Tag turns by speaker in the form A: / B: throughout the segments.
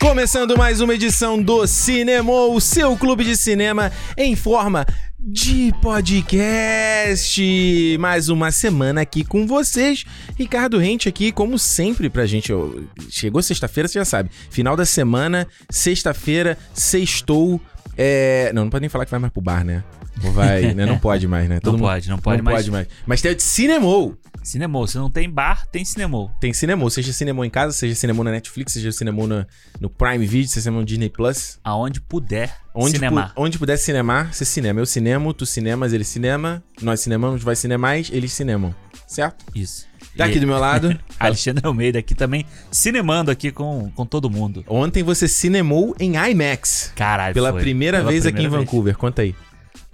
A: Começando mais uma edição do Cinema, o seu clube de cinema em forma de podcast. Mais uma semana aqui com vocês. Ricardo Rente aqui, como sempre, pra gente. Ó, Chegou sexta-feira, você já sabe. Final da semana, sexta-feira, sextou. É... Não, não pode nem falar que vai mais pro bar, né? Ou vai, né? Não pode mais, né?
B: Não pode, não pode
A: mais.
B: mais.
A: pode mais. Mas tem o de cinemou.
B: Cinemol, se não tem bar, tem cinemol.
A: Tem cinema, seja cinema em casa, seja cinema na Netflix, seja cinema na- no Prime Video, seja cinema no Disney Plus.
B: Aonde puder
A: Onde,
B: cinemar.
A: pu- onde puder cinemar, você cinema. Eu cinemo, tu cinemas, ele cinema. Nós cinemamos, vai cinemais, eles cinemam. Certo?
B: Isso.
A: Tá
B: E
A: aqui do meu lado.
B: Alexandre Almeida aqui também, cinemando aqui com, com todo mundo.
A: Ontem você cinemou em IMAX.
B: Caralho,
A: É, Pela
B: foi.
A: primeira
B: Pela
A: vez aqui em
B: primeira vez.
A: Vancouver. Conta aí.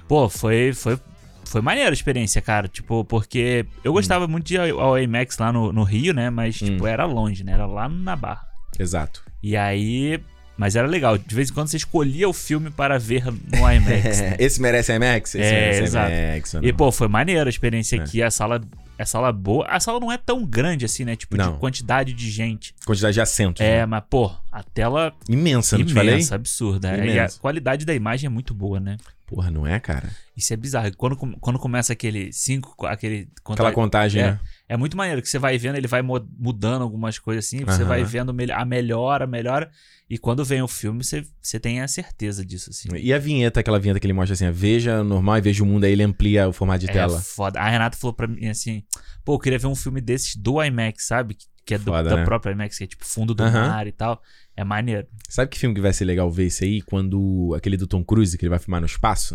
B: Pô, foi, foi, foi maneira a experiência, cara. Tipo, porque eu
A: Hum.
B: gostava muito de ir ao ao IMAX lá no, no Rio, né? Mas, tipo, era longe, né? Era lá na Barra.
A: Exato.
B: E aí... Mas era legal. De vez em quando você escolhia o filme para ver no IMAX,
A: É,
B: né?
A: esse merece IMAX? Esse
B: É,
A: merece
B: exato.
A: IMAX. ou
B: E,
A: não?
B: pô, foi maneiro a experiência
A: É.
B: aqui. A sala, a sala boa. A sala não é tão grande assim, né? Tipo,
A: Não.
B: de quantidade de gente.
A: Quantidade de assentos.
B: É,
A: né?
B: mas, pô, a tela
A: Imensa, não te falei?
B: imensa, absurda. é. E a
A: Imensa.
B: qualidade da imagem é muito boa, né?
A: Porra, não é, cara?
B: Isso é bizarro. E Quando, com- quando começa aquele 5, aquele.
A: Aquela
B: conta-
A: contagem,
B: é.
A: né?
B: É muito maneiro que você vai vendo, ele vai mo- mudando algumas coisas assim, você
A: Aham.
B: vai vendo mel- a melhora, a melhora. E quando vem o filme, você, você tem a certeza disso, assim.
A: E a vinheta, aquela vinheta que ele mostra assim, ó, veja normal e veja o mundo, aí ele amplia o formato de
B: É
A: tela.
B: foda. A Renata falou pra mim assim: pô, eu queria ver um filme desses do IMAX, sabe? Que- Que é do-
A: Foda,
B: da
A: né?
B: própria IMAX, que é tipo fundo do
A: Aham.
B: mar e tal. É maneiro.
A: Sabe que filme que vai ser legal ver esse aí? Quando aquele do Tom Cruise, que ele vai filmar no espaço,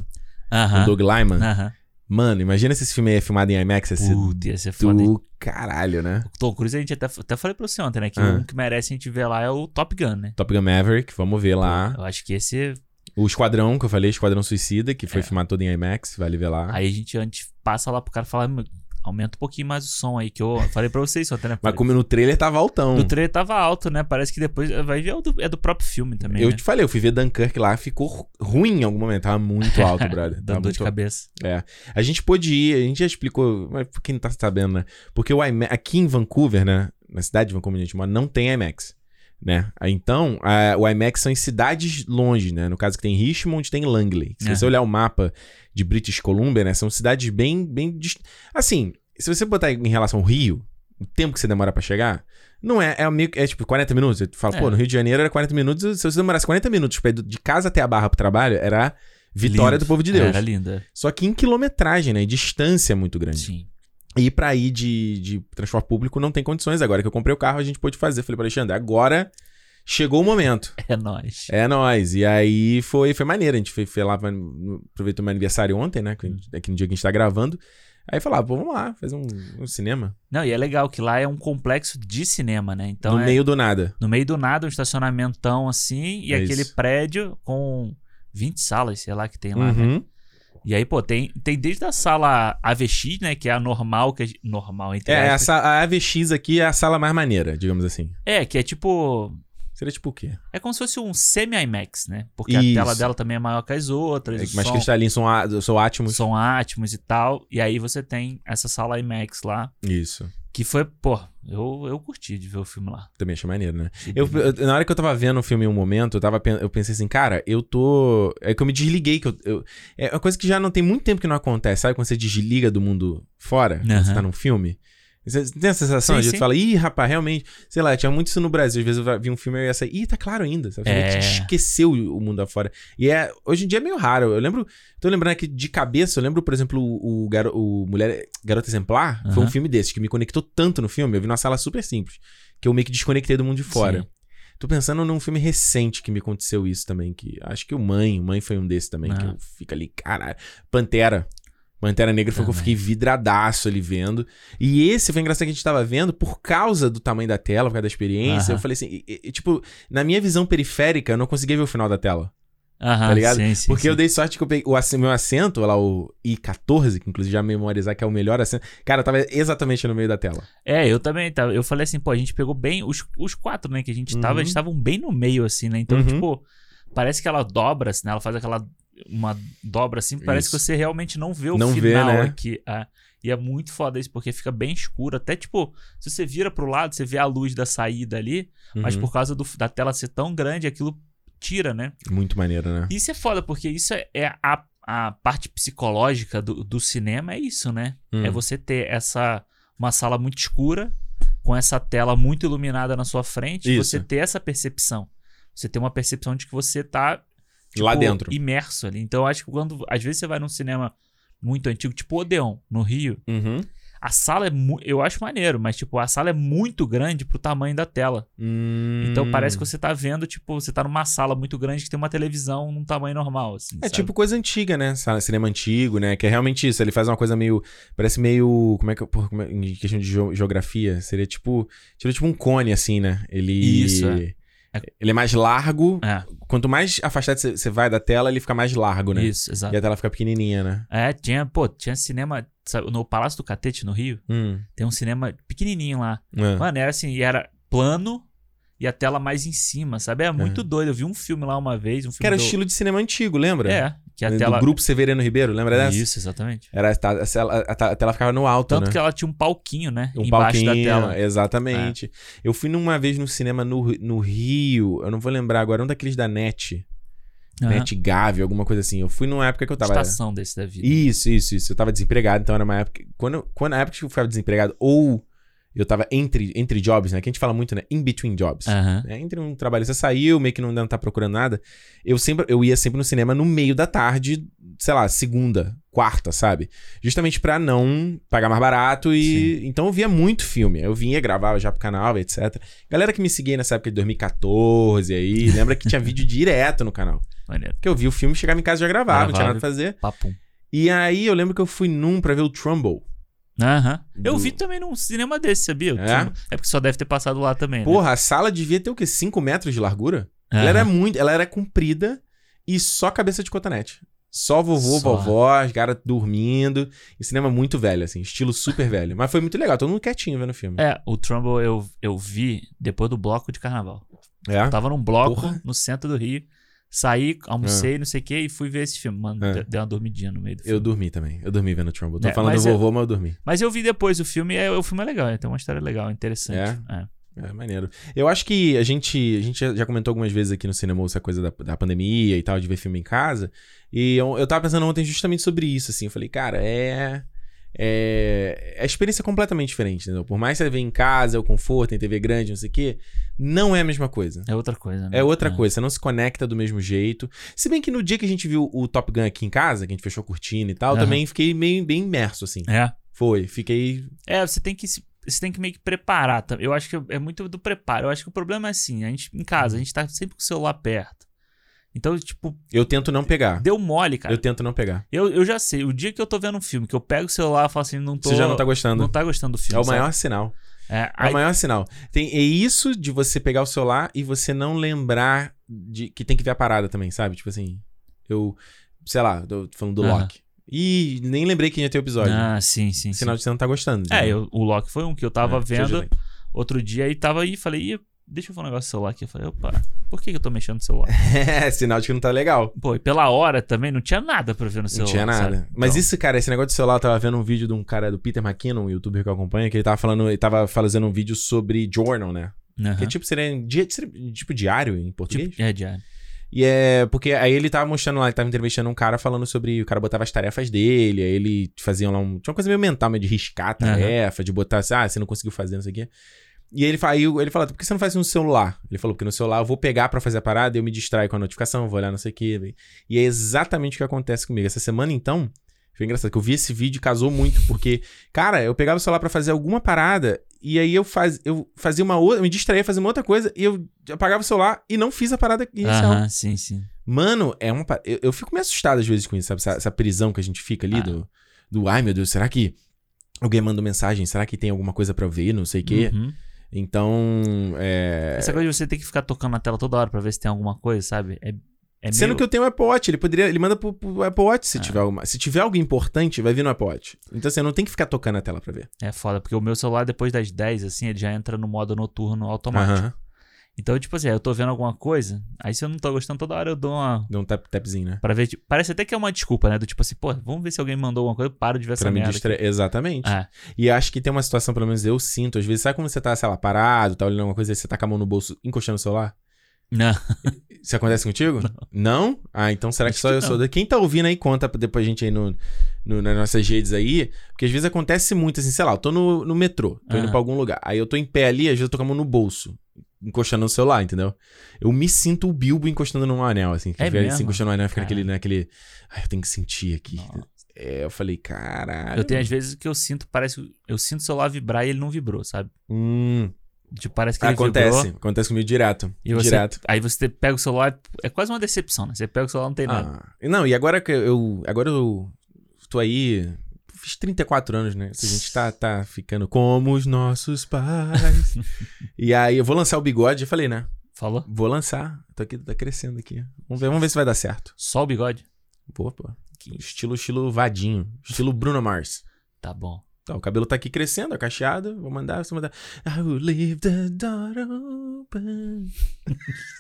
A: com o
B: Aham.
A: Doug Lyman.
B: Aham.
A: Mano, imagina se esse filme aí é filmado em IMAX, ia ser
B: Ah. Puta, ia ser foda. hein?
A: do caralho, né?
B: Tom Cruise, a gente até, até falei pra você ontem, né? Que
A: Ah.
B: um que merece a gente ver lá é o Top Gun, né?
A: Top Gun Maverick, vamos ver lá.
B: Eu acho que esse.
A: O Esquadrão, que eu falei, Esquadrão Suicida, que foi filmado todo em IMAX, vale ver lá.
B: É. Aí a gente antes passa lá pro cara falar, "Meu, aumenta um pouquinho mais o som aí, que eu falei pra vocês ontem, né?
A: Mas como é um no trailer tava altão.
B: O trailer tava alto, né? Parece que depois. Vai ver, é do, é do próprio filme também.
A: Eu
B: né?
A: te falei, eu fui ver Dunkirk lá, ficou ru- ruim em algum momento, tava muito alto, brother.
B: Dá
A: Tava
B: dor de
A: muito
B: cabeça.
A: A gente pôde ir, a gente já explicou, mas pra quem não tá sabendo, né? Porque o IMAX, aqui em Vancouver, né? Na cidade de Vancouver, onde a gente mora, não tem IMAX, né? Aí, Então, a- o IMAX são em cidades longe, né? No caso que tem Richmond, tem Langley. Se
B: É.
A: você olhar o mapa de British Columbia, né? São cidades bem, bem... dist- Assim, se você botar em relação ao Rio, o tempo que você demora pra chegar... Não é, é, meio, que- é tipo 40 minutos. Tu fala,
B: É.
A: pô, no Rio de Janeiro era 40 minutos. Se você demorasse 40 minutos pra ir do- de casa até a barra pro trabalho, era vitória
B: Lindo.
A: do povo de Deus.
B: Era linda.
A: Só que em quilometragem, né? E Distância é muito grande.
B: Sim.
A: E pra ir de, de transporte público não tem condições. Agora que eu comprei o carro, a gente pôde fazer. Falei pra Alexandre, agora chegou o momento.
B: É nóis.
A: É nóis. E aí foi, foi maneiro. A gente foi, foi lá, pra- no- aproveitou meu aniversário ontem, né? que a gente- Aqui no dia que a gente tá gravando. Aí falar, pô, vamos lá, fazer um, um cinema.
B: Não, e é legal que lá é um complexo de cinema, né? Então
A: no
B: é
A: meio do nada.
B: no meio do nada, um estacionamentão assim, e
A: É
B: aquele
A: isso.
B: prédio com 20 salas, sei lá, que tem lá, né?
A: Uhum.
B: E aí, pô, tem, tem desde a sala AVX, né? Que é a normal, que é normal, entre
A: É, é a,
B: aspas.
A: sa- a AVX aqui é a sala mais maneira, digamos assim.
B: É, que é tipo.
A: Seria tipo o quê?
B: É como se fosse um semi-IMAX, né? Porque
A: Isso.
B: a tela dela também é maior que as outras.
A: É,
B: o
A: mas
B: som,
A: cristalinos são, á- são átimos.
B: som Atmos e tal. E aí você tem essa sala IMAX lá.
A: Isso.
B: Que foi, pô, eu, eu curti de ver o filme lá.
A: Também achei maneiro, né? Eu,
B: Uhum.
A: eu- na hora que eu tava vendo o filme em um momento, eu, tava, pen- eu pensei assim, cara, eu tô. É que eu me desliguei. Que eu, eu- é uma coisa que já não tem muito tempo que não acontece, sabe? Quando você desliga do mundo fora, quando
B: Aham.
A: você tá num filme. Você você tem a sensação,
B: Sim,
A: a gente
B: sim.
A: fala, ih, rapaz, realmente. Sei lá, tinha muito isso no Brasil. Às vezes eu vi um filme e eu ia sair, ih, tá claro ainda. Sabe? Você meio que
B: É.
A: esqueceu o mundo afora. E é, hoje em dia é meio raro. Eu lembro. Tô lembrando aqui de cabeça, eu lembro, por exemplo, o, o garo, o Mulher, Garota Exemplar. Foi um
B: Aham.
A: filme desses que me conectou tanto no filme. Eu vi numa sala super simples. Que eu meio que desconectei do mundo de fora.
B: Sim.
A: Tô pensando num filme recente que me aconteceu isso também, que acho que o Mãe, o Mãe foi um desses também, que
B: Ah.
A: eu fico ali, caralho. Pantera. Pantera Negra foi o que eu fiquei
B: Também.
A: vidradaço ali vendo. E esse foi engraçado que a gente tava vendo por causa do tamanho da tela, por causa da experiência.
B: Aham.
A: Eu falei assim, e- e- e, tipo, na minha visão periférica, eu não conseguia ver o final da tela.
B: Aham,
A: tá ligado?
B: Sim, sim,
A: porque
B: sim.
A: eu dei sorte que eu peguei o ass- meu assento, lá o I14, que inclusive já memorizar que é o melhor assento. Cara, eu tava exatamente no meio da tela.
B: É, eu também tava. Eu falei assim, pô, a gente pegou bem. Os, os quatro, né, que a gente
A: Uhum.
B: tava, eles estavam bem no meio, assim, né? Então,
A: Uhum.
B: tipo, parece que ela dobra, assim, né? Ela faz aquela. Uma dobra assim, parece
A: Isso.
B: que você realmente não vê o
A: Não vê,
B: final
A: né?
B: aqui. ah. E é muito foda isso, porque fica bem escuro. Até tipo, se você vira pro lado, você vê a luz da saída ali, mas
A: Uhum.
B: por causa do- da tela ser tão grande, aquilo tira, né?
A: Muito maneiro, né?
B: Isso é foda, porque isso é é a, a parte psicológica do, do cinema, é isso, né?
A: Hum.
B: É você ter essa uma sala muito escura, com essa tela muito iluminada na sua frente,
A: Isso.
B: você ter essa percepção. Você ter uma percepção de que você tá tipo,
A: Lá dentro.
B: imerso ali. Então eu acho que quando às vezes você vai num cinema muito antigo, tipo Odeon, no Rio,
A: Uhum.
B: a sala é mu- eu acho maneiro, mas tipo a sala é muito grande pro tamanho da tela.
A: Hum.
B: Então parece que você tá vendo, tipo, você tá numa sala muito grande que tem uma televisão num tamanho normal, assim.
A: É
B: sabe?
A: tipo coisa antiga, né? Sa- Cinema antigo, né? Que é realmente isso. Ele faz uma coisa meio. Parece meio. Como é que. eu- Porra, como é- em questão de geo- geografia, seria tipo. Tira tipo um cone, assim, né? Ele.
B: Isso, é.
A: Ele é mais largo.
B: É,
A: Quanto mais afastado você você vai da tela, ele fica mais largo, né?
B: isso, tá. exato.
A: E a tela fica pequenininha, né?
B: É, tinha, pô, tinha cinema, sabe, no Palácio do Catete, no Rio,
A: Hum.
B: tem um cinema pequenininho lá.
A: É.
B: Mano, era assim, e era plano e a tela mais em cima, sabe? É muito doido. Eu vi um filme lá uma vez, um filme
A: Que era
B: do...
A: estilo de cinema antigo, lembra?
B: É, que a
A: Do
B: tela...
A: grupo Severino Ribeiro, lembra dessa?
B: Isso, exatamente.
A: Era, a, ta- a tela- a ta- a tela ficava no alto,
B: Tanto
A: né?
B: que ela tinha um palquinho, né?
A: Um
B: embaixo
A: palquinho,
B: da tela. É.
A: exatamente. Eu fui numa vez no cinema no, no Rio, eu não vou lembrar agora, um daqueles da NET,
B: Aham.
A: NET Gavi, alguma coisa assim. Eu fui numa época que eu é, tava...
B: Estação desse da vida.
A: Isso, isso, isso. Eu tava desempregado, então era uma época... Quando, eu- quando a época que eu ficava desempregado, ou eu tava entre, entre jobs, né? Que a gente fala muito, né? In between jobs.
B: Aham.
A: né? Entre um trabalho você saiu, meio que não, ainda não tá procurando nada. Eu sempre eu ia sempre no cinema no meio da tarde, sei lá, segunda, quarta, sabe? Justamente pra não pagar mais barato e então eu via muito filme. Eu vinha, gravava já pro canal, etc. Galera que me seguia nessa época de 2014 aí, lembra que tinha vídeo direto no canal.
B: Maneiro.
A: Que eu via o filme, chegava em casa e já gravava, não tinha
B: Gravava.
A: nada pra fazer.
B: Papum.
A: E aí eu lembro que eu fui num pra ver o Trumbull.
B: Aham. Eu
A: Do-
B: vi também num cinema desse, sabia? Eu
A: É?
B: tinha- é porque só deve ter passado lá também, né?
A: Porra, a sala devia ter o quê? 5 metros de largura? Ela
B: Aham.
A: era muito. Ela era comprida e só cabeça de cotonete. Só vovô,
B: Só.
A: vovó, os caras dormindo. E cinema muito velho, assim, estilo super velho. Mas foi muito legal, todo mundo quietinho vendo o filme.
B: É, o Trumbull eu, eu vi depois do bloco de carnaval.
A: É?
B: Eu tava num bloco
A: Porra.
B: no centro do Rio, saí, almocei, não sei o que, e fui ver esse filme. Mano,
A: É.
B: de- deu uma dormidinha no meio do filme.
A: Eu dormi também. Eu dormi vendo o Trumbo. Tô
B: É,
A: falando do
B: mas é-
A: vovô, mas eu dormi.
B: Mas eu vi depois o filme, e é- o filme é legal, é, tem uma história legal, interessante. É.
A: É maneiro. Eu acho que a gente, a gente já- já comentou algumas vezes aqui no cinema essa coisa da, da pandemia e tal, de ver filme em casa. E eu, eu tava pensando ontem justamente sobre isso, assim. Eu falei, cara, é. É, a experiência é completamente diferente, entendeu? Por mais que você vê em casa, é o conforto, em TV grande, não sei o quê, não é a mesma coisa.
B: É outra coisa, né?
A: É outra coisa, você não se conecta do mesmo jeito. Se bem que no dia que a gente viu o Top Gun aqui em casa, que a gente fechou a cortina e tal,
B: Aham.
A: também fiquei meio bem imerso, assim.
B: É.
A: Foi, fiquei.
B: É, você tem que se- Você tem que meio que preparar. tá? Eu acho que é muito do preparo. Eu acho que o problema é assim, a gente, em casa, a gente tá sempre com o celular perto. Então, tipo,
A: Eu tento não pegar.
B: deu mole, cara.
A: Eu tento não pegar.
B: Eu, eu já sei, o dia que eu tô vendo um filme, que eu pego o celular e falo assim, não tô.
A: Você já não tá gostando.
B: não tá gostando do
A: É
B: filme.
A: o
B: sabe?
A: maior sinal.
B: É,
A: É
B: aí-
A: o maior sinal. Tem, é isso de você pegar o celular e você não lembrar de que tem que ver a parada também, sabe? Tipo assim, eu, sei lá, tô falando do
B: Aham.
A: Loki. Ih, nem lembrei que ia ter o episódio.
B: Ah, sim, sim. sim.
A: Sinal de você não tá gostando.
B: É,
A: entendeu?
B: eu- o Loki foi um que eu tava
A: É,
B: vendo
A: seu jeito.
B: outro dia e tava aí, falei, "Ih, deixa eu ver um negócio do celular aqui. Eu falei, opa, por que, que eu tô mexendo no celular?
A: É, sinal de que não tá legal.
B: Pô, e pela hora também não tinha nada pra ver no
A: Não
B: celular.
A: tinha nada.
B: sabe?
A: Mas
B: Então,
A: isso, cara, esse negócio de celular, eu tava vendo um vídeo de um cara do Peter McKinnon, um youtuber que eu acompanho, que ele tava falando, ele tava fazendo um vídeo sobre journal, né?
B: aham.
A: Que é tipo, seria, em dia- seria tipo diário em português?
B: Tipo, é, diário.
A: E é. Porque aí ele tava mostrando lá, ele tava entrevistando um cara falando sobre. O cara botava as tarefas dele, aí ele fazia lá um. Tinha uma coisa meio mental, meio de riscar a tarefa, de botar assim, ah, você não conseguiu fazer, não sei o quê. E ele, fa- aí ele fala, por que você não faz no celular? Ele falou, porque no celular eu vou pegar pra fazer a parada, eu me distraio com a notificação, vou olhar não sei o quê. E é exatamente o que acontece comigo. Essa semana, então, foi engraçado que eu vi esse vídeo e casou muito, porque, cara, eu pegava o celular pra fazer alguma parada, e aí eu, faz, eu fazia uma outra, eu me distraía fazia uma outra coisa, e eu apagava o celular e não fiz a parada inicial.
B: Aham, sim, sim.
A: Mano, é uma. pa- Eu, eu fico meio assustado às vezes com isso, sabe? Essa, essa prisão que a gente fica ali
B: Ah.
A: do, do. Ai, meu Deus, será que. Alguém mandou mensagem? Será que tem alguma coisa pra eu ver? Não sei o quê.
B: Uhum.
A: Então. É...
B: Essa coisa de você ter que ficar tocando na tela toda hora pra ver se tem alguma coisa, sabe? É, é
A: Sendo
B: meio...
A: que eu tenho o Apple Watch, ele poderia. Ele manda pro, pro Apple Watch se
B: Ah.
A: tiver alguma. Se tiver algo importante, vai vir no Apple Watch. Então você não tem que ficar tocando a tela pra ver.
B: É foda, porque o meu celular, depois das 10, assim, ele já entra no modo noturno automático.
A: Aham.
B: Então, tipo assim, eu tô vendo alguma coisa, aí se eu não tô gostando, toda hora eu dou uma.
A: Dá um tap, tapzinho, né?
B: Pra ver, tipo, parece até que é uma desculpa, né? Do tipo assim, pô, vamos ver se alguém mandou alguma coisa, eu paro de ver essa
A: Pra me
B: merda.
A: distrair. Exatamente.
B: aqui. É,
A: E acho que tem uma situação, pelo menos eu sinto, às vezes, sabe quando você tá, sei lá, parado, tá olhando alguma coisa, aí você tá com a mão no bolso encostando o celular?
B: não,
A: Isso acontece contigo? Não. Ah, então será que
B: Acho
A: só
B: que
A: eu
B: não.
A: sou da... Quem tá ouvindo aí, conta pra- depois a gente aí no, no- nas nossas redes aí. Porque às vezes acontece muito, assim, sei lá, eu tô no, no metrô, tô indo
B: Aham.
A: pra algum lugar. Aí eu tô em pé ali, às vezes eu tô com a mão no bolso, encostando no celular, entendeu? Eu me sinto o Bilbo encostando num anel, assim. Que
B: É
A: fica, assim,
B: mesmo?
A: encostando no anel, fica naquele,
B: Caralho.
A: naquele... Ai, eu tenho que sentir aqui.
B: Nossa.
A: É, eu falei, caralho.
B: eu tenho às vezes que eu sinto, parece. Eu sinto o celular vibrar e ele não vibrou, sabe?
A: Hum,
B: Tipo, parece que ele
A: acontece.
B: vibrou.
A: Acontece comigo direto.
B: E você-
A: Direto.
B: Aí você pega o celular, é quase uma decepção, né? Você pega o celular e não tem nada.
A: Ah, não, e agora que eu. Agora eu tô aí. Fiz 34 anos, né? A gente tá, tá ficando como os nossos pais. e aí eu vou lançar o bigode, eu falei, né?
B: Falou?
A: Vou lançar. Tô aqui, tá crescendo aqui. Vamos ver, vamos ver se vai dar certo.
B: Só o bigode?
A: Pô, pô. Estilo, estilo vadinho. Estilo Bruno Mars.
B: Tá bom.
A: Tá, o cabelo tá aqui crescendo, é cacheado. Vou mandar, você mandar. I will leave the door open.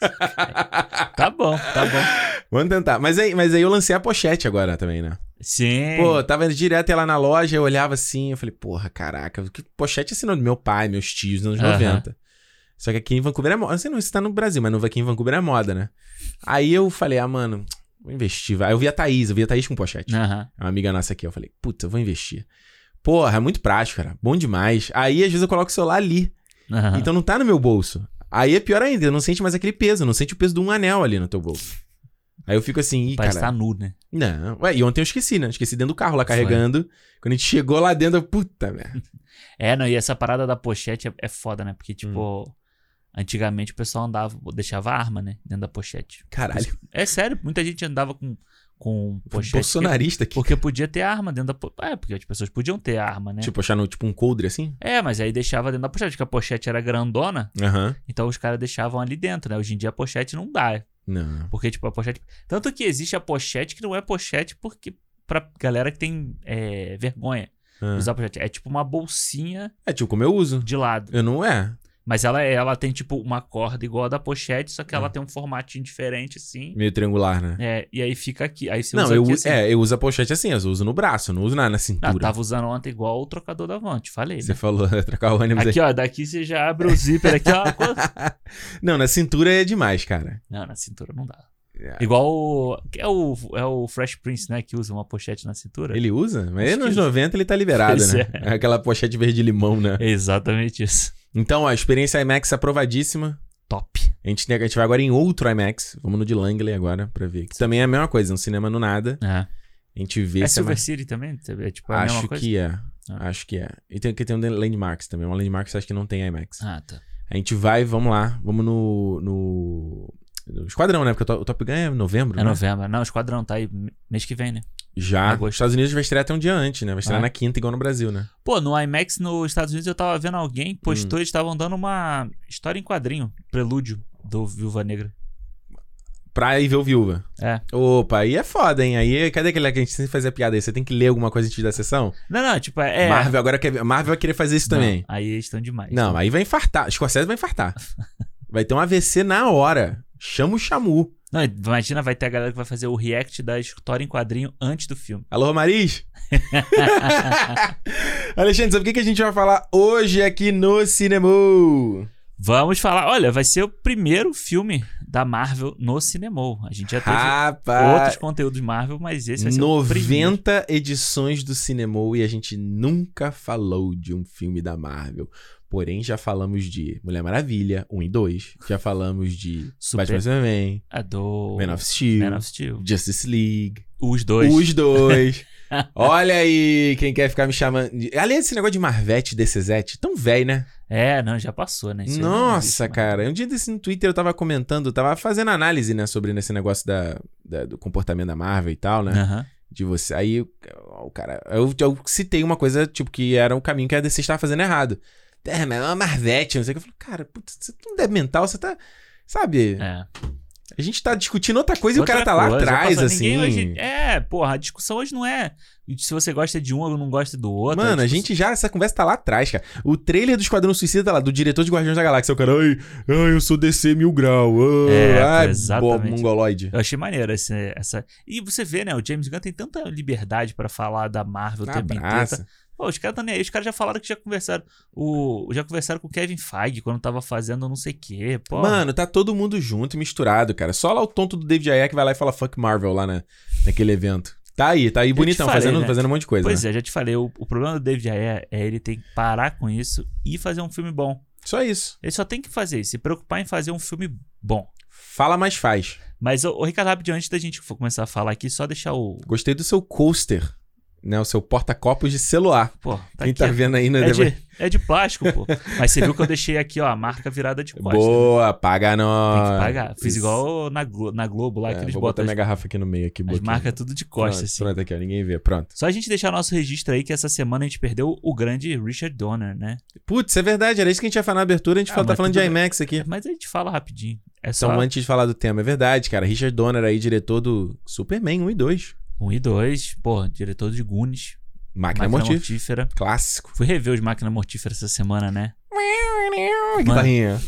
A: Ah,
B: Tá bom, tá bom.
A: Vamos tentar. Mas aí, mas aí eu lancei a pochete agora também, né?
B: Sim.
A: Pô, eu tava indo direto ia lá na loja, eu olhava assim, eu falei, porra, caraca, que pochete assim do meu pai, meus tios, nos anos
B: Aham.
A: 90. Só que aqui em Vancouver é moda. Eu Não sei não, se tá no Brasil, mas não aqui em Vancouver é moda, né? Aí eu falei, ah, mano, vou investir. vai. Aí eu vi a Thaís, eu vi a Thaís com pochete.
B: Aham.
A: É uma amiga nossa aqui. Eu falei, puta, eu vou investir. Porra, é muito prático, cara. Bom demais. Aí às vezes eu coloco o celular ali.
B: aham.
A: Então não tá no meu bolso. Aí é pior ainda, eu não sente mais aquele peso, eu não sente o peso de um anel ali no teu bolso. Aí eu fico assim, ih,
B: Parece
A: cara.
B: estar nu, né?
A: Não, ué, e ontem eu esqueci, né? Esqueci dentro do carro lá
B: Foi.
A: carregando. Quando a gente chegou lá dentro, eu, puta merda.
B: É, não, e essa parada da pochete é, é foda, né?
A: Hum.
B: Porque, tipo, antigamente o pessoal andava, deixava a arma, né? Dentro da pochete.
A: Caralho,
B: É sério, muita gente andava com, com pochete.
A: bolsonarista
B: porque-
A: aqui.
B: Porque podia ter arma dentro da pochete. É, porque as pessoas podiam ter arma, né?
A: Tipo, achar no, tipo um coldre assim?
B: É, mas aí deixava dentro da pochete, porque a pochete era grandona,
A: Aham.
B: então os caras deixavam ali dentro, né? Hoje em dia a pochete não dá.
A: Não.
B: Porque, tipo, a pochete. Tanto que existe a pochete que não é pochete porque. Pra galera que tem é, vergonha
A: Ah.
B: de usar pochete. É tipo uma bolsinha
A: É tipo como eu uso.
B: de lado.
A: Eu não é.
B: Mas ela, ela tem, tipo, uma corda igual a da pochete, só que ela
A: É.
B: tem um formatinho diferente, assim.
A: Meio triangular, né?
B: É, e aí fica aqui. Aí você
A: não,
B: usa
A: eu,
B: aqui,
A: u-
B: assim.
A: é, eu uso a pochete assim, eu uso no braço, não uso na, na
B: Ah,
A: cintura.
B: tava usando ontem igual o trocador da van, te falei.
A: Você
B: Né?
A: falou, trocar o ônibus
B: Aqui, ó, daqui você já abre o zíper aqui, ó. quanto-
A: aí. não, na cintura é demais, cara.
B: Não, na cintura não dá.
A: É.
B: Igual o. que É o, é o Fresh Prince, né? Que usa uma pochete na cintura.
A: Ele usa? Mas
B: Acho
A: nos
B: que-
A: 90 ele tá liberado,
B: Pois
A: né? Aquela pochete verde limão, né?
B: É exatamente isso.
A: Então, ó, a experiência IMAX aprovadíssima.
B: Top.
A: A gente, a gente vai agora em outro IMAX. Vamos no de Langley agora pra ver. Que também é a mesma coisa, um cinema no nada.
B: É,
A: A gente vê
B: é
A: se é
B: Silver
A: mais...
B: City também? É tipo a
A: Acho
B: mesma coisa?
A: que é.
B: Ah.
A: Acho que é. E tem que tem um de Landmarks também. Uma Landmarks acho que não tem IMAX.
B: Ah, tá.
A: A gente vai, vamos lá. Vamos no. no... no Esquadrão, né? Porque o Top- o Top Gun é novembro.
B: É
A: né?
B: novembro. Não, o esquadrão tá aí me- mês que vem, né?
A: Já.
B: Agosto.
A: Os Estados Unidos vai estrear até um dia antes, né? Vai estrear
B: Ah.
A: na quinta, igual no Brasil, né?
B: Pô, no IMAX nos Estados Unidos eu tava vendo alguém que postou,
A: Hum.
B: eles estavam dando uma história em quadrinho, prelúdio do Viúva Negra.
A: Pra ir ver o Viúva.
B: É.
A: Opa, aí é foda, hein? Aí, cadê aquele que a gente sempre fazia piada aí? Você tem que ler alguma coisa antes da sessão?
B: Não, não, tipo, é. é-
A: Marvel agora quer. Marvel vai querer fazer isso
B: Não,
A: também.
B: Aí eles estão demais.
A: Não, aí vai infartar. Scorsese vai infartar. Vai ter um AVC na hora. Chama o Chamu.
B: Não, imagina, vai ter a galera que vai fazer o react da história em quadrinho antes do filme.
A: Alô, Mariz? Alexandre, sobre o que que a gente vai falar hoje aqui no cinema?
B: Vamos falar. Olha, vai ser o primeiro filme da Marvel no cinema. A gente já teve outros
A: Rapaz,
B: conteúdos Marvel, mas esse vai ser o primeiro.
A: 90 edições do cinema e a gente nunca falou de um filme da Marvel. Porém, já falamos de Mulher Maravilha 1 e 2. Já falamos de
B: Super-
A: Batman Superman,
B: É do
A: Man of Steel,
B: Man of Steel.
A: Justice League.
B: Os dois.
A: Os dois. Olha aí, quem quer ficar me chamando. de- Aliás, esse negócio de Marvete, DCZ, tão velho, né?
B: É, não, já passou, né? Isso aí não existe
A: Nossa,
B: mais.
A: cara. Um dia desse no Twitter eu tava comentando, eu tava fazendo análise, né, sobre esse negócio da, da- do comportamento da Marvel e tal, né?
B: Aham.
A: De você. Aí, eu- o cara. Eu, eu citei uma coisa, tipo, que era um caminho que a DC estava fazendo errado. um É, mas é uma Marvete, não sei o que. Eu falei, cara, putz, você não é mental, você tá. Sabe?
B: É.
A: A gente tá discutindo outra coisa
B: Outra
A: e o cara tá lá
B: coisa,
A: atrás,
B: passou-
A: assim.
B: ninguém hoje- é, porra, a discussão hoje não é se você gosta de um ou não gosta do outro.
A: Mano, a
B: discussão-
A: gente já, essa conversa tá lá atrás, cara. O trailer do Esquadrão Suicida tá lá, do diretor de Guardiões da Galáxia. O cara, ai, ai eu sou DC mil grau. ah,
B: É,
A: ai,
B: pô, exatamente.
A: bo- mongoloide.
B: Eu achei maneiro esse, essa. E você vê, né? O James Gunn tem tanta liberdade pra falar da Marvel o tempo inteiro.
A: Ah, Abraça.
B: Pô, os caras tão nem aí, os caras já falaram que já conversaram. O, já conversaram com o Kevin Feige quando tava fazendo não sei o quê. Pô,
A: Mano, tá todo mundo junto e misturado, cara. Só lá o tonto do David Ayer que vai lá e fala fuck Marvel lá na, naquele evento. Tá aí, tá aí bonitão,
B: falei,
A: fazendo,
B: né?
A: fazendo um monte de coisa.
B: pois
A: né?
B: é, já te falei, o, o problema do David Ayer é ele tem que parar com isso e fazer um filme bom.
A: Só isso.
B: Ele só tem que fazer isso, se preocupar em fazer um filme bom.
A: Fala, mas faz.
B: Mas, o Ricardo, rapidinho, antes da gente for começar a falar aqui, só deixar o.
A: Gostei do seu coaster, né? O seu porta-copos de celular.
B: Pô, tá
A: Quem
B: aqui.
A: tá vendo aí, né?
B: é, de, é de plástico, pô. Mas você viu que eu deixei aqui, ó, a marca virada de costas.
A: Boa, paga
B: Tem
A: nós.
B: que pagar. Fiz
A: Ah, Isso.
B: igual na Globo, na Globo lá,
A: É,
B: que eles
A: vou botar
B: botam
A: minha
B: as,
A: garrafa aqui no meio, aqui,
B: as
A: boquinha.
B: marcas tudo de
A: pronto,
B: costas, assim.
A: Pronto, aqui, ó, ninguém vê, pronto.
B: Só a gente deixar nosso registro aí que essa semana a gente perdeu o grande Richard Donner, né?
A: Putz, é verdade, era isso que a gente ia falar na abertura, a gente
B: Ah,
A: fala- tá
B: mas
A: falando de
B: tudo bem.
A: IMAX aqui.
B: Mas a gente fala rapidinho. É só
A: Então, antes de falar do tema, é verdade, cara. Richard Donner aí, diretor do Superman 1 e 2.
B: 1 e 2, pô, diretor de Goonies,
A: Máquina,
B: Máquina
A: Mortífera.
B: Mortífera.
A: Clássico.
B: Fui rever os Máquina Mortífera essa semana, né?
A: Que
B: Mano,
A: guitarrinha.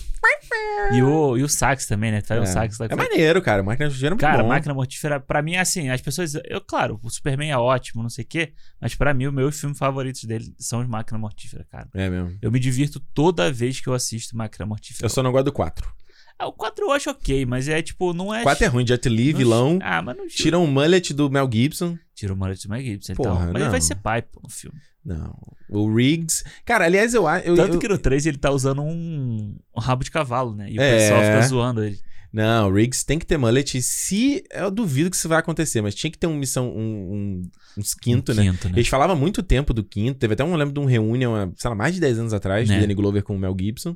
B: E o, e o sax também, né? Tu vai o sax lá.
A: É maneiro, cara. Máquina Mortífera é muito
B: Cara,
A: bom.
B: Máquina Mortífera, pra mim, é assim, as pessoas. Eu, claro, o Superman é ótimo, não sei o quê, mas pra mim, os meus filmes favoritos dele são os Máquina Mortífera, cara.
A: É mesmo.
B: Eu me divirto toda vez que eu assisto Máquina Mortífera.
A: Eu só não gosto do 4.
B: Ah, o 4 eu acho ok, mas é tipo, não é.
A: 4 é ruim, Jet Li,
B: não-
A: vilão.
B: Ah, mas não tira.
A: Tira um mullet do Mel Gibson.
B: Tira o Mullet do Mel Gibson, então.
A: Porra,
B: Mas ele
A: não.
B: vai ser pai, pô, no filme.
A: Não. O Riggs. Cara, aliás, eu acho.
B: Tanto que no 3 ele tá usando um, um rabo de cavalo, né? E o
A: É.
B: pessoal fica zoando ele.
A: Não, o Riggs tem que ter mullet. E Se. Eu duvido que isso vai acontecer, mas tinha que ter um missão. Um, um- uns quinto,
B: Um
A: né?
B: Quinto, né?
A: Eles falavam muito tempo do quinto. Teve até um eu lembro de um reunião, há, sei lá, mais de 10 anos atrás,
B: Né.
A: do Danny Glover com o Mel Gibson.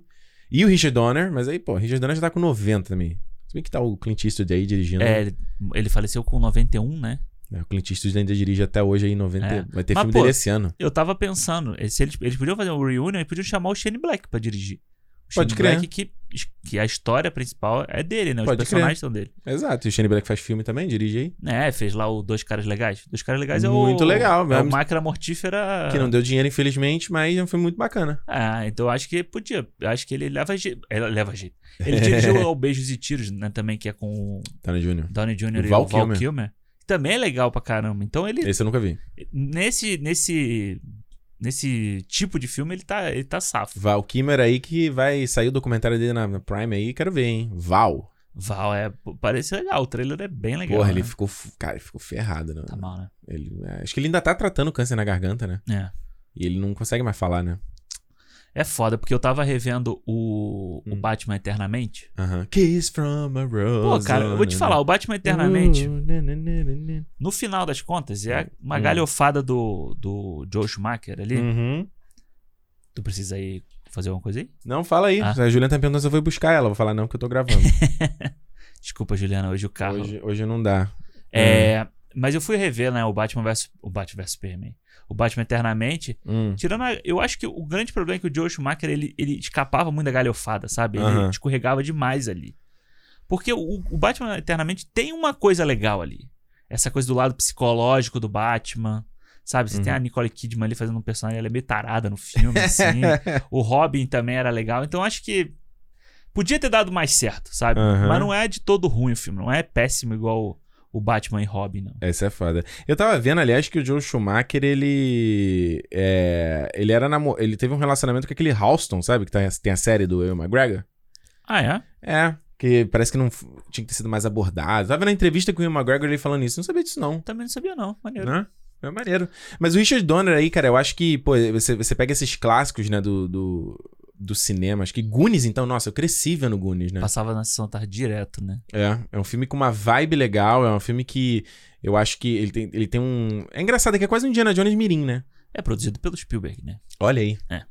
A: E o Richard Donner, mas aí, pô, o Richard Donner já tá com 90 também. Se bem que tá o Clint Eastwood aí dirigindo.
B: É, ele, ele faleceu com 91, né?
A: né? O Clint Eastwood ainda dirige até hoje aí 90.
B: É.
A: Vai ter
B: Mas,
A: filme
B: pô,
A: dele esse ano.
B: Eu tava pensando, eh, se eles, eles podiam fazer um reunion e podiam chamar o Shane Black pra dirigir. O Shane
A: Pode crer.
B: Black que, que a história principal é dele, né? Os
A: Pode crer.
B: personagens são dele.
A: Exato. E o Shane Black faz filme também, dirige aí.
B: É, fez lá o Dois Caras Legais. Dois Caras Legais é o...
A: Muito legal,
B: É o
A: mesmo.
B: Máquina Mortífera...
A: Que não deu dinheiro, infelizmente, mas é um filme muito bacana.
B: Ah, então eu acho que podia. Eu Acho que ele leva jeito. Ele leva jeito. Ele dirigiu ao é Beijos e Tiros, né? Também, que é com o
A: Tá no Júnior.
B: Downey Jr. e
A: Val
B: o Val
A: Kilmer.
B: Kilmer. Também é legal pra caramba. Então ele.
A: Esse eu nunca vi.
B: Nesse. Nesse. Nesse tipo de filme, ele tá, ele tá safo.
A: Val Kimmer aí que vai sair o documentário dele na, na Prime aí, quero ver, hein? Val.
B: Val é. pô, Parece legal. O trailer é bem legal.
A: Porra,
B: né?
A: ele ficou. f- Cara, ele ficou ferrado, né?
B: Tá mal, né?
A: Ele, é, acho que ele ainda tá tratando câncer na garganta, né?
B: É.
A: E ele não consegue mais falar, né?
B: É foda, porque eu tava revendo o, o
A: Hum.
B: Batman Eternamente.
A: Aham. Kiss from a Uhum.
B: Pô,
A: rose.
B: cara, eu vou te falar, o Batman Eternamente, no final das contas, é uma
A: Hum.
B: galhofada do, do Joe Schumacher ali.
A: Uhum.
B: Tu precisa ir fazer alguma coisa aí?
A: Não, fala aí.
B: Ah.
A: A Juliana tá perguntando se eu fui buscar ela. Eu Vou falar, não, que eu tô gravando.
B: Desculpa, Juliana, hoje o carro.
A: hoje, hoje não dá.
B: É, Mas eu fui rever, né, o Batman versus o Batman versus Superman. O Batman Eternamente.
A: Hum.
B: Tirando a, Eu acho que o grande problema é que o Joe Schumacher, ele, ele escapava muito da galhofada, sabe? Ele
A: Aham.
B: escorregava demais ali. Porque o, o Batman Eternamente tem uma coisa legal ali. Essa coisa do lado psicológico do Batman. Sabe, você
A: Uhum.
B: tem a Nicole Kidman ali fazendo um personagem, ela é meio tarada no filme, assim. O Robin também era legal. Então acho que podia ter dado mais certo, sabe?
A: Aham.
B: Mas não é de todo ruim o filme. Não é péssimo igual o, o Batman e Robin, não.
A: Essa é foda. Eu tava vendo, aliás, que o Joe Schumacher, ele. é, ele era namo... Ele teve um relacionamento com aquele Halston, sabe? Que tá- tem a série do Ewan McGregor.
B: Ah, é?
A: É, que parece que não f- tinha que ter sido mais abordado. Tava na entrevista com o Ian McGregor ele falando isso. Não sabia disso, não.
B: Também não sabia, não. Maneiro.
A: Né? É maneiro. Mas o Richard Donner aí, cara, eu acho que, pô, você, você pega esses clássicos, né, do, do, do cinema. Acho que Goonies, então, nossa, eu cresci vendo Goonies, né?
B: Passava na sessão tarde direto, né?
A: É, é um filme com uma vibe legal. É um filme que eu acho que ele tem, ele tem um... É engraçado, é que é quase um Indiana Jones mirim, né?
B: É produzido pelo Spielberg, né?
A: Olha aí.
B: É.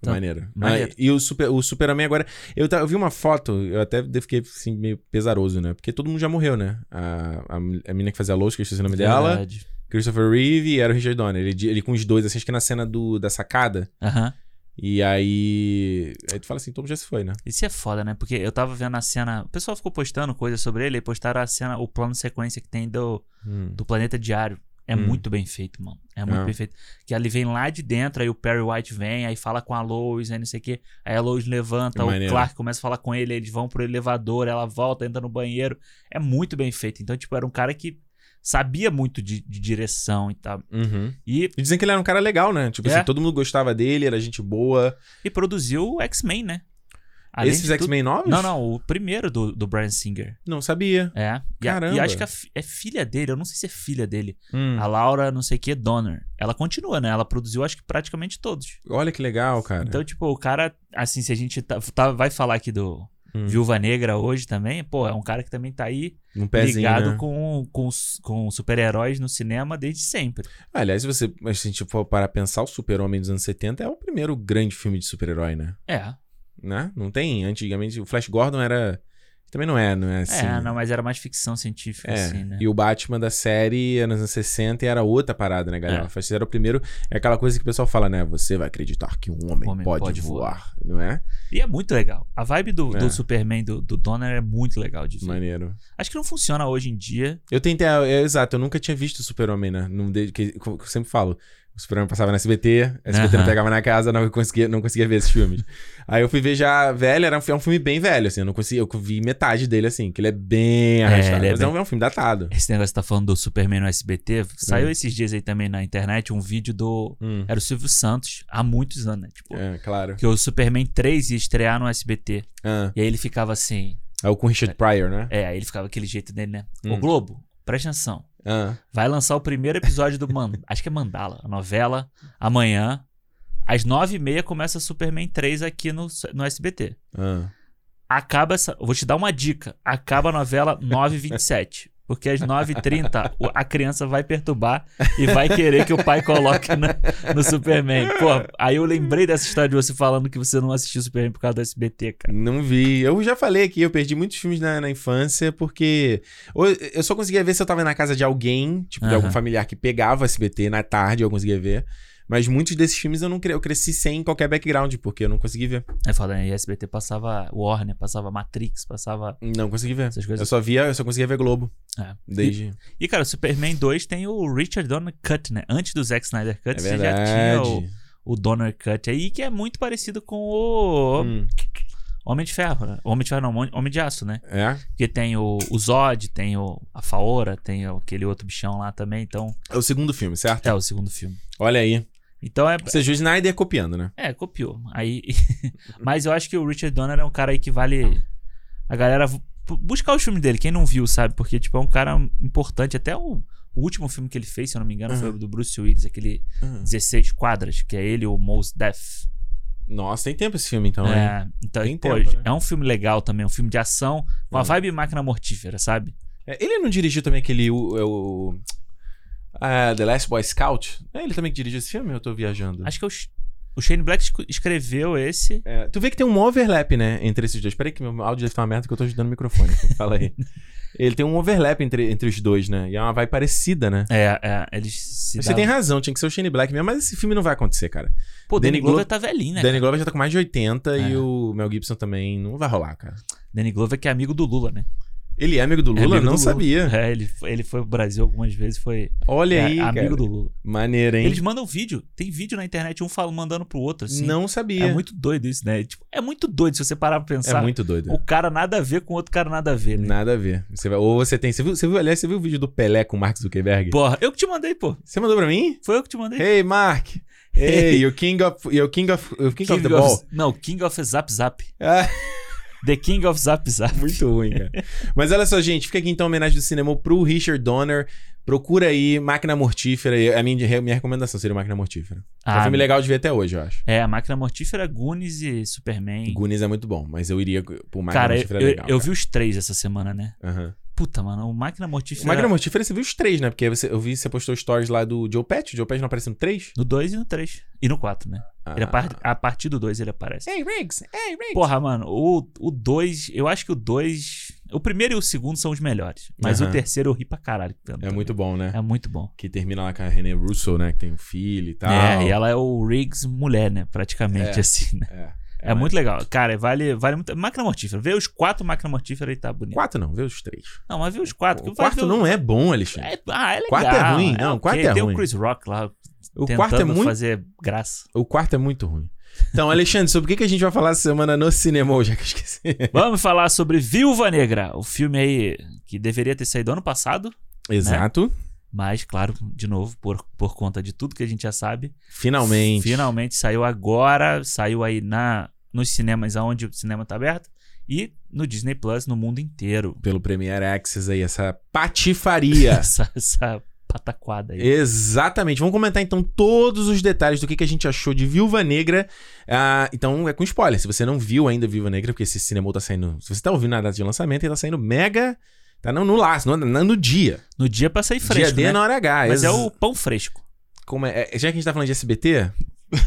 A: Tá. Maneiro.
B: Maneiro.
A: Ah, e o, super, o Superman agora. Eu, ta- eu vi uma foto, eu até de- fiquei assim, meio pesaroso, né? Porque todo mundo já morreu, né? A, a, a menina que fazia a Lois, que eu esqueci o nome
B: É.
A: dela.
B: Verdade.
A: Christopher Reeve e era o Richard Donner. Ele, de- ele com os dois, assim, acho que na cena do, da sacada.
B: Aham.
A: E aí. Aí tu fala assim, Tom já se foi, né?
B: Isso é foda, né? Porque eu tava vendo a cena. O pessoal ficou postando coisas sobre ele e postaram a cena, o plano sequência que tem do,
A: Hum.
B: do Planeta Diário. É
A: Hum.
B: muito bem feito, mano. É muito
A: É.
B: bem feito. Que ele vem lá de dentro, aí o Perry White vem, aí fala com a Lois, aí não sei o quê. Aí a Lois levanta,
A: É
B: o
A: maneiro.
B: Clark começa a falar com ele, eles vão pro elevador, ela volta, entra no banheiro. É muito bem feito. Então, tipo, era um cara que sabia muito de, de direção e tal.
A: Uhum.
B: E,
A: E dizem que ele era um cara legal, né? Tipo
B: É.
A: assim, todo mundo gostava dele, era gente boa.
B: e produziu o X-Men, né? Além
A: Esses
B: de tudo-
A: X-Men novos?
B: Não, não, o primeiro do, do Brian Singer.
A: Não sabia.
B: É. E, a- e
A: Caramba.
B: acho que a fi- é filha dele, eu não sei se é filha dele.
A: Hum.
B: A Laura, não sei o que, Donner. Ela continua, né? Ela produziu, acho que praticamente todos.
A: Olha que legal, cara.
B: Então, tipo, o cara, assim, se a gente tá- tá- vai falar aqui do
A: Hum.
B: Viúva Negra hoje também, pô, é um cara que também tá aí
A: um pezinho,
B: ligado
A: né?
B: com, com, os- com os super-heróis no cinema desde sempre.
A: Ah, Aliás, se você mas se a gente for para pensar, o Super-Homem dos anos 70 é o primeiro grande filme de super-herói, né?
B: É,
A: né? Não tem? Antigamente, o Flash Gordon era. Também não é, não é assim.
B: é, não, mas era mais ficção científica,
A: É,
B: assim, né?
A: e o Batman da série era nos anos 60 e era outra parada, né, galera?
B: É.
A: O Flash era o primeiro. É aquela coisa que o pessoal fala, né? Você vai acreditar que um homem,
B: Homem
A: pode,
B: pode
A: voar, não é?
B: E é muito legal. A vibe do, do
A: É.
B: Superman, do, do Donner, é muito legal de ver.
A: Maneiro.
B: Acho que não funciona hoje em dia.
A: Eu tentei. é, é, exato, eu nunca tinha visto o Super-Homem, né? Não, de- que, que eu sempre falo. O Super-Homem passava na SBT, a SBT
B: Aham.
A: não pegava na casa, não conseguia, não conseguia ver esses filmes. Aí eu fui ver já velho, era um, fi- é um filme bem velho, assim, eu não conseguia, eu vi metade dele, assim, que ele é bem arrastado.
B: ele é
A: mas é, um, é um filme datado.
B: Esse negócio que tá falando do Superman no SBT. Saiu esses dias aí também na internet um vídeo do.
A: Hum,
B: Era o Silvio Santos, há muitos anos, né? Tipo,
A: é, claro.
B: que o Superman 3 ia estrear no SBT.
A: Ah,
B: E aí ele ficava assim.
A: é o com Richard Pryor, né?
B: É, aí ele ficava aquele jeito dele, né? Ô
A: Hum.
B: Globo, presta atenção.
A: Ah.
B: Vai lançar o primeiro episódio do. Man... Acho que é Mandala, a novela, amanhã. Às 9h30 começa Superman 3 aqui no, no SBT.
A: Ah.
B: Acaba essa. Vou te dar uma dica. Acaba a novela 9h27. Porque às 9h30 o- a criança vai perturbar e vai querer que o pai coloque na- no Superman. Pô, aí eu lembrei dessa história de você falando que você não assistiu Superman por causa do SBT, cara.
A: Não vi. Eu já falei aqui, eu perdi muitos filmes na, na infância, porque ou eu eu só conseguia ver se eu tava na casa de alguém, tipo, de
B: Aham.
A: algum familiar que pegava SBT na tarde, eu conseguia ver. Mas muitos desses filmes eu não cre... eu cresci sem qualquer background, porque eu não consegui ver.
B: Aí falando, aí SBT passava Warner, passava Matrix, passava
A: Não consegui ver.
B: essas
A: Eu
B: coisas.
A: só via, eu só conseguia ver Globo.
B: É. E,
A: Desde.
B: e, cara, Superman 2 tem o Richard Donner Cut, né? Antes do Zack Snyder
A: é
B: Cut, você já tinha
A: verdade.
B: o, o Donner Cut aí, que é muito parecido com o
A: Hum.
B: Homem de Ferro, né? Homem de Ferro não, Homem de Aço, né?
A: É.
B: Porque tem o, o Zod, tem o, a Faora, tem o- aquele outro bichão lá também. Então,
A: É o segundo filme, certo?
B: é o segundo filme.
A: Olha aí.
B: Então é.
A: Ou seja, o Snyder copiando, né?
B: É, copiou. Aí. Mas eu acho que o Richard Donner é um cara aí que vale. A galera. bu- Buscar os filmes dele, quem não viu, sabe? Porque, tipo, é um cara importante. Até o, o último filme que ele fez, se eu não me engano, foi
A: Uhum.
B: o do Bruce Willis, aquele 16 quadras, que é ele, o Mose Death.
A: Nossa, tem tempo esse filme, então, né?
B: é, então,
A: Tem
B: pô,
A: tempo, né?
B: é um filme legal também, um filme de ação, uma
A: Hum.
B: vibe máquina mortífera, sabe?
A: É, Ele não dirigiu também aquele. O, é o- ah, The Last Boy Scout? É ele também que dirigiu esse filme? ou Eu tô viajando.
B: Acho que é o, Sh- o Shane Black esco- escreveu esse.
A: É, tu vê que tem um overlap, né? Entre esses dois. Peraí, que meu áudio deve tá uma merda que eu tô ajudando o microfone. aqui. Fala aí. ele tem um overlap entre, entre os dois, né? E é uma vibe parecida, né?
B: É, é, eles se
A: Você tem
B: davam-
A: razão, tinha que ser o Shane Black mesmo, mas esse filme não vai acontecer, cara.
B: Pô, o Danny
A: Danny Glover-
B: Glover tá velhinho, né?
A: Danny Glover já tá com mais de 80
B: É.
A: e o Mel Gibson também não vai rolar, cara.
B: Danny Glover que é amigo do Lula, né?
A: Ele é amigo do
B: É
A: Lula?
B: amigo
A: não
B: do Lula.
A: sabia.
B: É, ele, foi- ele foi pro Brasil algumas vezes, foi
A: Olha
B: é,
A: aí,
B: amigo
A: cara.
B: do Lula.
A: Maneiro, hein?
B: Eles mandam vídeo, tem vídeo na internet, um fala, mandando pro outro, assim.
A: Não sabia.
B: É muito doido isso, né? Tipo, é muito doido se você parar pra
A: É
B: pensar.
A: muito doido.
B: O cara nada a ver com o outro cara nada a ver, né?
A: Nada a ver. Você vai- ou você tem. Você viu, você viu, aliás, você viu o vídeo do Pelé com o Mark Zuckerberg?
B: Porra, eu que te mandei, pô.
A: Você mandou pra mim?
B: Foi eu que te mandei.
A: Hey, Mark! Hey, you're king of. You're king of. You're king, of the ball.
B: Não, King of Zap Zap.
A: Ah,
B: The King of Zap Zap.
A: muito ruim, cara. Mas olha só, gente, fica aqui então a homenagem do cinema pro Richard Donner. Procura aí Máquina Mortífera. e A minha, minha recomendação seria Máquina Mortífera. é um
B: Ah,
A: filme legal de ver até hoje, eu acho.
B: É, a Máquina Mortífera, Goonies e Superman.
A: Goonies é muito bom, mas eu iria pro Máquina
B: Cara, eu,
A: Mortífera é
B: eu-
A: legal.
B: eu
A: cara.
B: vi os três essa semana, né?
A: Aham.
B: Puta, mano, o Máquina
A: O
B: Mortífera...
A: Máquina Mortífera você viu os três, né? Porque você- eu vi você postou stories lá do Joe Pet. O Joe Pet não apareceu no três?
B: No 2 e no 3. E no 4, né?
A: Ah.
B: Ele apar- a partir do 2 ele aparece.
A: Hey, Riggs! Hey, Riggs!
B: Porra, mano, o 2... eu acho que o 2... O primeiro e o segundo são os melhores. Mas
A: Aham.
B: o terceiro eu ri pra caralho. tanto.
A: É muito bom, né?
B: É muito bom.
A: Que termina lá com a René Russo, né? Que tem um filho e tal.
B: É, e ela é o Riggs mulher, né? Praticamente,
A: É.
B: assim, né?
A: É,
B: É, muito legal. Cara, vale, vale muito. Máquina mortífera. Vê os quatro máquina mortífera e tá bonito.
A: Quatro não, vê os três.
B: Não, mas vê os quatro. que
A: o
B: vai
A: quarto
B: ver o-
A: não é bom, Alexandre.
B: É, ah, é legal.
A: Quarto é ruim, não,
B: ok.
A: quarto é
B: Tem
A: ruim.
B: o Chris Rock lá
A: o
B: tentando
A: quarto é muito.
B: fazer graça.
A: O quarto é muito ruim. Então, Alexandre, sobre o que que a gente vai falar essa semana no cinema, já que eu esqueci.
B: Vamos falar sobre Viúva Negra, o filme aí que deveria ter saído ano passado,
A: Exato.
B: mas claro, de novo, por, por conta de tudo que a gente já sabe.
A: Finalmente.
B: Finalmente saiu agora, saiu aí na nos cinemas aonde o cinema tá aberto e no Disney Plus no mundo inteiro.
A: Pelo Premier Access aí, essa patifaria.
B: Essa, essa pataquada aí.
A: Exatamente. Vamos comentar então todos os detalhes do que, que a gente achou de Viúva Negra. Ah, então é com spoiler. Se você não viu ainda Viúva Negra, porque esse cinema tá saindo. Se você tá ouvindo na data de lançamento, ele tá saindo mega. Tá não, no laço, no, no- no dia.
B: No dia pra sair
A: dia
B: fresco,
A: D ah,
B: né?
A: na hora H.
B: Mas é
A: Ex-
B: o pão fresco.
A: como é- é- já que a gente tá falando de SBT,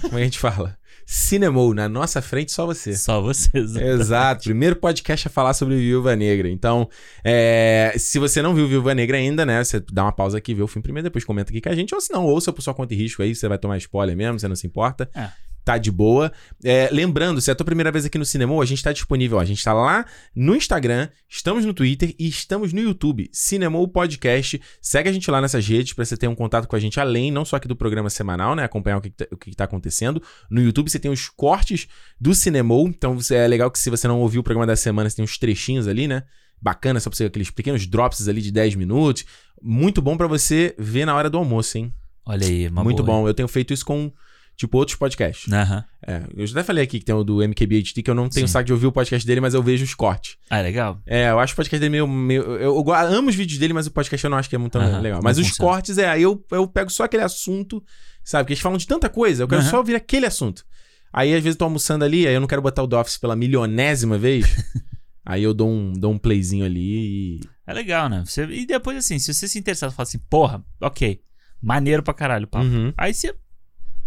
A: como é que a gente fala? Cinemou, na nossa frente, só você.
B: Só vocês.
A: Exato. Primeiro podcast a falar sobre Viúva Negra. Então, é, se você não viu Viúva Negra ainda, né? Você dá uma pausa aqui, vê o filme primeiro, depois comenta aqui com a gente. Ou se não, ouça por sua conta e risco aí, você vai tomar spoiler mesmo, você não se importa.
B: É.
A: Tá de boa. É, lembrando, se é a tua primeira vez aqui no cinema, a gente tá disponível. ó, a gente tá lá no Instagram, estamos no Twitter e estamos no YouTube. Cinemou Podcast. Segue a gente lá nessas redes pra você ter um contato com a gente além, não só aqui do programa semanal, né? Acompanhar o que, que tá- o que que tá acontecendo. No YouTube você tem os cortes do Cinemou. Então você- é legal que se você não ouviu o programa da semana, você tem uns trechinhos ali, né? Bacana, só pra você aqueles pequenos drops ali de 10 minutos. Muito bom pra você ver na hora do almoço, hein?
B: Olha aí, uma
A: Muito
B: boa.
A: bom. Eu tenho feito isso com, tipo, outros podcasts.
B: Aham.
A: É, eu já até falei aqui que tem o do MKBHD, que eu não tenho
B: Sim.
A: saco de ouvir o podcast dele, mas eu vejo os cortes.
B: Ah, legal.
A: É, eu acho o podcast dele meio. meio eu, eu go- amo os vídeos dele, mas o podcast eu não acho que é muito
B: Aham,
A: legal.
B: não
A: Mas os
B: funciona.
A: cortes, é, aí eu, eu pego só aquele assunto, sabe? Porque eles falam de tanta coisa, eu quero
B: Aham.
A: só ouvir aquele assunto. Aí às vezes eu tô almoçando ali, aí eu não quero botar o The Office pela milionésima vez. aí eu dou um, dou um playzinho ali e.
B: É legal, né? Você- E depois, assim, se você se interessar, você fala assim, porra, ok, maneiro pra caralho, papo.
A: Uhum.
B: Aí você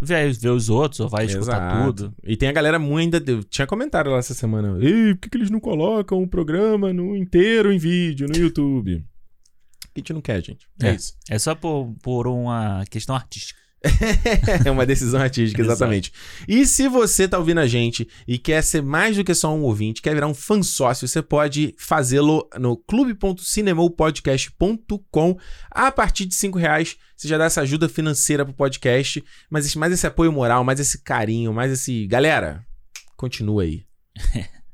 B: vê, vê os outros, ou vai escutar
A: Exato.
B: tudo.
A: E tem a galera muito ainda. Tinha comentário lá essa semana. Ei, por que, que eles não colocam o programa no inteiro em vídeo, no YouTube? Porque a gente não quer, gente. é
B: É.
A: isso.
B: É só por, por uma questão artística.
A: É uma decisão artística, exatamente. E se você tá ouvindo a gente e quer ser mais do que só um ouvinte, quer virar um fã sócio, você pode fazê-lo no clube.cinemopodcast.com. A partir de cinco reais, você já dá essa ajuda financeira pro podcast, mas esse- mais esse apoio moral, mais esse carinho, mais esse... Galera, continua aí.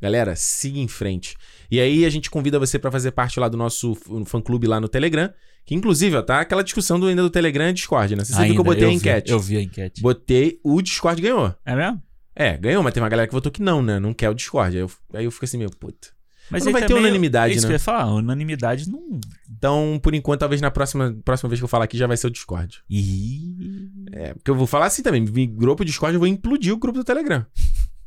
A: Galera, siga em frente. E aí a gente convida você pra fazer parte lá do nosso f- fã-clube lá no Telegram, que inclusive, ó, tá aquela discussão do, ainda do Telegram e Discord, né? Você viu que eu
B: Ainda,
A: botei a
B: vi-
A: enquete.
B: eu vi a enquete.
A: Botei, o Discord ganhou.
B: É mesmo?
A: É, ganhou, mas tem uma galera que votou que não, né? Não quer o Discord. Aí eu, aí eu fico assim, meu, puta. Mas não
B: aí
A: vai ter
B: também-
A: unanimidade,
B: é isso
A: né?
B: que eu ia falar, unanimidade não...
A: Então, por enquanto, talvez na próxima, próxima vez que eu falar aqui já vai ser o Discord.
B: Ih,
A: É, porque eu vou falar assim também. me Grupo Discord, eu vou implodir o grupo do Telegram.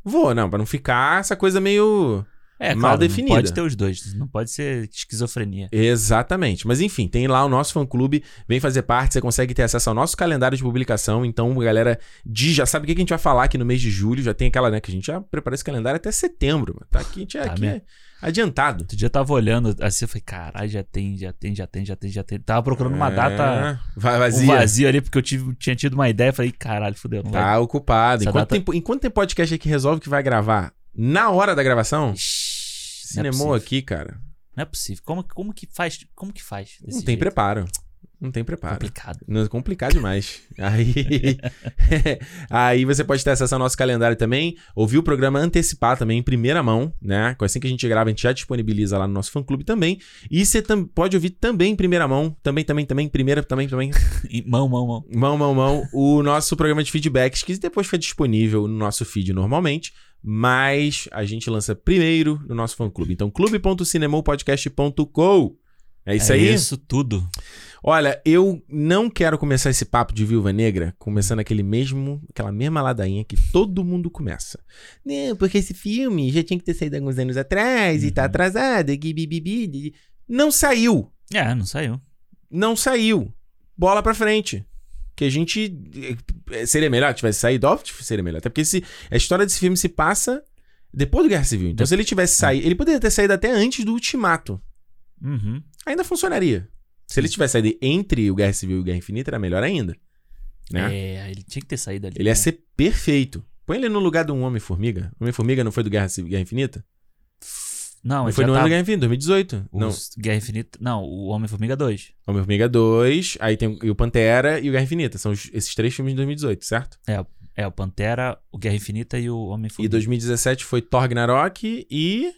A: Vou, não, pra não ficar essa coisa meio.
B: É,
A: Mal
B: claro,
A: definida.
B: Não pode ter os dois, não pode ser esquizofrenia.
A: Exatamente. Mas enfim, tem lá o nosso fã-clube, vem fazer parte, você consegue ter acesso ao nosso calendário de publicação. Então, a galera de, já sabe o que a gente vai falar aqui no mês de julho. Já tem aquela, né? Que a gente já preparou esse calendário até setembro. mano. Tá aqui, a gente é,
B: Tá
A: aqui
B: mesmo.
A: é adiantado.
B: Outro dia eu tava olhando, assim, eu falei, caralho, já tem, já tem, já tem, já tem, já tem. Tava procurando uma
A: É,
B: data,
A: va-
B: um
A: vazia.
B: vazio ali, porque eu tive, tinha tido uma ideia, falei, caralho, fudeu, não vai
A: Tá ocupado.
B: Essa
A: Enquanto,
B: data-
A: tem, enquanto tem podcast aí que resolve que vai gravar na hora da gravação,
B: Shhh, Não é,
A: cinemou
B: possível.
A: aqui, cara.
B: não é possível. Como, como que faz? Como que faz?
A: Não
B: desse
A: tem
B: jeito?
A: preparo. Não tem preparo.
B: Complicado.
A: Não, é complicado demais. Aí, aí você pode ter acesso ao nosso calendário também, ouvir o programa antecipar também em primeira mão, né? Assim que a gente grava, a gente já disponibiliza lá no nosso fã clube também. E você tam- pode ouvir também em primeira mão, também, também, também, primeira, também, também,
B: E Mão, mão, mão.
A: Mão, mão, mão. O nosso programa de feedbacks, que depois fica disponível no nosso feed normalmente, mas a gente lança primeiro no nosso fã-clube. Então, clube.cinemopodcast.com. É isso
B: é
A: aí?
B: Isso tudo.
A: Olha, eu não quero começar esse papo de Viúva Negra começando aquele mesmo, aquela mesma ladainha que todo mundo começa. Não, porque esse filme já tinha que ter saído alguns anos atrás e tá
B: Uhum.
A: atrasado. e bi, bi, bi, bi, bi. Não saiu
B: É, não saiu.
A: não saiu. Bola pra frente. Que a gente. eh, Seria melhor se tivesse saído? Óbvio que seria melhor. Até porque esse, a história desse
B: É.
A: filme se passa depois do Guerra Civil. Então, se ele tivesse saído. Ele poderia ter saído até antes do Ultimato.
B: Uhum.
A: Ainda funcionaria. Se ele tivesse saído entre o Guerra Civil e o Guerra Infinita, era melhor ainda. Né?
B: É, ele tinha que ter saído ali.
A: Ele ia
B: né?
A: ser perfeito. Põe ele no lugar de um Homem-Formiga. Homem-Formiga não foi do Guerra, Civil, Guerra Infinita?
B: Não,
A: Não
B: ele
A: foi
B: já
A: no ano
B: tava-
A: do Guerra Infinita, 2018. Não.
B: Os Guerra Infinita. Não, o Homem-Formiga 2.
A: Homem-Formiga 2, aí tem o- e o Pantera e o Guerra Infinita. São os- esses três filmes de 2018, certo?
B: É, o Pantera, o Guerra Infinita e o
A: E
B: Homem-Formiga.
A: 2017 foi Thor Ragnarok e...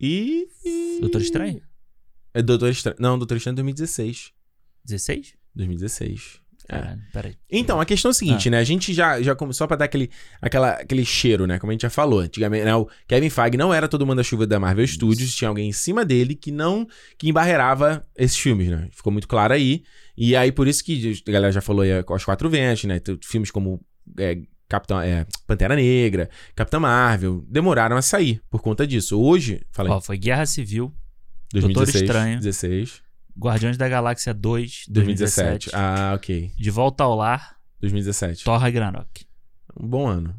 A: E... e-
B: Doutor Estranho?
A: É Doutor Estranho. Não, Doutor Estranho é 2016.
B: 16?
A: 2016. É.
B: Caralho, peraí.
A: Então, a questão é a
B: Ah.
A: seguinte, né? A gente já, já come- só pra dar aquele, aquela, aquele cheiro, né? Como a gente já falou, antigamente, né? O Kevin Feige não era todo mundo da chuva da Marvel Studios, tinha alguém em cima dele que não, que embarreirava esses filmes, né? Ficou muito claro aí. E aí, por isso que a galera já falou aí as quatro ventos, né? Tem Filmes como é, Capitão, é, Pantera Negra, Capitã Marvel, demoraram a sair por conta disso. Hoje, fala aí,
B: Ó, foi Guerra Civil,
A: 2016,
B: Estranho.
A: 16,
B: Guardiões da Galáxia 2,
A: 2017.
B: 2017.
A: Ah, ok.
B: De Volta ao Lar,
A: 2017.
B: Thor Ragnarok.
A: Um bom ano.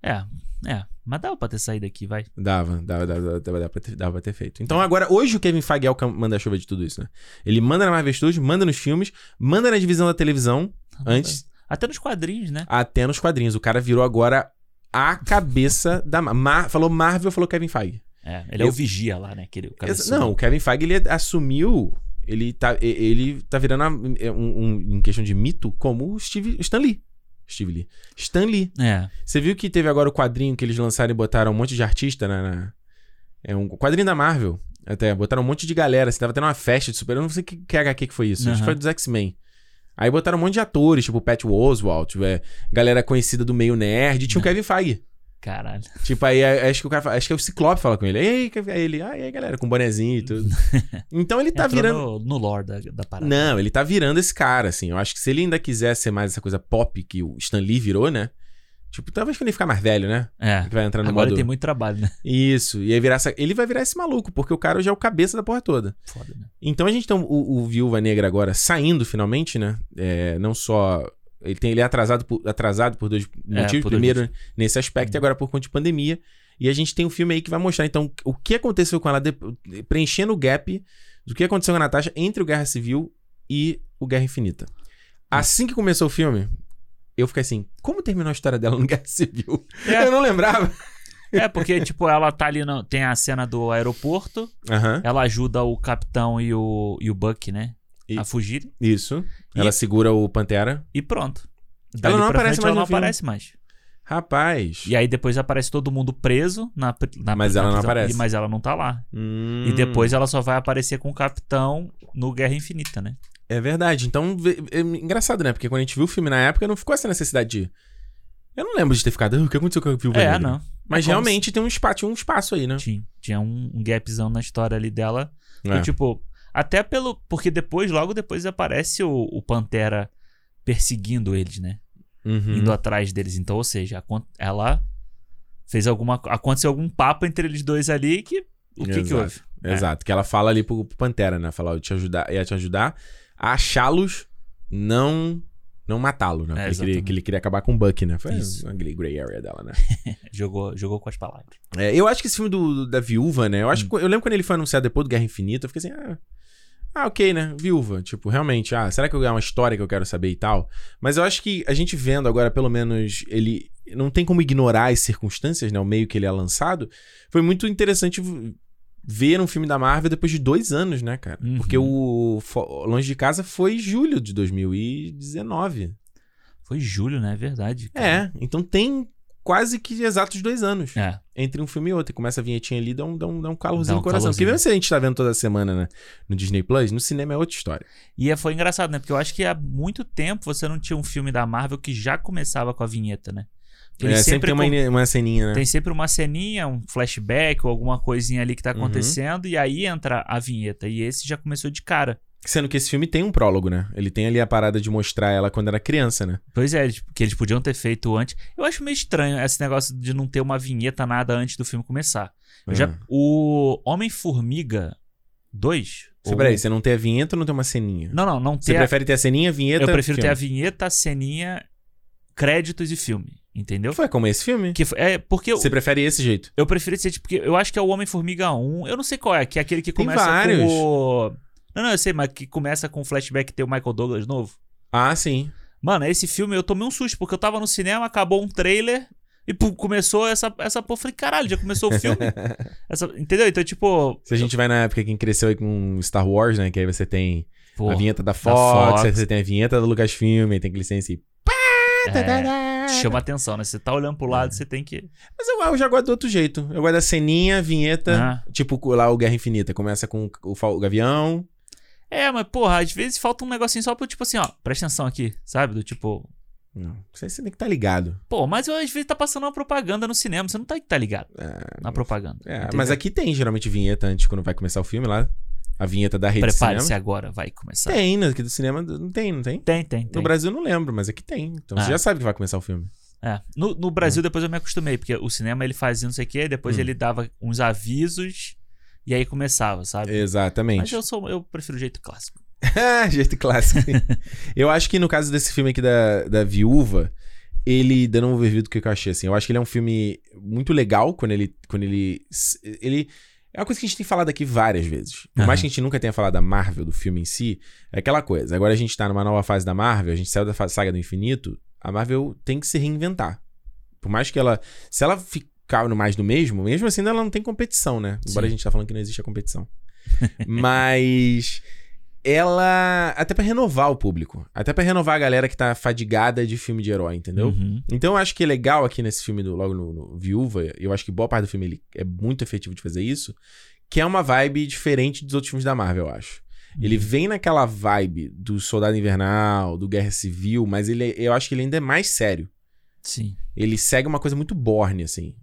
B: É, é. Mas dava pra ter saído aqui, vai.
A: Dava, dava, dava, dava, dava, pra ter, dava pra ter feito. Então agora, hoje o Kevin Feige é o manda-chuva de tudo isso, né? Ele manda na Marvel Studios, manda nos filmes, manda na divisão da televisão, antes,
B: Até nos quadrinhos, né?
A: até nos quadrinhos. O cara virou agora a cabeça da... Ma- Mar falou Marvel, falou Kevin Feige.
B: É, ele é
A: Eu-
B: o vigia lá, né? Aquele, o cara
A: Exa- Não, o Kevin Feige, ele assumiu... Ele tá, e- ele tá virando a- um, um- em questão de mito como o Steve, Stan Lee. Steve Lee. Stan Lee.
B: É,
A: Você viu que teve agora o quadrinho que eles lançaram e botaram um monte de artista na. na- É um quadrinho da Marvel. Até botaram um monte de galera. Assim, tava tendo uma festa de super. Eu não sei que, que HQ que foi isso. Acho que
B: Aham.
A: foi dos X-Men. Aí botaram um monte de atores, tipo o Pat Oswalt, é, galera conhecida do meio nerd. E tinha o Kevin Feige.
B: caralho.
A: Tipo, aí é, acho que o cara fala- acho que é o Ciclope fala com ele. Ei, Kevin- aí ele, ah, e aí, galera, com bonezinho e tudo. Então ele tá
B: Entrou
A: virando.
B: no, né? no lore da, da parada.
A: Não, ele tá virando esse cara, assim. Eu acho que se ele ainda quiser ser mais essa coisa pop que o Stan Lee virou, né? Tipo, talvez quando ele ficar mais velho, né?
B: É.
A: Que vai entrar no
B: Agora ele
A: modo.
B: tem muito trabalho, né?
A: Isso. E aí virar essa... ele vai virar esse maluco, porque o cara já é o cabeça da porra toda.
B: Foda, né?
A: Então a gente tem o, o Viúva Negra agora saindo finalmente, né? É, não só. Ele, tem, ele é atrasado por, atrasado por dois motivos.
B: É, por dois
A: Primeiro, nesse aspecto, e agora por conta de pandemia. E a gente tem um filme aí que vai mostrar, então, o que aconteceu com ela, de- preenchendo o gap do que aconteceu com a Natasha entre o Guerra Civil e o Guerra Infinita. Assim que começou o filme, eu fiquei assim: como terminou a história dela no Guerra Civil?
B: É.
A: Eu não lembrava.
B: É, porque, tipo, ela tá ali, no, tem a cena do aeroporto,
A: Aham.
B: ela ajuda o capitão e o, e o Buck, né?
A: E-
B: A fugir
A: Isso.
B: E- é-
A: Ela segura o Pantera.
B: e pronto.
A: Ela
B: Dali
A: não
B: pra
A: aparece
B: frente,
A: mais
B: Ela não
A: no filme.
B: aparece mais.
A: Rapaz.
B: E aí depois aparece todo mundo preso na, pri- na
A: Mas
B: na
A: ela não
B: prisão.
A: aparece.
B: E- Mas ela não tá lá.
A: Hum,
B: E depois ela só vai aparecer com o capitão no Guerra Infinita, né?
A: É verdade. Então, vê- é engraçado, né? Porque quando a gente viu o filme na época, não ficou essa necessidade de. Eu não lembro de ter ficado. "Ah, O que aconteceu com a Viúva
B: É,
A: Negra?"
B: não.
A: Mas
B: É como
A: realmente tem um espaço, tinha um espaço aí, né?
B: Tinha, tinha um, um gapzão na história ali dela.
A: É.
B: E, tipo, até pelo. Porque depois, logo depois, aparece o, o Pantera perseguindo eles, né?
A: Uhum.
B: Indo atrás deles. Então, ou seja, acon- ela fez alguma. Aconteceu algum papo entre eles dois ali que. O que, que
A: Exato.
B: houve? É.
A: Exato. Que ela fala ali pro, pro Pantera, né? Fala, eu te ajudar, ia te ajudar a achá-los, não. Não matá-lo, né?
B: É,
A: Porque ele queria,
B: exatamente.
A: que ele queria acabar com o Buck, né? Foi
B: Isso.
A: uma gray- gray area dela, né?
B: Jogou, jogou com as palavras.
A: É, eu acho que esse filme do, do- da viúva, né? Eu acho que, eu lembro quando ele foi anunciado depois do Guerra Infinita, eu fiquei assim, ah, ah, ok, né? Viúva, tipo, realmente, ah, será que é uma história que eu quero saber e tal? Mas eu acho que a gente vendo agora, pelo menos, ele não tem como ignorar as circunstâncias, né? O meio que ele é lançado, foi muito interessante v- ver um filme da Marvel depois de dois anos, né, cara?
B: Uhum.
A: Porque o Fo- Longe de Casa foi julho de 2019.
B: Foi julho, né? É verdade. cara.
A: É, então tem quase que exatos dois anos
B: É.
A: entre um filme e outro. E começa a vinhetinha ali, dá um, dá um, dá um calorzinho
B: Dá um
A: no coração. Porque
B: calorzinho.
A: mesmo se a gente tá vendo toda semana né, no Disney Plus, no cinema é outra história.
B: E é- foi engraçado, né? Porque eu acho que há muito tempo você não tinha um filme da Marvel que já começava com a vinheta, né? Porque
A: É,
B: eles
A: sempre, tem uma,
B: com-
A: ine- uma ceninha, né?
B: Tem sempre uma ceninha, um flashback ou alguma coisinha ali que tá
A: Uhum.
B: acontecendo, e aí entra a vinheta. E esse já começou de cara.
A: Sendo que esse filme tem um prólogo, né? Ele tem ali a parada de mostrar ela quando era criança, né?
B: Pois é, tipo, que eles podiam ter feito antes. Eu acho meio estranho esse negócio de não ter uma vinheta nada antes do filme começar. Eu já-
A: Ah.
B: o Homem-Formiga 2.
A: Você,
B: ou-
A: peraí, você não tem a vinheta ou não tem uma ceninha?
B: Não, não, não
A: você
B: ter. a-
A: prefere ter a ceninha, a vinheta?
B: Eu prefiro ter a
A: filme?
B: vinheta, a ceninha, créditos e filme. Entendeu?
A: Foi como esse filme?
B: Que foi- é porque eu,
A: Você prefere esse jeito?
B: eu preferi esse tipo, porque eu acho que é o Homem-Formiga 1. Eu não sei qual é, que é aquele que
A: Tem
B: começa
A: vários.
B: com o. Não, não, eu sei, mas que começa com o flashback que tem o Michael Douglas novo.
A: Ah, sim.
B: Mano, esse filme eu tomei um susto, porque eu tava no cinema, acabou um trailer e pum, começou essa, essa porra. Eu Falei, caralho, já começou o filme? Essa- entendeu? Então, tipo.
A: Se a gente vai na época que cresceu aí com Star Wars, né? Que aí você tem
B: Pô,
A: a vinheta da Fox,
B: Fox.
A: aí você tem a vinheta da Lucasfilm, aí tem que licença e...
B: é, chama atenção, né? Você tá olhando pro lado, você tem que.
A: Mas eu, eu já guardo do outro jeito. Eu guardo a ceninha, a vinheta,
B: Ah.
A: tipo lá o Guerra Infinita. Começa com o, fa- o Gavião.
B: É, mas, porra, às vezes falta um negocinho só pro tipo assim, ó, presta atenção aqui, sabe? Do tipo.
A: Não, isso aí você tem que estar ligado.
B: Pô, mas eu, às vezes tá passando uma propaganda no cinema, você não tá, tá ligado na propaganda.
A: É,
B: entendeu?
A: mas aqui tem geralmente vinheta antes, quando vai começar o filme lá. A vinheta da rede de
B: Prepare-se
A: cinema.
B: agora, vai começar.
A: Tem, né? Aqui do cinema não tem, não tem?
B: Tem, tem,
A: No
B: tem.
A: Brasil eu não lembro, mas aqui tem. Então
B: Ah.
A: você já sabe que vai começar o filme.
B: É. No, no Brasil, depois eu me acostumei, porque o cinema ele fazia não sei o quê, depois
A: Hum.
B: ele dava uns avisos e aí começava, sabe? Mas
A: Exatamente.
B: eu sou eu prefiro o jeito clássico.
A: Ah, Jeito clássico. eu acho que no caso desse filme aqui da, da Viúva, ele, dando um overview do que eu achei, assim, eu acho que ele é um filme muito legal quando ele. Quando ele, ele é uma coisa que a gente tem falado aqui várias vezes. Por mais
B: Aham.
A: que a gente nunca tenha falado da Marvel, do filme em si, é aquela coisa. Agora a gente tá numa nova fase da Marvel, a gente saiu da fa- saga do infinito, a Marvel tem que se reinventar. Por mais que ela. Se ela ficar no mais do mesmo, mesmo assim ela não tem competição, né? Embora a
B: Sim.
A: gente tá falando que não existe a competição. Mas ela. Até pra renovar o público. Até pra renovar a galera que tá fadigada de filme de herói, entendeu?
B: Uhum.
A: Então eu acho que é legal aqui nesse filme, do, logo no, no Viúva, eu acho que boa parte do filme ele é muito efetivo de fazer isso, que é uma vibe diferente dos outros filmes da Marvel, eu acho.
B: Uhum.
A: Ele vem naquela vibe do Soldado Invernal, do Guerra Civil, mas ele, eu acho que ele ainda é mais sério.
B: Sim.
A: Ele segue uma coisa muito Borne, assim.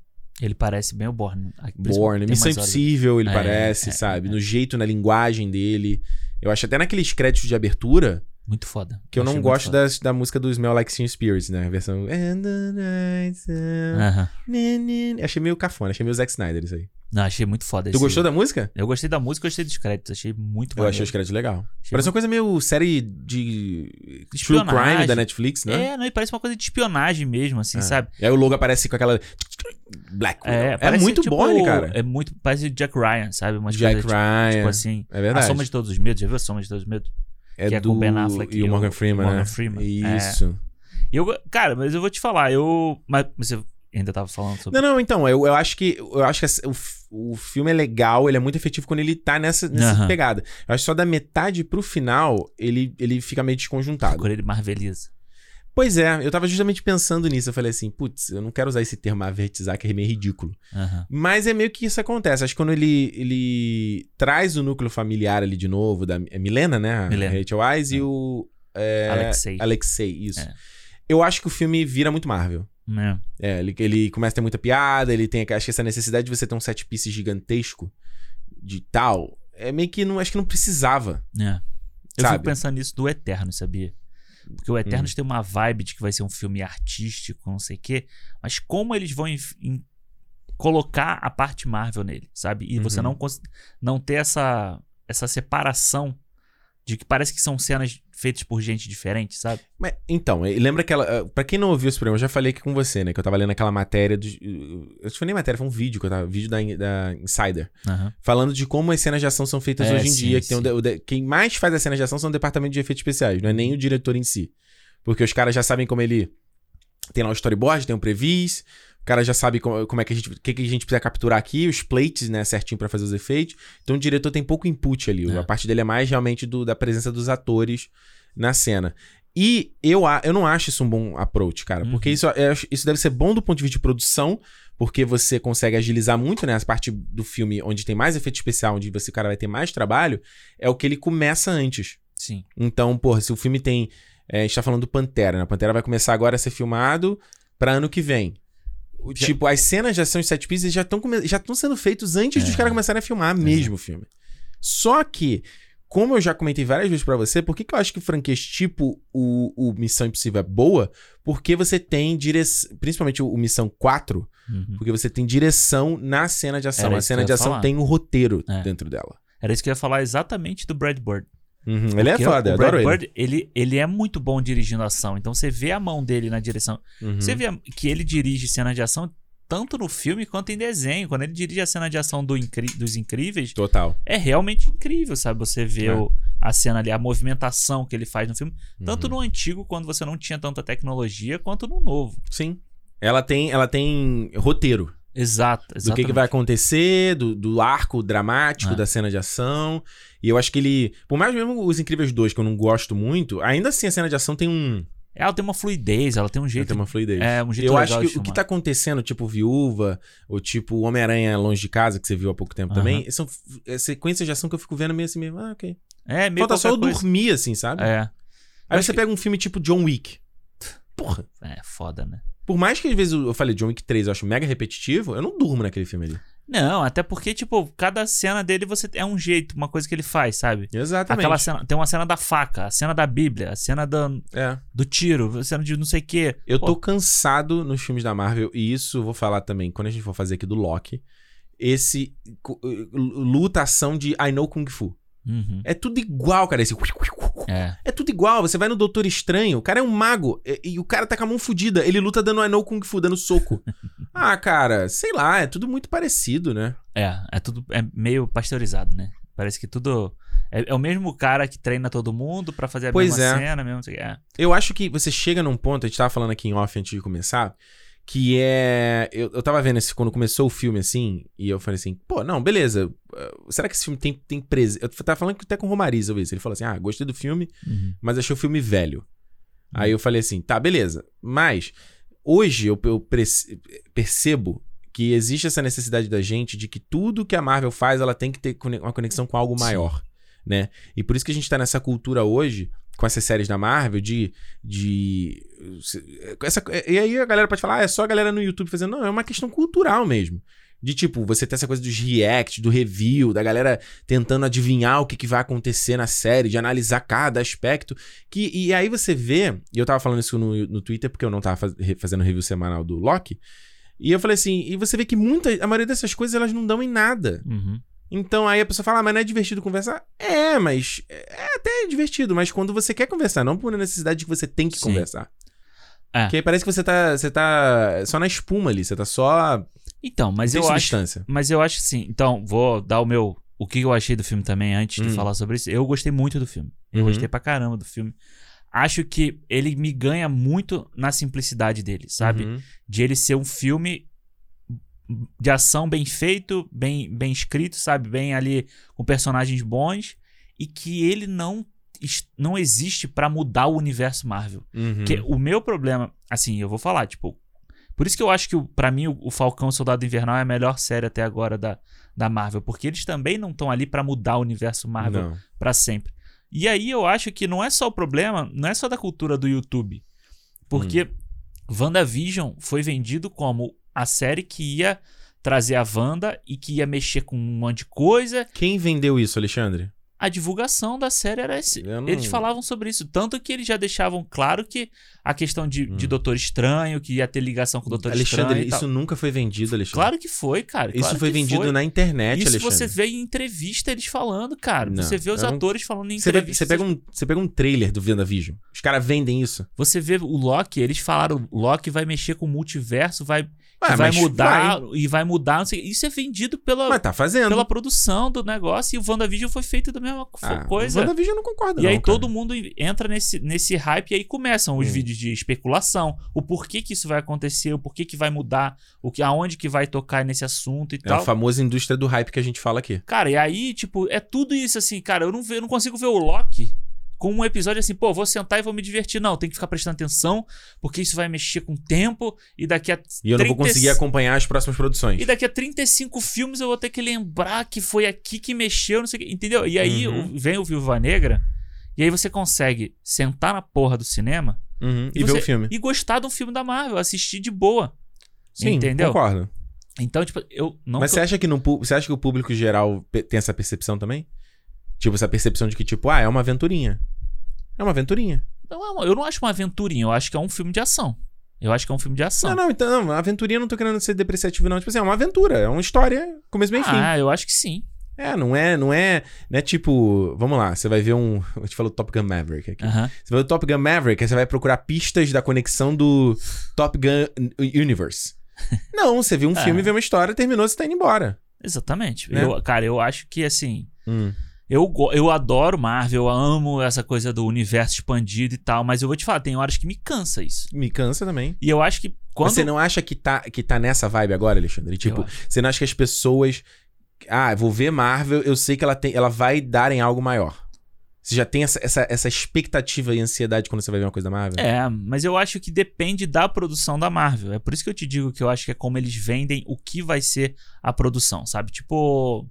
B: Ele parece bem o né? Borne. A- principalmente
A: Borne,
B: tem
A: Missão
B: umas horas-
A: Impossível, ele
B: É,
A: parece,
B: é,
A: sabe?
B: é.
A: No jeito, na linguagem dele. Eu acho até naqueles créditos de abertura,
B: Muito foda.
A: que eu
B: Achei
A: não
B: muito
A: gosto
B: foda.
A: das- da, música do Smell Like Teen Spirits, né? A versão... And the night's young.
B: Aham.
A: Né, né, né. Achei meio cafona, achei meio Zack Snyder isso aí.
B: Não, achei muito foda.
A: Tu gostou da música?
B: Eu gostei da música, gostei dos créditos, achei muito
A: Eu
B: maneiro.
A: achei os créditos legal.
B: Achei
A: Parece uma coisa meio série de True
B: Espionagem.
A: Crime da Netflix, né?
B: É, não, e parece uma coisa de espionagem mesmo, assim,
A: Ah.
B: sabe?
A: E aí o logo aparece com aquela. Black Widow. É,
B: parece,
A: muito
B: tipo,
A: bom ele, cara.
B: É muito, parece Jack Ryan, sabe? Umas
A: Jack
B: coisas, tipo-
A: Ryan.
B: Tipo, assim,
A: é
B: a
A: verdade.
B: soma de todos os medos, já viu a soma de todos os medos?
A: é
B: que é com
A: do
B: Ben Affleck
A: e
B: e
A: o
B: o
A: Morgan Freeman,
B: Morgan
A: né?
B: Freeman. é.
A: Isso.
B: E eu, cara, mas eu vou te falar, eu... Mas você ainda tava falando sobre...
A: Não, não, então, eu, eu acho que eu acho que essa- o, f- o filme é legal, ele é muito efetivo quando ele tá nessa, nessa
B: Aham.
A: pegada. Eu acho que só da metade pro final ele, ele fica meio desconjuntado.
B: Quando ele marveliza.
A: Pois é, eu tava justamente pensando nisso. Eu falei assim, putz, eu não quero usar esse termo avertizar, que é meio ridículo.
B: Aham.
A: Mas é meio que isso acontece. Acho que quando ele, ele traz o núcleo familiar ali de novo, da é Milena, né? A
B: Milena.
A: Rachel Wise e o. é,
B: Alexei.
A: Alexei, isso.
B: É.
A: Eu acho que o filme vira muito Marvel.
B: Né?
A: É, ele, ele começa a ter muita piada, ele tem acho que essa necessidade de você ter um set piece gigantesco de tal. É meio que não, acho que não precisava.
B: Né? Eu
A: Sabe? Hum.
B: fico pensando nisso do Eterno, sabia? Porque o Eternos tem uma vibe de que vai ser um filme artístico, não sei o quê. Mas como eles vão enf- em- colocar a parte Marvel nele, sabe? E você
A: Uhum.
B: não, cons- não ter essa, essa separação de que parece que são cenas feitas por gente diferente, sabe?
A: Mas, então, eh, lembra aquela. eh, Pra quem não ouviu esse programa, eu já falei aqui com você, né? Que eu tava lendo aquela matéria. Do, eu acho que foi nem matéria, foi um vídeo que eu tava. Vídeo da, In- da Insider. Falando de como as cenas de ação são feitas
B: É,
A: hoje em
B: sim,
A: dia. Que tem o
B: sim.
A: de- o de- quem mais faz as cenas de ação são o departamento de efeitos especiais, não é nem o diretor em si. Porque os caras já sabem como ele. Tem lá o storyboard, tem o previs. O cara já sabe como, como é que a gente. O que, que a gente precisa capturar aqui, os plates, né, certinho pra fazer os efeitos. Então o diretor tem pouco input ali.
B: É.
A: A parte dele é mais realmente do- da presença dos atores na cena. E eu, a- eu não acho isso um bom approach, cara.
B: Uhum.
A: Porque isso, é- isso deve ser bom do ponto de vista de produção, porque você consegue agilizar muito, né? As partes do filme onde tem mais efeito especial, onde você, o cara vai ter mais trabalho, é o que ele começa antes.
B: Sim.
A: Então, porra, se o filme tem. é, a gente tá falando do Pantera, né? Pantera vai começar agora a ser filmado pra ano que vem. O,
B: Já-
A: Tipo, as cenas de ação de set pieces já estão já estão sendo feitos antes
B: É.
A: dos caras começarem a filmar mesmo o filme. Só que, como eu já comentei várias vezes pra você, por que, que eu acho que franquias tipo o, o Missão Impossível é boa? Porque você tem direção. Principalmente o, o Missão 4,
B: Uhum.
A: porque você tem direção na cena de ação.
B: Era
A: a
B: isso que
A: cena
B: eu
A: de
B: ia
A: ação
B: falar.
A: tem um roteiro
B: É.
A: dentro dela.
B: Era isso que eu ia falar exatamente do Brad Bird.
A: Uhum, Ele é
B: Porque
A: foda,
B: o
A: eu adoro
B: Brad
A: ele.
B: Bird, ele. Ele é muito bom dirigindo ação. Então você vê a mão dele na direção.
A: Uhum.
B: Você vê que ele dirige cena de ação tanto no filme quanto em desenho. Quando ele dirige a cena de ação do Incri- dos Incríveis,
A: Total.
B: é realmente incrível, sabe? Você vê
A: É.
B: o- a cena ali, a movimentação que ele faz no filme. Tanto
A: Uhum.
B: no antigo, quando você não tinha tanta tecnologia, quanto no novo.
A: Sim. Ela tem, ela tem roteiro
B: Exato,
A: do que,
B: exatamente.
A: que vai acontecer, do, do arco dramático
B: É.
A: da cena de ação. E eu acho que ele. Por mais mesmo Os Incríveis 2, que eu não gosto muito, ainda assim a cena de ação tem um.
B: Ela tem uma fluidez, ela tem um
A: Tem
B: jeito...
A: uma fluidez.
B: É, um jeito
A: eu
B: legal
A: acho
B: de
A: que o que
B: filmar.
A: tá acontecendo, tipo Viúva, ou tipo Homem-Aranha Longe de Casa, que você viu há pouco tempo
B: Aham.
A: também, são f- é, sequências de ação que eu fico vendo meio assim mesmo. Ah, ok.
B: É, meio
A: Falta só eu
B: qualquer coisa.
A: dormir, assim, sabe?
B: É.
A: Aí
B: acho
A: você
B: que-
A: pega um filme tipo John Wick. Porra.
B: é, foda, né?
A: Por mais que às vezes eu eu falei John Wick 3 eu acho mega repetitivo, eu não durmo naquele filme ali.
B: Não, até porque, tipo, cada cena dele você é um jeito, uma coisa que ele faz, sabe?
A: Exatamente.
B: Aquela cena, tem uma cena da faca, a cena da Bíblia, a cena da,
A: É.
B: do tiro, a cena de não sei o quê.
A: Eu tô
B: Pô.
A: cansado nos filmes da Marvel, e isso eu vou falar também quando a gente for fazer aqui do Loki. Esse cu- lutação de I know Kung Fu.
B: Uhum.
A: É tudo igual, cara. Esse...
B: É.
A: É tudo igual. Você vai no Doutor Estranho, o cara é um mago. E, e o cara tá com a mão fudida. Ele luta dando I know Kung Fu, dando soco. ah, cara, sei lá, é tudo muito parecido, né?
B: É, é tudo é meio pasteurizado, né? Parece que tudo. É, é o mesmo cara que treina todo mundo pra fazer a
A: Pois
B: mesma
A: é.
B: cena, mesmo. não sei o quê. É.
A: Eu acho que você chega num ponto, a gente tava falando aqui em off antes de começar, que é. Eu, eu tava vendo esse, quando começou o filme assim, e eu falei assim, pô, não, beleza. eh, Será que esse filme tem, tem presença? Eu tava falando até com o Romariz, eu vi isso. Ele falou assim: ah, gostei do filme,
B: Uhum.
A: mas achei o filme velho. Aí eu falei assim, tá, beleza. Mas hoje eu, eu perce- percebo que existe essa necessidade da gente de que tudo que a Marvel faz, ela tem que ter cone- uma conexão com algo
B: Sim.
A: maior, né? E por isso que a gente tá nessa cultura hoje, com essas séries da Marvel, de... de essa, e aí a galera pode falar, ah, é só a galera no YouTube fazendo... Não, é uma questão cultural mesmo. De tipo, você ter essa coisa dos reacts, do review, da galera tentando adivinhar o que, que vai acontecer na série, de analisar cada aspecto. Que, e aí você vê, e eu tava falando isso no, no Twitter, porque eu não tava faz- re- fazendo review semanal do Loki. E eu falei assim, e você vê que muita, a maioria dessas coisas elas não dão em nada.
B: Uhum.
A: Então aí a pessoa fala, ah, mas não é divertido conversar? É, mas é até divertido, mas quando você quer conversar, não por necessidade de que você tem que
B: Sim.
A: conversar.
B: É.
A: Porque aí parece que você tá, você tá só na espuma ali, você tá só
B: Então, mas
A: sem
B: eu acho.
A: substância.
B: Mas eu acho que sim. Então, vou dar o meu. O que eu achei do filme também antes
A: Hum.
B: de falar sobre isso. Eu gostei muito do filme. Eu
A: Uhum.
B: gostei pra caramba do filme. Acho que ele me ganha muito na simplicidade dele, sabe?
A: Uhum.
B: de ele ser um filme de ação bem feito, bem, bem escrito, sabe? Bem ali com personagens bons e que ele não es- não existe pra mudar o universo Marvel.
A: Uhum.
B: Porque o meu problema, assim, eu vou falar, tipo, por isso que eu acho que o- pra mim o, o Falcão e o Soldado Invernal é a melhor série até agora da, da Marvel, porque eles também não estão ali pra mudar o universo Marvel
A: Não.
B: pra sempre. E aí eu acho que não é só o problema, não é só da cultura do YouTube. Porque
A: Hum.
B: WandaVision foi vendido como a série que ia trazer a Wanda e que ia mexer com um monte de coisa.
A: Quem vendeu isso, Alexandre?
B: A divulgação da série era esse.
A: Eu não-
B: Eles falavam sobre isso, tanto que eles já deixavam claro que a questão de, de
A: Hum.
B: Doutor Estranho, que ia ter ligação com o Doutor
A: Alexandre,
B: Estranho. e tal.
A: isso nunca foi vendido, Alexandre.
B: Claro que foi, cara.
A: Isso
B: claro
A: foi
B: que
A: vendido
B: foi.
A: na internet,
B: Isso
A: Alexandre.
B: você vê em entrevista eles falando, cara.
A: Não,
B: você vê os
A: eu não-
B: atores falando em
A: Você, vê-
B: entrevista.
A: você pega um, você pega um trailer do WandaVision. Os caras vendem isso.
B: Você vê o Loki, eles falaram, o Loki vai mexer com o multiverso, vai, que
A: Ah,
B: vai
A: mas
B: mudar e vai mudar, não sei, isso é vendido pela,
A: Mas tá fazendo.
B: pela produção do negócio e o WandaVision foi feito da mesma co-
A: Ah,
B: coisa.
A: WandaVision eu não concordo,
B: E aí
A: não, cara.
B: todo mundo entra nesse, nesse hype e aí começam os
A: Hum.
B: vídeos de especulação, o porquê que isso vai acontecer, o porquê que vai mudar, o que aonde que vai tocar nesse assunto e
A: É a
B: tal.
A: famosa indústria do hype que a gente fala aqui.
B: Cara, e aí, tipo, é tudo isso assim, cara. Eu não, ve- eu não consigo ver o Loki com um episódio assim, pô, vou sentar e vou me divertir. Não, tem que ficar prestando atenção, porque isso vai mexer com o tempo e daqui a.
A: E eu não vou
B: 30
A: conseguir acompanhar as próximas produções.
B: E daqui a 35 filmes eu vou ter que lembrar que foi aqui que mexeu, não sei o que. Entendeu? E aí
A: Uhum.
B: o- vem o Viúva Negra, e aí você consegue sentar na porra do cinema
A: Uhum, E,
B: E
A: ver o
B: você-
A: filme.
B: e gostar de um filme da Marvel, assistir de boa.
A: Sim,
B: entendeu?
A: concordo.
B: Então, tipo, eu não.
A: Mas é
B: que
A: você acha, que no, pu- você acha que o público geral pe- tem essa percepção também? Tipo, essa percepção de que, tipo, ah, é uma aventurinha. É uma aventurinha.
B: eu, não é uma- eu não acho uma aventurinha, eu acho que é um filme de ação. Eu acho que é um filme de ação.
A: Não, não, então, não, aventurinha eu não tô querendo ser depreciativo, não. Tipo assim, é uma aventura, é uma história, começo, meio e fim.
B: Ah, eu acho que sim.
A: É, não é, não é, né, tipo, vamos lá, você vai ver um, a gente falou Top Gun Maverick aqui.
B: Aham.
A: Você vai ver o Top Gun Maverick, aí você vai procurar pistas da conexão do Top Gun Universe. Não, você viu um
B: É.
A: filme, viu uma história, terminou, você tá indo embora.
B: Exatamente.
A: Né?
B: Eu, cara, eu acho que assim.
A: Hum.
B: Eu, go- eu adoro Marvel, eu amo essa coisa do universo expandido e tal, mas eu vou te falar, tem horas que me cansa isso.
A: Me cansa também.
B: E eu acho que quando.
A: Você não acha que tá, que tá nessa vibe agora, Alexandre? Tipo,
B: Eu acho.
A: você não acha que as pessoas. Ah, eu vou ver Marvel, eu sei que ela, tem, ela vai dar em algo maior. Você já tem essa, essa, essa expectativa e ansiedade quando você vai ver uma coisa da Marvel?
B: É, mas eu acho que depende da produção da Marvel. É por isso que eu te digo que eu acho que é como eles vendem o que vai ser a produção, sabe? Tipo.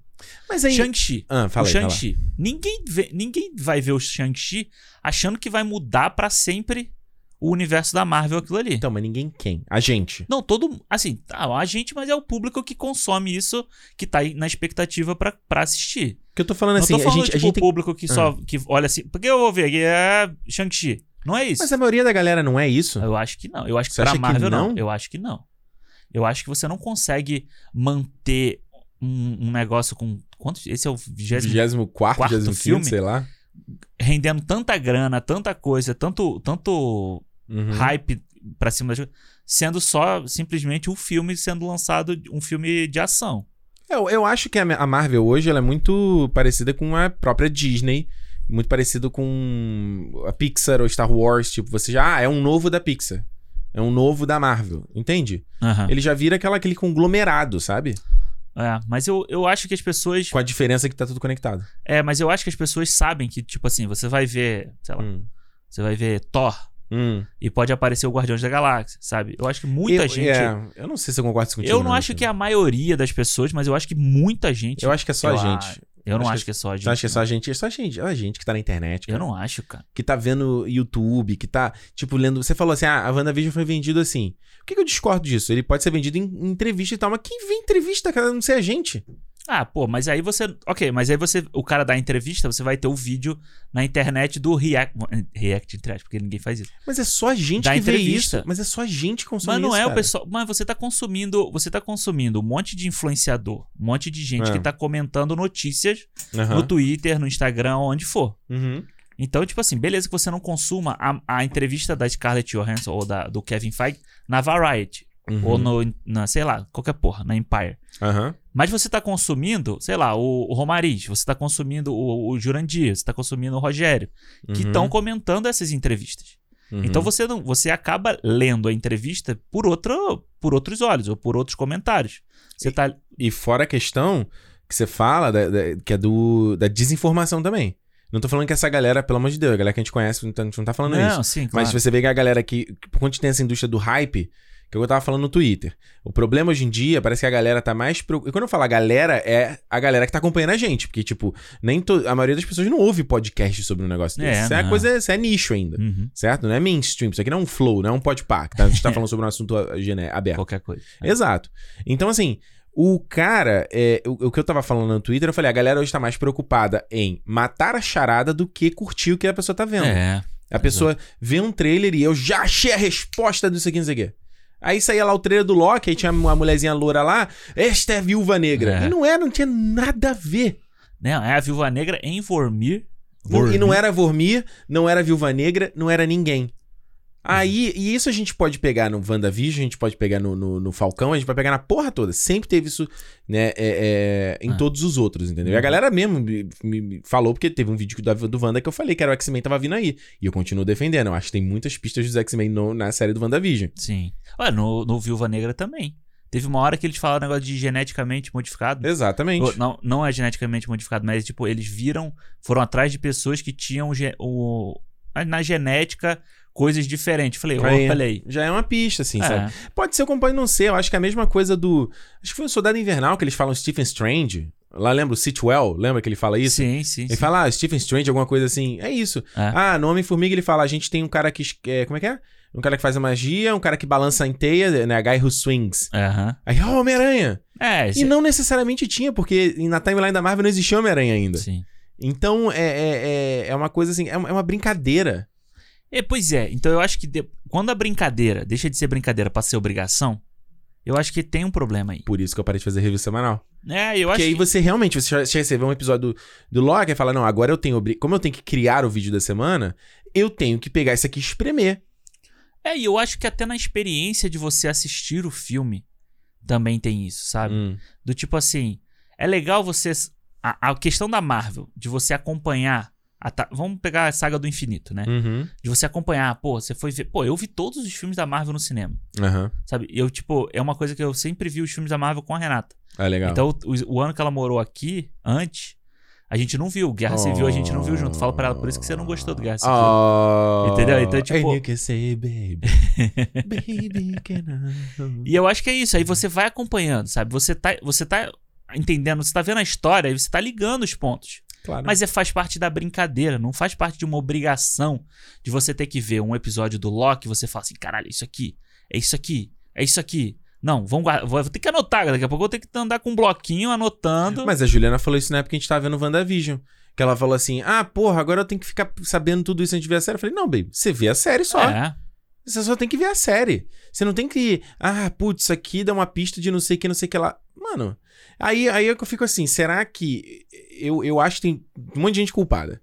A: Mas aí.
B: Shang-Chi.
A: Ah,
B: O
A: fala aí. fala.
B: Shang-Chi. Ninguém, vê- ninguém vai ver o Shang-Chi achando que vai mudar pra sempre o universo da Marvel aquilo ali.
A: Então, mas ninguém quem? A gente.
B: Não, todo. Assim, tá, a gente, mas é o público que consome isso, que tá aí na expectativa pra, pra assistir.
A: Porque eu tô falando
B: Não
A: assim,
B: tô falando,
A: a gente,
B: tipo,
A: a gente
B: o
A: tem. Ah.
B: público que só. que olha assim. Porque eu vou ver aqui, é Shang-Chi. Não é isso.
A: Mas a maioria da galera não é isso?
B: Eu acho que não. Eu acho que
A: Você
B: pra
A: acha que
B: Marvel não?
A: não?
B: Eu acho que não. Eu acho que você não consegue manter um, um negócio com. Quantos? Esse é o 20
A: 24,
B: Quarto
A: 25,
B: filme?
A: sei lá.
B: rendendo tanta grana, tanta coisa, tanto, tanto
A: Uhum.
B: hype pra cima das coisas, sendo só simplesmente um filme sendo lançado, um filme de ação.
A: Eu, eu acho que a a Marvel hoje ela é muito parecida com a própria Disney. Muito parecido com a Pixar ou Star Wars. Tipo, você já. Ah, é um novo da Pixar. É um novo da Marvel. Entende?
B: Ah.
A: Ele já vira aquela, aquele conglomerado, sabe?
B: É, mas eu, eu acho que as pessoas.
A: Com a diferença que tá tudo conectado.
B: É, mas eu acho que as pessoas sabem que, tipo assim, você vai ver, sei lá,
A: Hum.
B: você vai ver Thor
A: Hum.
B: e pode aparecer o Guardiões da Galáxia, sabe? Eu acho que muita
A: eu,
B: gente.
A: é, eu não sei se eu concordo contigo.
B: Eu não acho que é a maioria das pessoas, mas eu acho que muita gente.
A: Eu acho que é só a
B: Eu
A: gente.
B: Eu não
A: acho
B: acho que é só a gente.
A: Eu acho que é só
B: não.
A: a gente. É só a gente. É a gente que tá na internet.
B: Eu
A: cara.
B: não acho, cara.
A: que tá vendo YouTube, que tá, tipo, lendo. Você falou assim: ah, a WandaVision foi vendido assim. Por que, que eu discordo disso? Ele pode ser vendido em, em entrevista e tal, mas quem vê entrevista, cara, a não ser a gente?
B: Ah, pô, mas aí você. Ok, mas aí você. O cara da entrevista, você vai ter o vídeo na internet do React. React, entre aspas, porque ninguém faz isso.
A: Mas é só a gente
B: Da
A: que
B: entrevista.
A: vê isso. Mas é só a gente que consome
B: Mas não
A: isso,
B: é o
A: cara.
B: pessoal. Mas você tá consumindo. Você tá consumindo um monte de influenciador, um monte de gente
A: É.
B: que tá comentando notícias
A: Aham.
B: no Twitter, no Instagram, onde for.
A: Uhum.
B: Então, tipo assim, beleza que você não consuma a, a entrevista da Scarlett Johansson ou da, do Kevin Feige na Variety.
A: Uhum.
B: Ou no, na, sei lá, qualquer porra, na Empire.
A: Aham.
B: Mas você tá consumindo, sei lá, o, o Romariz, você tá consumindo o, o Jurandir, você tá consumindo o Rogério, que
A: Uhum.
B: estão comentando essas entrevistas.
A: Uhum.
B: Então você não, você acaba lendo a entrevista por outro, por outros olhos ou por outros comentários. Você tá
A: E fora a questão que você fala, da- da- que é do, da desinformação também. Não tô falando que essa galera, pelo amor de Deus, a galera que a gente conhece, não tá- a gente não tá falando isso.
B: Não, sim, claro.
A: Mas você vê que a galera que, que por conta de ter essa indústria do hype, que eu tava falando no Twitter. O problema hoje em dia, parece que a galera tá mais. preo- E quando eu falo a galera, é a galera que tá acompanhando a gente. Porque, tipo, nem to... a maioria das pessoas não ouve podcast sobre um negócio desse.
B: É,
A: isso, é
B: não.
A: uma coisa, isso é nicho ainda.
B: Uhum,
A: Certo? Não é mainstream. Isso aqui não é um flow, não é um podpah. que Tá? A gente tá falando sobre um assunto ah, gene- aberto.
B: qualquer coisa.
A: Exato. Então, assim, o cara. é, o, o que eu tava falando no Twitter, eu falei, a galera hoje tá mais preocupada em matar a charada do que curtir o que a pessoa tá vendo.
B: É.
A: A pessoa vê um trailer e eu já achei a resposta disso aqui, não sei o quê. Aí saía lá o trailer do Loki, aí tinha uma mulherzinha loura lá, esta é a viúva negra.
B: É.
A: E não era, não tinha nada a ver.
B: Né, é a Viúva Negra em Vormir.
A: Não- e
B: Vormir.
A: não é era Vormir, não era viúva negra, não era ninguém. Aí, e isso a gente pode pegar no WandaVision, a gente pode pegar no, no, no Falcão, a gente vai pegar na porra toda. Sempre teve isso, né, é, é, em
B: Ah.
A: todos os outros, entendeu? E a
B: Uhum.
A: galera mesmo me, me- me falou, porque teve um vídeo da- do Wanda que eu falei que era o X-Men tava vindo aí. E eu continuo defendendo. Eu acho que tem muitas pistas dos X-Men no- na série do WandaVision.
B: Sim. Olha, no, no Viúva Negra também. Teve uma hora que eles falaram um negócio de geneticamente modificado.
A: Exatamente.
B: Ou, Não, não é geneticamente modificado, mas tipo, eles viram, foram atrás de pessoas que tinham ge- o, na genética coisas diferentes. Falei,
A: Aí.
B: opa, olha aí.
A: Já é uma pista, assim,
B: É,
A: sabe? Pode ser, como pode não ser. Eu acho que é a mesma coisa do. Acho que foi o Soldado Invernal que eles falam Stephen Strange. Lá lembra o Sitwell? Lembra que ele fala isso?
B: Sim, sim.
A: Ele
B: sim.
A: fala, ah, Stephen Strange, alguma coisa assim. É isso.
B: É.
A: Ah, no Homem-Formiga ele fala, a gente tem um cara que... es- é, como é que é? Um cara que faz a magia, um cara que balança em teia, né? A guy who swings.
B: Aham.
A: Aí, ó, Homem-Aranha!
B: É,
A: E
B: sim.
A: não necessariamente tinha, porque na timeline da Marvel não existia Homem-Aranha ainda.
B: sim.
A: Então, é, é, é, é uma coisa assim, é uma, é uma brincadeira.
B: É, pois é, então eu acho que de- quando a brincadeira deixa de ser brincadeira pra ser obrigação, Eu acho que tem um problema aí.
A: Por isso que eu parei de fazer review semanal.
B: É, eu acho
A: Porque aí
B: que...
A: você realmente, você já recebeu um episódio do, do Loki e fala, não, agora eu tenho... obri- Como eu tenho que criar o vídeo da semana, eu tenho que pegar isso aqui e espremer.
B: É, e eu acho que até na experiência de você assistir o filme também tem isso, sabe?
A: Hum.
B: Do tipo assim, é legal você. A, a questão da Marvel, de você acompanhar. a ta- Vamos pegar a saga do infinito, né?
A: Uhum.
B: De você acompanhar, pô, você foi ver. Pô, eu vi todos os filmes da Marvel no cinema,
A: Aham.
B: sabe? Eu, tipo, é uma coisa que eu sempre vi os filmes da Marvel com a Renata.
A: Ah, legal.
B: Então, o, o ano que ela morou aqui, antes, a gente não viu. Guerra Civil a gente não viu junto. Falo pra ela, por isso que você não gostou do Guerra Civil.
A: Oh.
B: Entendeu? Então, tipo-
A: And you can say, baby. baby, can I...
B: E eu acho que é isso. Aí você vai acompanhando, sabe? Você tá, você tá entendendo, você tá vendo a história e você tá ligando os pontos.
A: Claro.
B: Mas é, faz parte da brincadeira, não faz parte de uma obrigação de você ter que ver um episódio do Loki e você fala assim: caralho, isso aqui, é isso aqui, é isso aqui. Não, vamos guardar, vou, vou ter que anotar, daqui a pouco eu vou ter que andar com um bloquinho anotando.
A: Mas a Juliana falou isso na época que a gente tava vendo WandaVision. Que ela falou assim: ah, porra, agora eu tenho que ficar sabendo tudo isso antes de ver a série. Eu falei: não, baby, você vê a série só.
B: É.
A: Você só tem que ver a série. Você não tem que. Ah, putz, isso aqui dá uma pista de não sei o que, não sei o que lá. Mano, aí, aí é que eu fico assim: será que. Eu, eu acho que tem um monte de gente culpada.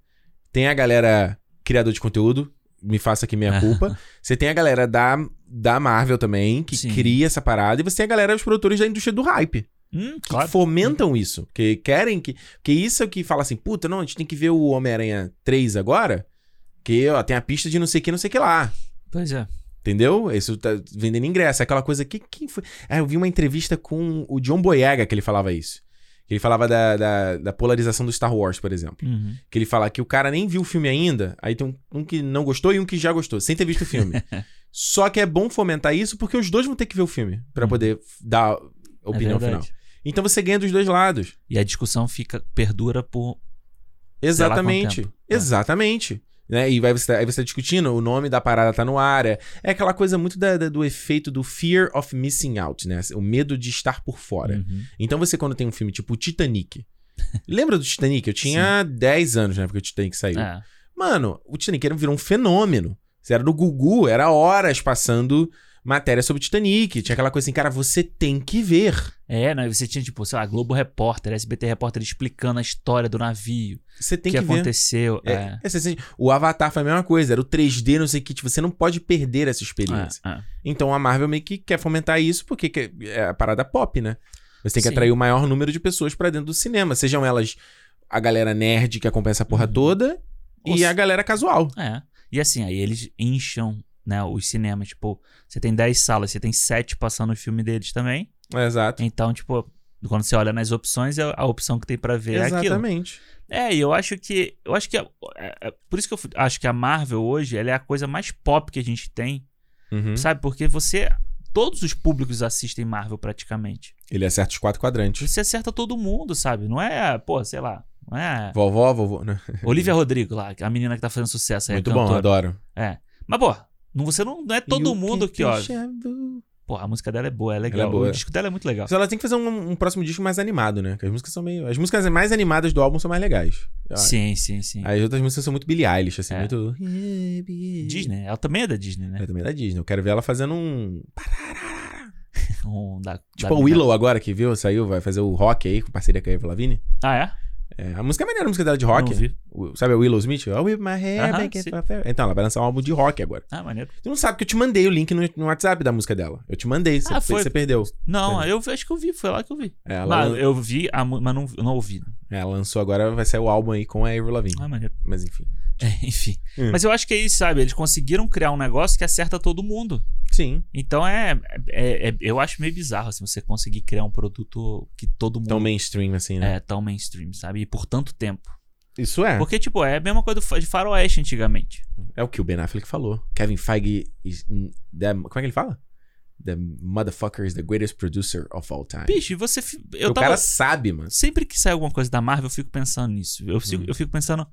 A: Tem a galera criador de conteúdo, me faça aqui minha culpa. você tem a galera da, da Marvel também, que
B: Sim.
A: cria essa parada. E você tem a galera, os produtores da indústria do hype
B: Hum,
A: que
B: claro.
A: fomentam isso, que querem que. Porque isso é o que fala assim, puta, não, a gente tem que ver o Homem-Aranha 3 agora, que ó, tem a pista de não sei o que, não sei o que lá.
B: Pois é.
A: Entendeu? Isso tá vendendo ingresso. é Aquela coisa que. Quem foi? Ah, eu vi uma entrevista com o John Boyega que ele falava isso. Que ele falava da, da, da polarização do Star Wars, por exemplo.
B: Uhum.
A: Que ele fala que o cara nem viu o filme ainda, aí tem um, um que não gostou e um que já gostou, sem ter visto o filme. Só que é bom fomentar isso porque os dois vão ter que ver o filme pra
B: Hum.
A: poder dar
B: É
A: opinião final.
B: verdade.
A: Então você ganha dos dois lados.
B: E a discussão fica, perdura por. lá quanto
A: Exatamente.
B: tempo. É.
A: Exatamente. Né? E vai, você, aí você tá discutindo, o nome da parada tá no ar. É, é aquela coisa muito da- da- do efeito do fear of missing out, né? O medo de estar por fora.
B: Uhum.
A: Então você, quando tem um filme tipo Titanic. Lembra do Titanic? Eu tinha 10 anos na época que o Titanic saiu.
B: É.
A: Mano, o Titanic era, virou um fenômeno. Você era do Gugu, era horas passando matéria sobre o Titanic. Tinha aquela coisa assim, cara, você tem que ver.
B: É, né? Você tinha, tipo, sei lá, Globo Repórter, SBT Repórter explicando a história do navio,
A: Você
B: o
A: tem
B: que,
A: que, ver.
B: aconteceu.
A: É,
B: É.
A: é, você sente- o Avatar foi a mesma coisa, era o 3D, não sei o que. Tipo, você não pode perder essa experiência.
B: É, é.
A: Então a Marvel meio que quer fomentar isso porque quer- é a parada pop, né? Você tem que
B: Sim.
A: atrair o maior número de pessoas pra dentro do cinema, sejam elas a galera nerd que acompanha essa porra
B: Uhum.
A: toda e
B: Nossa.
A: a galera casual.
B: É. E assim, aí eles incham, né, os cinemas. Tipo, você tem 10 salas, você tem 7 passando o filme deles também.
A: É, Exato.
B: Então, tipo, quando você olha nas opções, é a opção que tem pra ver é aquilo.
A: Exatamente.
B: É, e eu acho que. Eu acho que. a- é- é- por isso que eu fu- acho que a Marvel hoje ela é a coisa mais pop que a gente tem.
A: Uhum.
B: Sabe? Porque você. Todos os públicos assistem Marvel praticamente.
A: Ele acerta os quatro quadrantes.
B: Você acerta todo mundo, sabe? Não é, pô, sei lá. Não é.
A: Vovó, vovô. né?
B: Olivia Rodrigo lá, a menina que tá fazendo sucesso aí. a
A: Muito bom,
B: cantora.
A: adoro.
B: Mas, pô, não, você não, não é todo
A: You
B: mundo
A: can
B: que, ó.
A: fish and boo.
B: Pô, a música dela é boa, é legal.
A: Ela é boa.
B: O disco dela é muito legal.
A: Só ela tem que fazer um, um próximo disco mais animado, né? Porque as músicas são meio. As músicas mais animadas do álbum são mais legais. Eu acho.
B: Sim, sim, sim.
A: Aí As outras músicas são muito Billie Eilish, assim,
B: É.
A: muito.
B: Disney, ela também é da Disney, né?
A: É também da Disney. Eu quero ver ela fazendo um.
B: Um da-
A: Tipo
B: da-
A: a Willow agora que viu, saiu, vai fazer o rock aí com parceria com a Eva Lavigne.
B: Ah, é?
A: É, a música é maneira, a música dela de
B: Não
A: rock.
B: vi.
A: O- Sabe a Willow Smith? I whip my hair,
B: Aham,
A: make it
B: sim.
A: my fair. Então, ela vai lançar um álbum de rock agora.
B: Ah, maneiro.
A: Tu não sabe que eu te mandei o link no, no WhatsApp da música dela. Eu te mandei, você
B: Ah, foi.
A: você perdeu.
B: Não, eu vi- acho que eu vi, foi lá que eu vi.
A: É, Ela,
B: Mas
A: lan- é,
B: eu vi, a mu- mas não, não ouvi. né?
A: ela lançou agora, vai sair o álbum aí com a Avril Lavigne.
B: Ah, maneiro.
A: Mas enfim.
B: É, enfim.
A: Hum.
B: Mas eu acho que é isso, sabe? Eles conseguiram criar um negócio que acerta todo mundo.
A: Sim.
B: Então é. é- é- eu acho meio bizarro assim, você conseguir criar um produto que todo mundo
A: Tão mainstream assim, né?
B: Hum. é tão mainstream, sabe? E por tanto tempo.
A: Isso é.
B: Porque, tipo, é a mesma coisa do fa- de Faroeste antigamente.
A: É o que o Ben Affleck falou. Kevin Feige is the, como é que ele fala? The motherfucker is the greatest producer of all time.
B: Bicho, e você. fi- Eu
A: É. o
B: tava.
A: cara sabe, mano.
B: Sempre que sai alguma coisa da Marvel, eu fico pensando nisso. Eu fico,
A: Hum.
B: eu fico pensando.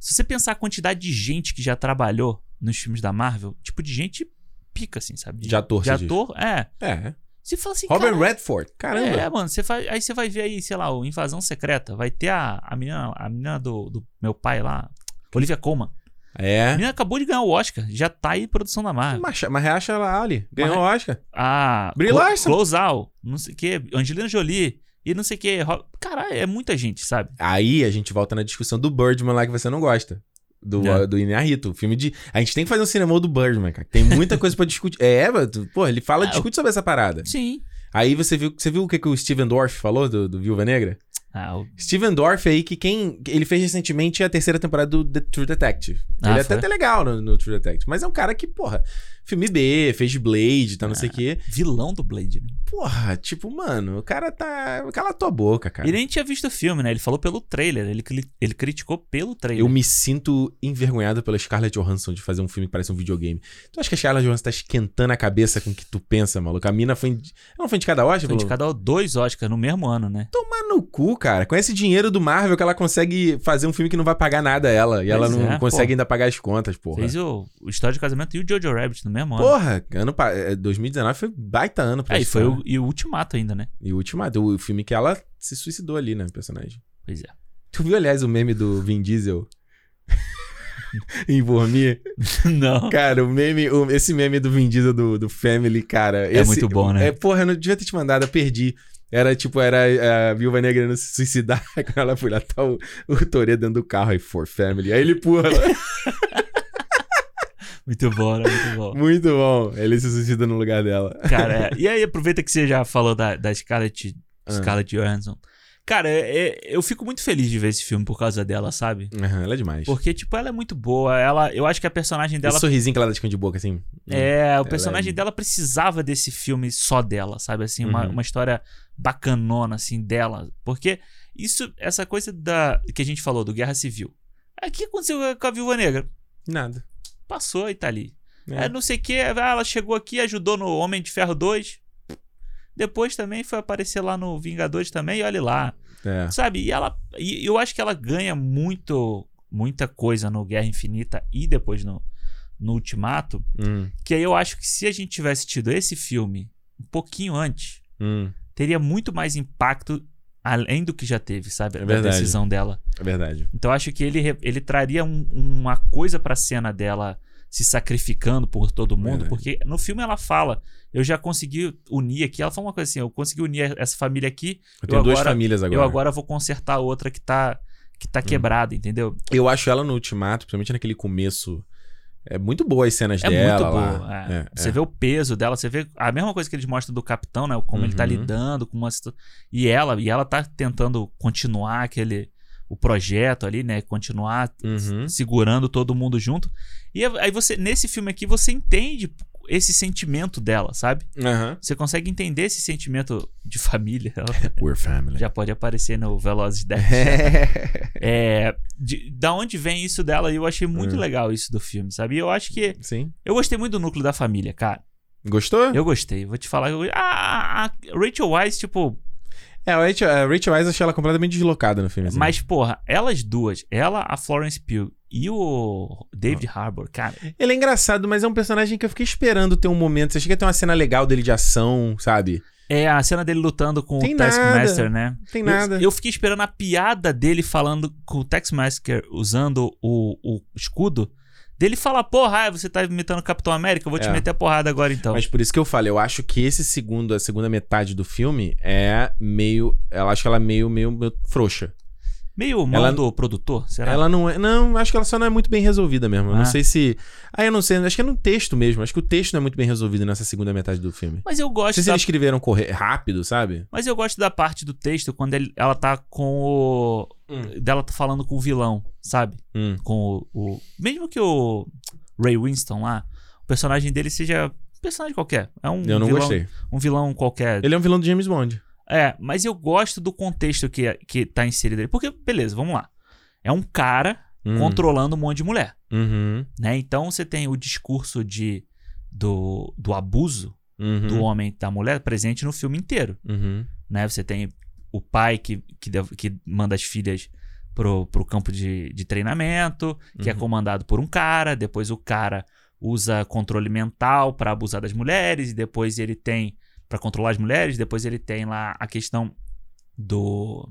B: Se você pensar a quantidade de gente que já trabalhou nos filmes da Marvel, tipo, de gente pica, assim, sabe?
A: De ator,
B: De
A: você diz.
B: ator, é.
A: É.
B: Você fala assim,
A: Robert
B: cara,
A: Redford. Caramba.
B: É, mano, você faz, aí você vai ver aí, sei lá, o Invasão Secreta. Vai ter a, a menina, a menina do, do meu pai lá, Olivia Colman. A
A: É.
B: menina acabou de ganhar o Oscar, já tá aí produção da Marvel.
A: Mas, mas reacha ela ali. Ganhou o Oscar.
B: A
A: Brie
B: Clo-
A: Larson.
B: Closal, não sei o que, Angelina Jolie e não sei o que. Caralho, é muita gente, sabe?
A: Aí a gente volta na discussão do Birdman lá que você não gosta. Do,
B: É.
A: do Inarito, o filme de. A gente tem que fazer um cinema do Birdman, cara. Tem muita coisa pra discutir. É, mas tu- pô, ele fala,
B: Ah,
A: discute sobre essa parada.
B: Sim.
A: Aí você viu, você viu o que, que o Steven Dorff falou do, do Viúva Negra?
B: Ah, o-
A: Steven Dorff aí, que quem. Ele fez recentemente a terceira temporada do The True Detective.
B: Ah,
A: ele é
B: foi?
A: até, até legal no, no True Detective. Mas é um cara que, porra, filme B, fez Blade, tá não
B: É.
A: sei o quê.
B: vilão do Blade, né?
A: Porra, tipo, mano, o cara tá. Cala a tua boca, cara.
B: Ele é nem tinha visto o filme, né? Ele falou pelo trailer. Ele, cli- ele criticou pelo trailer.
A: Eu me sinto envergonhado pela Scarlett Johansson de fazer um filme que parece um videogame. Tu acha que a Scarlett Johansson tá esquentando a cabeça com o que tu pensa, maluco? A mina foi. indi- Ela não foi indicada hoje?
B: Foi indicado a dois Oscars no mesmo ano, né?
A: Toma no cu, cara. Com esse dinheiro do Marvel que ela consegue fazer um filme que não vai pagar nada a ela. E ela
B: Pois
A: não
B: é,
A: consegue
B: porra.
A: ainda pagar as contas, porra.
B: Fez o, o História de Casamento e o Jojo Rabbit no mesmo ano.
A: Porra, ano pa... eh, 2019 foi baita ano pra
B: É, e
A: esse
B: foi
A: cara.
B: o, e o Ultimato ainda, né?
A: E o Ultimato, o filme que ela se suicidou ali, né, personagem.
B: Pois é.
A: Tu viu, aliás, o meme do Vin Diesel? em Vormir?
B: Não.
A: Cara, o meme, o- esse meme do Vin Diesel do, do Family, cara.
B: É
A: esse-
B: muito bom, né?
A: É, porra, eu não devia ter te mandado, eu perdi. Era tipo, era a viúva negra querendo se suicidar. Quando ela foi lá, tá o, o Toredo dentro do carro aí, for family. Aí ele pula.
B: Muito bom, né? Muito bom.
A: Muito bom. Ele se suicida no lugar dela.
B: Cara, é. e aí aproveita que você já falou da, da Scarlett,
A: Ah.
B: Scarlett Johansson. Cara, é- é- eu fico muito feliz de ver esse filme por causa dela, sabe?
A: Aham, ela é demais.
B: Porque, tipo, ela é muito boa. Ela, eu acho que a personagem dela
A: Esse sorrisinho que ela dá de canto de boca, assim.
B: É, o
A: é-
B: personagem dela precisava desse filme só dela, sabe? Assim, uma,
A: Uhum.
B: uma história bacanona, assim, dela. Porque isso, essa coisa da que a gente falou, do Guerra Civil. Ah, O que aconteceu com a Viúva Negra?
A: Nada.
B: Passou e tá ali.
A: É.
B: É, não sei o que, ela chegou aqui, ajudou no Homem de Ferro 2. Depois também foi aparecer lá no Vingadores também, e olha lá.
A: É.
B: Sabe? E ela. E eu acho que ela ganha muito. Muita coisa no Guerra Infinita e depois no, no Ultimato.
A: Hum,
B: Que aí eu acho que se a gente tivesse tido esse filme um pouquinho antes,
A: hum.
B: teria muito mais impacto além do que já teve, sabe?
A: É
B: da
A: verdade.
B: decisão dela.
A: É verdade.
B: Então eu acho que ele, re- ele traria um- uma coisa pra cena dela se sacrificando por todo mundo,
A: Verdade.
B: porque no filme ela fala, eu já consegui unir aqui, ela fala uma coisa assim, eu consegui unir essa família aqui,
A: Eu tenho duas
B: agora-
A: famílias agora. Hum.
B: eu agora vou consertar a outra que tá que tá quebrada, entendeu?
A: Eu acho ela no Ultimato, principalmente naquele começo. É muito boa as cenas
B: É
A: dela.
B: muito
A: lá.
B: boa. é.
A: É,
B: Você vê o peso dela, você vê a mesma coisa que eles mostram do capitão, né? Como ele tá
A: Uhum.
B: lidando com uma situação. E ela, e ela tá tentando continuar aquele o projeto ali, né? Continuar
A: Uhum.
B: segurando todo mundo junto. E aí você nesse filme aqui você entende esse sentimento dela, sabe?
A: Aham.
B: Você consegue entender esse sentimento de família. Ela
A: We're family.
B: já pode aparecer no Velozes 10. É, de- da onde vem isso dela? E eu achei muito
A: Hum.
B: legal isso do filme, sabe? E eu acho que
A: Sim.
B: eu gostei muito do núcleo da família, cara.
A: Gostou?
B: Eu gostei, vou te falar. que Eu... Ah, a Rachel Wise, tipo.
A: É, a Rachel, a Rachel Weisz achei ela completamente deslocada no filme. assim.
B: Mas, porra, elas duas, ela, a Florence Pugh e o David Harbour, cara.
A: Ele é engraçado, mas é um personagem que eu fiquei esperando ter um momento. Você chega a ter uma cena legal dele de ação, sabe?
B: É a cena dele lutando com
A: Tem
B: o
A: nada.
B: Taskmaster, né?
A: Não tem
B: Eu-
A: nada.
B: Eu, fiquei esperando a piada dele falando com o Taskmaster usando o, o escudo. Dele falar, porra, ah, você tá imitando o Capitão América, eu vou te
A: É.
B: meter a porrada agora então.
A: Mas por isso que eu falo, eu acho que esse segundo, a segunda metade do filme é meio. Ela acho que ela é meio, meio, meio frouxa.
B: Meio mão
A: Ela-
B: do produtor, será?
A: Ela não é. Não, acho que ela só não é muito bem resolvida mesmo. Eu
B: Ah.
A: não sei se. Ah, eu não sei. Acho que é no texto mesmo. Acho que o texto não é muito bem resolvido nessa segunda metade do filme.
B: Mas eu
A: Não
B: gosto
A: sei se
B: da
A: eles escreveram corre... rápido, sabe?
B: Mas eu gosto da parte do texto quando ele- ela tá com o.
A: Hum.
B: dela tá falando com o vilão, sabe?
A: Hum.
B: Com o. o- mesmo que o Ray Winston lá, o personagem dele seja. um Personagem qualquer. É um
A: Eu não
B: vilão,
A: gostei.
B: Um vilão qualquer.
A: Ele é um vilão do James Bond.
B: É, mas eu gosto do contexto que, que tá inserido ali. Porque, beleza, vamos lá. É um cara
A: Hum.
B: controlando um monte de mulher.
A: Uhum.
B: Né? Então você tem o discurso de. Do, do abuso
A: Uhum.
B: do homem e da mulher presente no filme inteiro.
A: Uhum.
B: né? Você tem o pai que, que, deve- que manda as filhas pro, pro campo de, de treinamento, que é
A: Uhum.
B: comandado por um cara, depois o cara usa controle mental pra abusar das mulheres, e depois ele tem Pra controlar as mulheres, depois ele tem lá a questão do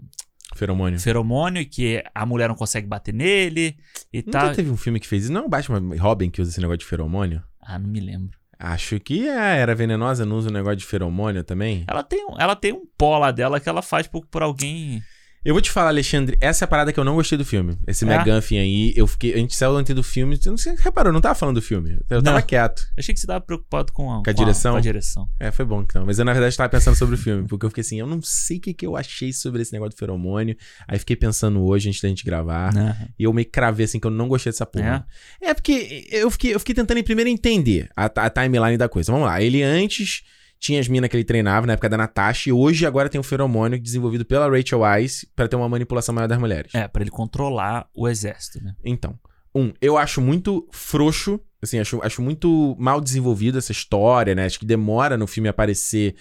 A: Feromônio.
B: feromônio que a mulher não consegue bater nele e
A: Nunca
B: tal.
A: teve um filme que fez isso. Não é o Batman e Robin que usa esse negócio de feromônio?
B: Ah, não me lembro.
A: Acho que é. Era venenosa, não usa o negócio de feromônio também?
B: Ela tem, um- ela tem um pó lá dela que ela faz por, por alguém.
A: Eu vou te falar, Alexandre, essa é a parada que eu não gostei do filme. Esse
B: É?
A: McGuffin aí, eu fiquei. A gente saiu ontem do filme. Você não você reparou, eu não tava falando do filme. Eu tava
B: Não.
A: quieto.
B: Eu achei que você tava preocupado com a,
A: Com a direção?
B: com a direção.
A: É, foi bom então. Mas eu, na verdade, tava pensando sobre o filme. Porque eu fiquei assim, eu não sei o que, que eu achei sobre esse negócio do feromônio. Aí fiquei pensando hoje, antes da gente gravar.
B: Né?
A: E eu meio que cravei assim que eu não gostei dessa porra. É, porque eu fiquei, eu fiquei tentando primeiro entender a, a timeline da coisa. Vamos lá. Ele antes tinha as minas que ele treinava na época da Natasha. E hoje agora tem um feromônio desenvolvido pela Rachel Weisz pra ter uma manipulação maior das mulheres.
B: É, pra ele controlar o exército, né?
A: Então, um, eu acho muito frouxo, assim, acho, acho muito mal desenvolvida essa história, né? Acho que demora no filme aparecer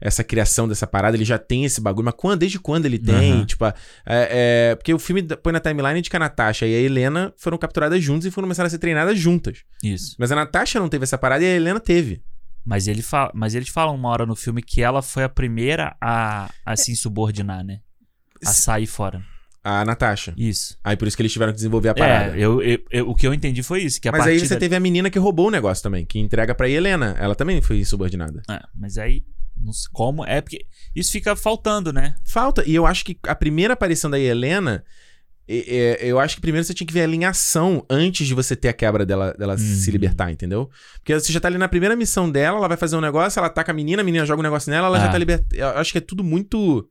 A: essa criação dessa parada, ele já tem esse bagulho, mas quando, desde quando ele tem?
B: Aham.
A: Tipo, a- é, é, porque o filme da- põe na timeline de que a Natasha e a Helena foram capturadas juntas e foram começar a ser treinadas juntas.
B: Isso.
A: Mas a Natasha não teve essa parada e a Helena teve.
B: Mas, ele fala, mas eles falam uma hora no filme que ela foi a primeira a, a se insubordinar, né? A
A: S-
B: sair fora.
A: A Natasha.
B: Isso.
A: Aí por isso que eles tiveram que desenvolver a parada.
B: É, eu, eu- eu- o que eu entendi foi isso. Que a
A: Mas
B: partir
A: aí você
B: da-
A: teve a menina que roubou o negócio também, que entrega pra Helena. Ela também foi subordinada.
B: Ah, mas aí, não sei como. É porque isso fica faltando, né?
A: Falta. E eu acho que a primeira aparição da Helena. e- e- Eu acho que primeiro você tinha que ver ela em ação antes de você ter a quebra dela, dela se
B: Uhum.
A: libertar, entendeu? Porque você já tá ali na primeira missão dela, ela vai fazer um negócio, ela ataca a menina, a menina joga um negócio nela, ela já
B: Ah.
A: tá liberta. Eu acho que é tudo muito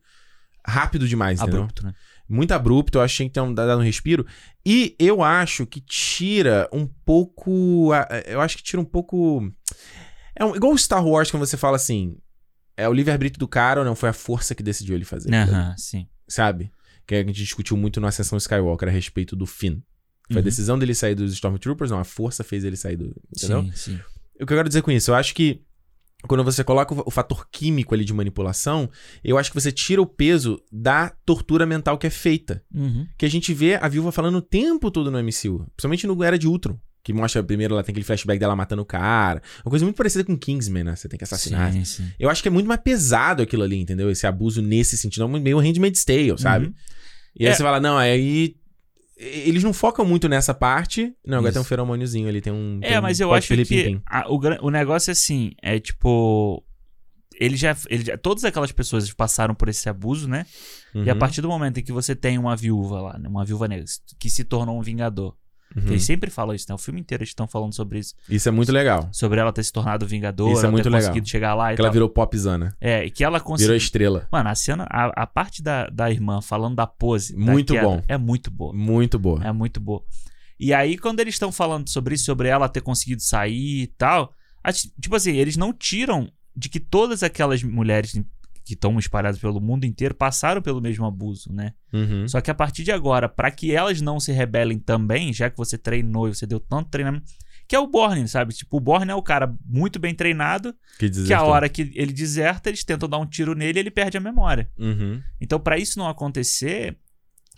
A: rápido demais, entendeu?
B: Abrupto, né?
A: Muito abrupto, eu acho que tinha que ter um, dado um respiro. E eu acho que tira um pouco. a- Eu acho que tira um pouco. É um- igual o Star Wars, quando você fala assim. É o livre-arbítrio do cara ou não? Foi a força que decidiu ele fazer
B: Aham, sim.
A: sabe? Que a gente discutiu muito na sessão Skywalker a respeito do Finn. Foi a
B: Uhum.
A: decisão dele sair dos Stormtroopers, não, a força fez ele sair do. Entendeu?
B: Sim, sim.
A: O que eu quero dizer com isso? Eu acho que quando você coloca o- o fator químico ali de manipulação, eu acho que você tira o peso da tortura mental que é feita.
B: Uhum.
A: Que a gente vê a viúva falando o tempo todo no MCU, principalmente no Era de Ultron. Que mostra primeiro, ela tem aquele flashback dela matando o cara. Uma coisa muito parecida com Kingsman, né? Você tem que assassinar.
B: Sim, sim.
A: Eu acho que é muito mais pesado aquilo ali, entendeu? Esse abuso nesse sentido. É meio Handmaid's Tale, sabe?
B: Uhum.
A: E aí
B: É.
A: você fala, não, aí. e- Eles não focam muito nessa parte. Não, agora
B: Isso.
A: tem um feromôniozinho ali, tem um. tem
B: É,
A: um
B: mas eu
A: pode
B: acho
A: Felipe
B: que
A: Pimpim.
B: a- o, gran- o negócio é assim, é tipo... Ele já, ele já- Todas aquelas pessoas passaram por esse abuso, né? E a
A: Uhum,
B: partir do momento em que você tem uma viúva lá, né? uma viúva negra, que se tornou um vingador.
A: uhum.
B: Eles sempre falam isso, né? O filme inteiro eles estão falando sobre isso.
A: Isso é muito legal.
B: Sobre ela ter se tornado vingador,
A: Isso é
B: ela
A: muito
B: ter
A: legal.
B: conseguido chegar lá e
A: Que ela
B: tal.
A: virou popzana.
B: É, e que ela
A: Virou
B: conseguiu...
A: estrela.
B: Mano, a cena, a, a parte da, da irmã falando da pose, da
A: Muito
B: queda,
A: bom.
B: é muito boa.
A: Muito boa.
B: É muito boa. E aí, quando eles estão falando sobre isso, sobre ela ter conseguido sair e tal, a- tipo assim, eles não tiram de que todas aquelas mulheres que estão espalhadas pelo mundo inteiro passaram pelo mesmo abuso, né?
A: Uhum.
B: Só que a partir de agora, pra que elas não se rebelem também, já que você treinou e você deu tanto treinamento, que é o Borne, sabe? Tipo, o Borne é o cara muito bem treinado,
A: Que
B: que a
A: desertou.
B: hora que ele deserta, eles tentam dar um tiro nele e ele perde a memória.
A: Uhum.
B: Então, pra isso não acontecer,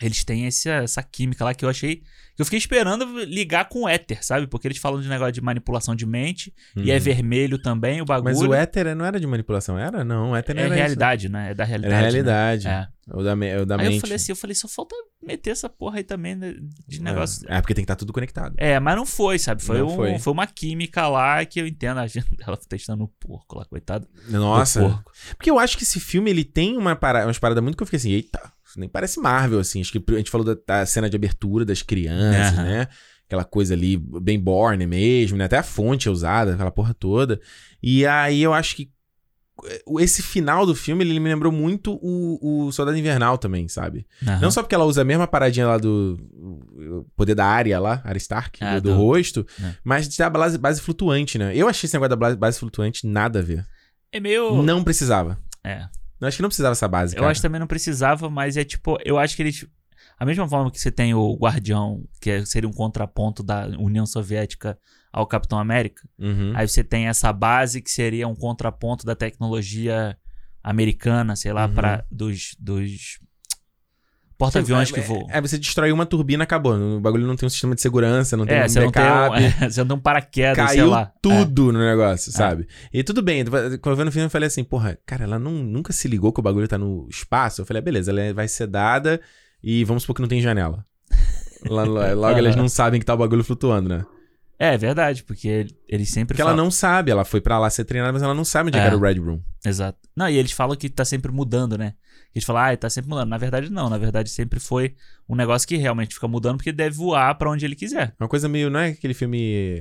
B: eles têm essa, essa química lá que eu achei. Que eu fiquei esperando ligar com o éter, sabe? Porque eles falam de um negócio de manipulação de mente e é
A: Uhum.
B: vermelho também o bagulho.
A: Mas o éter não era de manipulação, era? Não, o éter não
B: é
A: era.
B: realidade, né? É da
A: Isso.
B: realidade.
A: Era realidade.
B: Né? É.
A: O da, me- o da
B: Aí
A: mente.
B: eu falei assim, eu falei, só falta meter essa porra aí também né, de negócio.
A: É, é porque tem que estar tudo conectado.
B: É, mas não foi, sabe? Foi,
A: Não
B: um-
A: foi.
B: foi uma química lá que eu entendo. A gente, ela tá testando o porco lá, coitado. do
A: Nossa.
B: porco.
A: Porque eu acho que esse filme, ele tem uma parada, umas paradas muito que eu fiquei assim, eita, isso nem parece Marvel, assim. Acho que a gente falou da, da cena de abertura das crianças,
B: Aham.
A: né? Aquela coisa ali, bem born mesmo, né? Até a fonte é usada, aquela porra toda. E aí eu acho que eh, esse final do filme, ele me lembrou muito o, o Soldado Invernal também, sabe?
B: Aham.
A: Não só porque ela usa a mesma paradinha lá do o poder da área lá, Arya Stark,
B: Ah,
A: do, do
B: do-
A: rosto,
B: É.
A: mas da base, base flutuante, né? Eu achei esse negócio da base, base flutuante nada a ver.
B: É meio.
A: Não precisava.
B: É.
A: Eu acho que não precisava essa base,
B: Eu
A: cara.
B: acho que também não precisava, mas é tipo, eu acho que eles. A mesma forma que você tem o Guardião, que é- seria um contraponto da União Soviética ao Capitão América,
A: Uhum.
B: aí você tem essa base que seria um contraponto da tecnologia americana, sei lá,
A: Uhum.
B: pra, dos, dos porta-aviões que
A: é,
B: voam.
A: É, você destrói uma turbina, acabou. O bagulho não tem um sistema de segurança, não tem
B: É,
A: um
B: você não, tem
A: backup.
B: um, você não tem um paraquedas, sei
A: Caiu
B: lá. É.
A: tudo no negócio, sabe? E tudo bem. Quando eu vi no filme, eu falei assim, porra, cara, ela não- nunca se ligou que o bagulho tá no espaço. Eu falei, ah, beleza, ela vai ser dada e vamos supor que não tem janela. Lá- lá- Logo elas não sabem que tá o bagulho flutuando, né?
B: É, é verdade, porque ele- eles sempre
A: Porque ela
B: falam-
A: não sabe, ela foi pra lá ser treinada, mas ela não sabe onde é.
B: É.
A: que era o Red Room.
B: Exato. Não, e eles falam que tá sempre mudando, né? Eles falam, ah, tá sempre mudando. Na verdade, não. Na verdade, sempre foi um negócio que realmente fica mudando porque deve voar pra onde ele quiser.
A: É uma coisa meio, não é aquele filme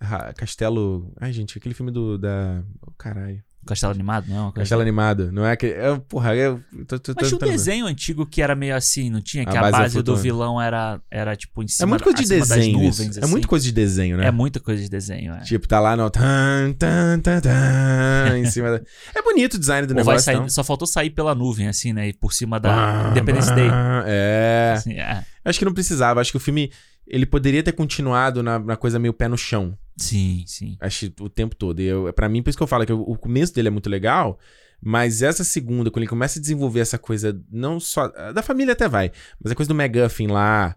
A: Ra- Castelo. Ai, gente, aquele filme do. Da... Oh, caralho.
B: O castelo animado, não é uma coisa.
A: Castelo Animado. Não é aquele. É, porra, eu. Tô, tô, tô,
B: Mas tinha um
A: tô-
B: desenho antigo que era meio assim, não tinha?
A: A
B: Que a
A: base
B: base,
A: é
B: do
A: flutuante.
B: vilão era, era tipo em
A: É
B: cima,
A: muito coisa de
B: acima das
A: desenho.
B: nuvens.
A: isso. É
B: assim.
A: muito coisa de desenho, né?
B: É muita coisa de desenho, é.
A: Tipo, tá lá no. Tan, tan, tan, tan, em cima da... É bonito o design do
B: Ou vai
A: negócio.
B: sair,
A: então.
B: só faltou sair pela nuvem, assim, né? E por cima da Independence Day.
A: É.
B: Assim, é.
A: Acho que não precisava. Acho que o filme. Ele poderia ter continuado na, na coisa meio pé no chão.
B: Sim, sim.
A: Acho que o tempo todo. E Eu, pra mim, por isso que eu falo que o, o começo dele é muito legal. Mas essa segunda, quando ele começa a desenvolver essa coisa, não só. a Da família até vai. Mas a coisa do McGuffin lá.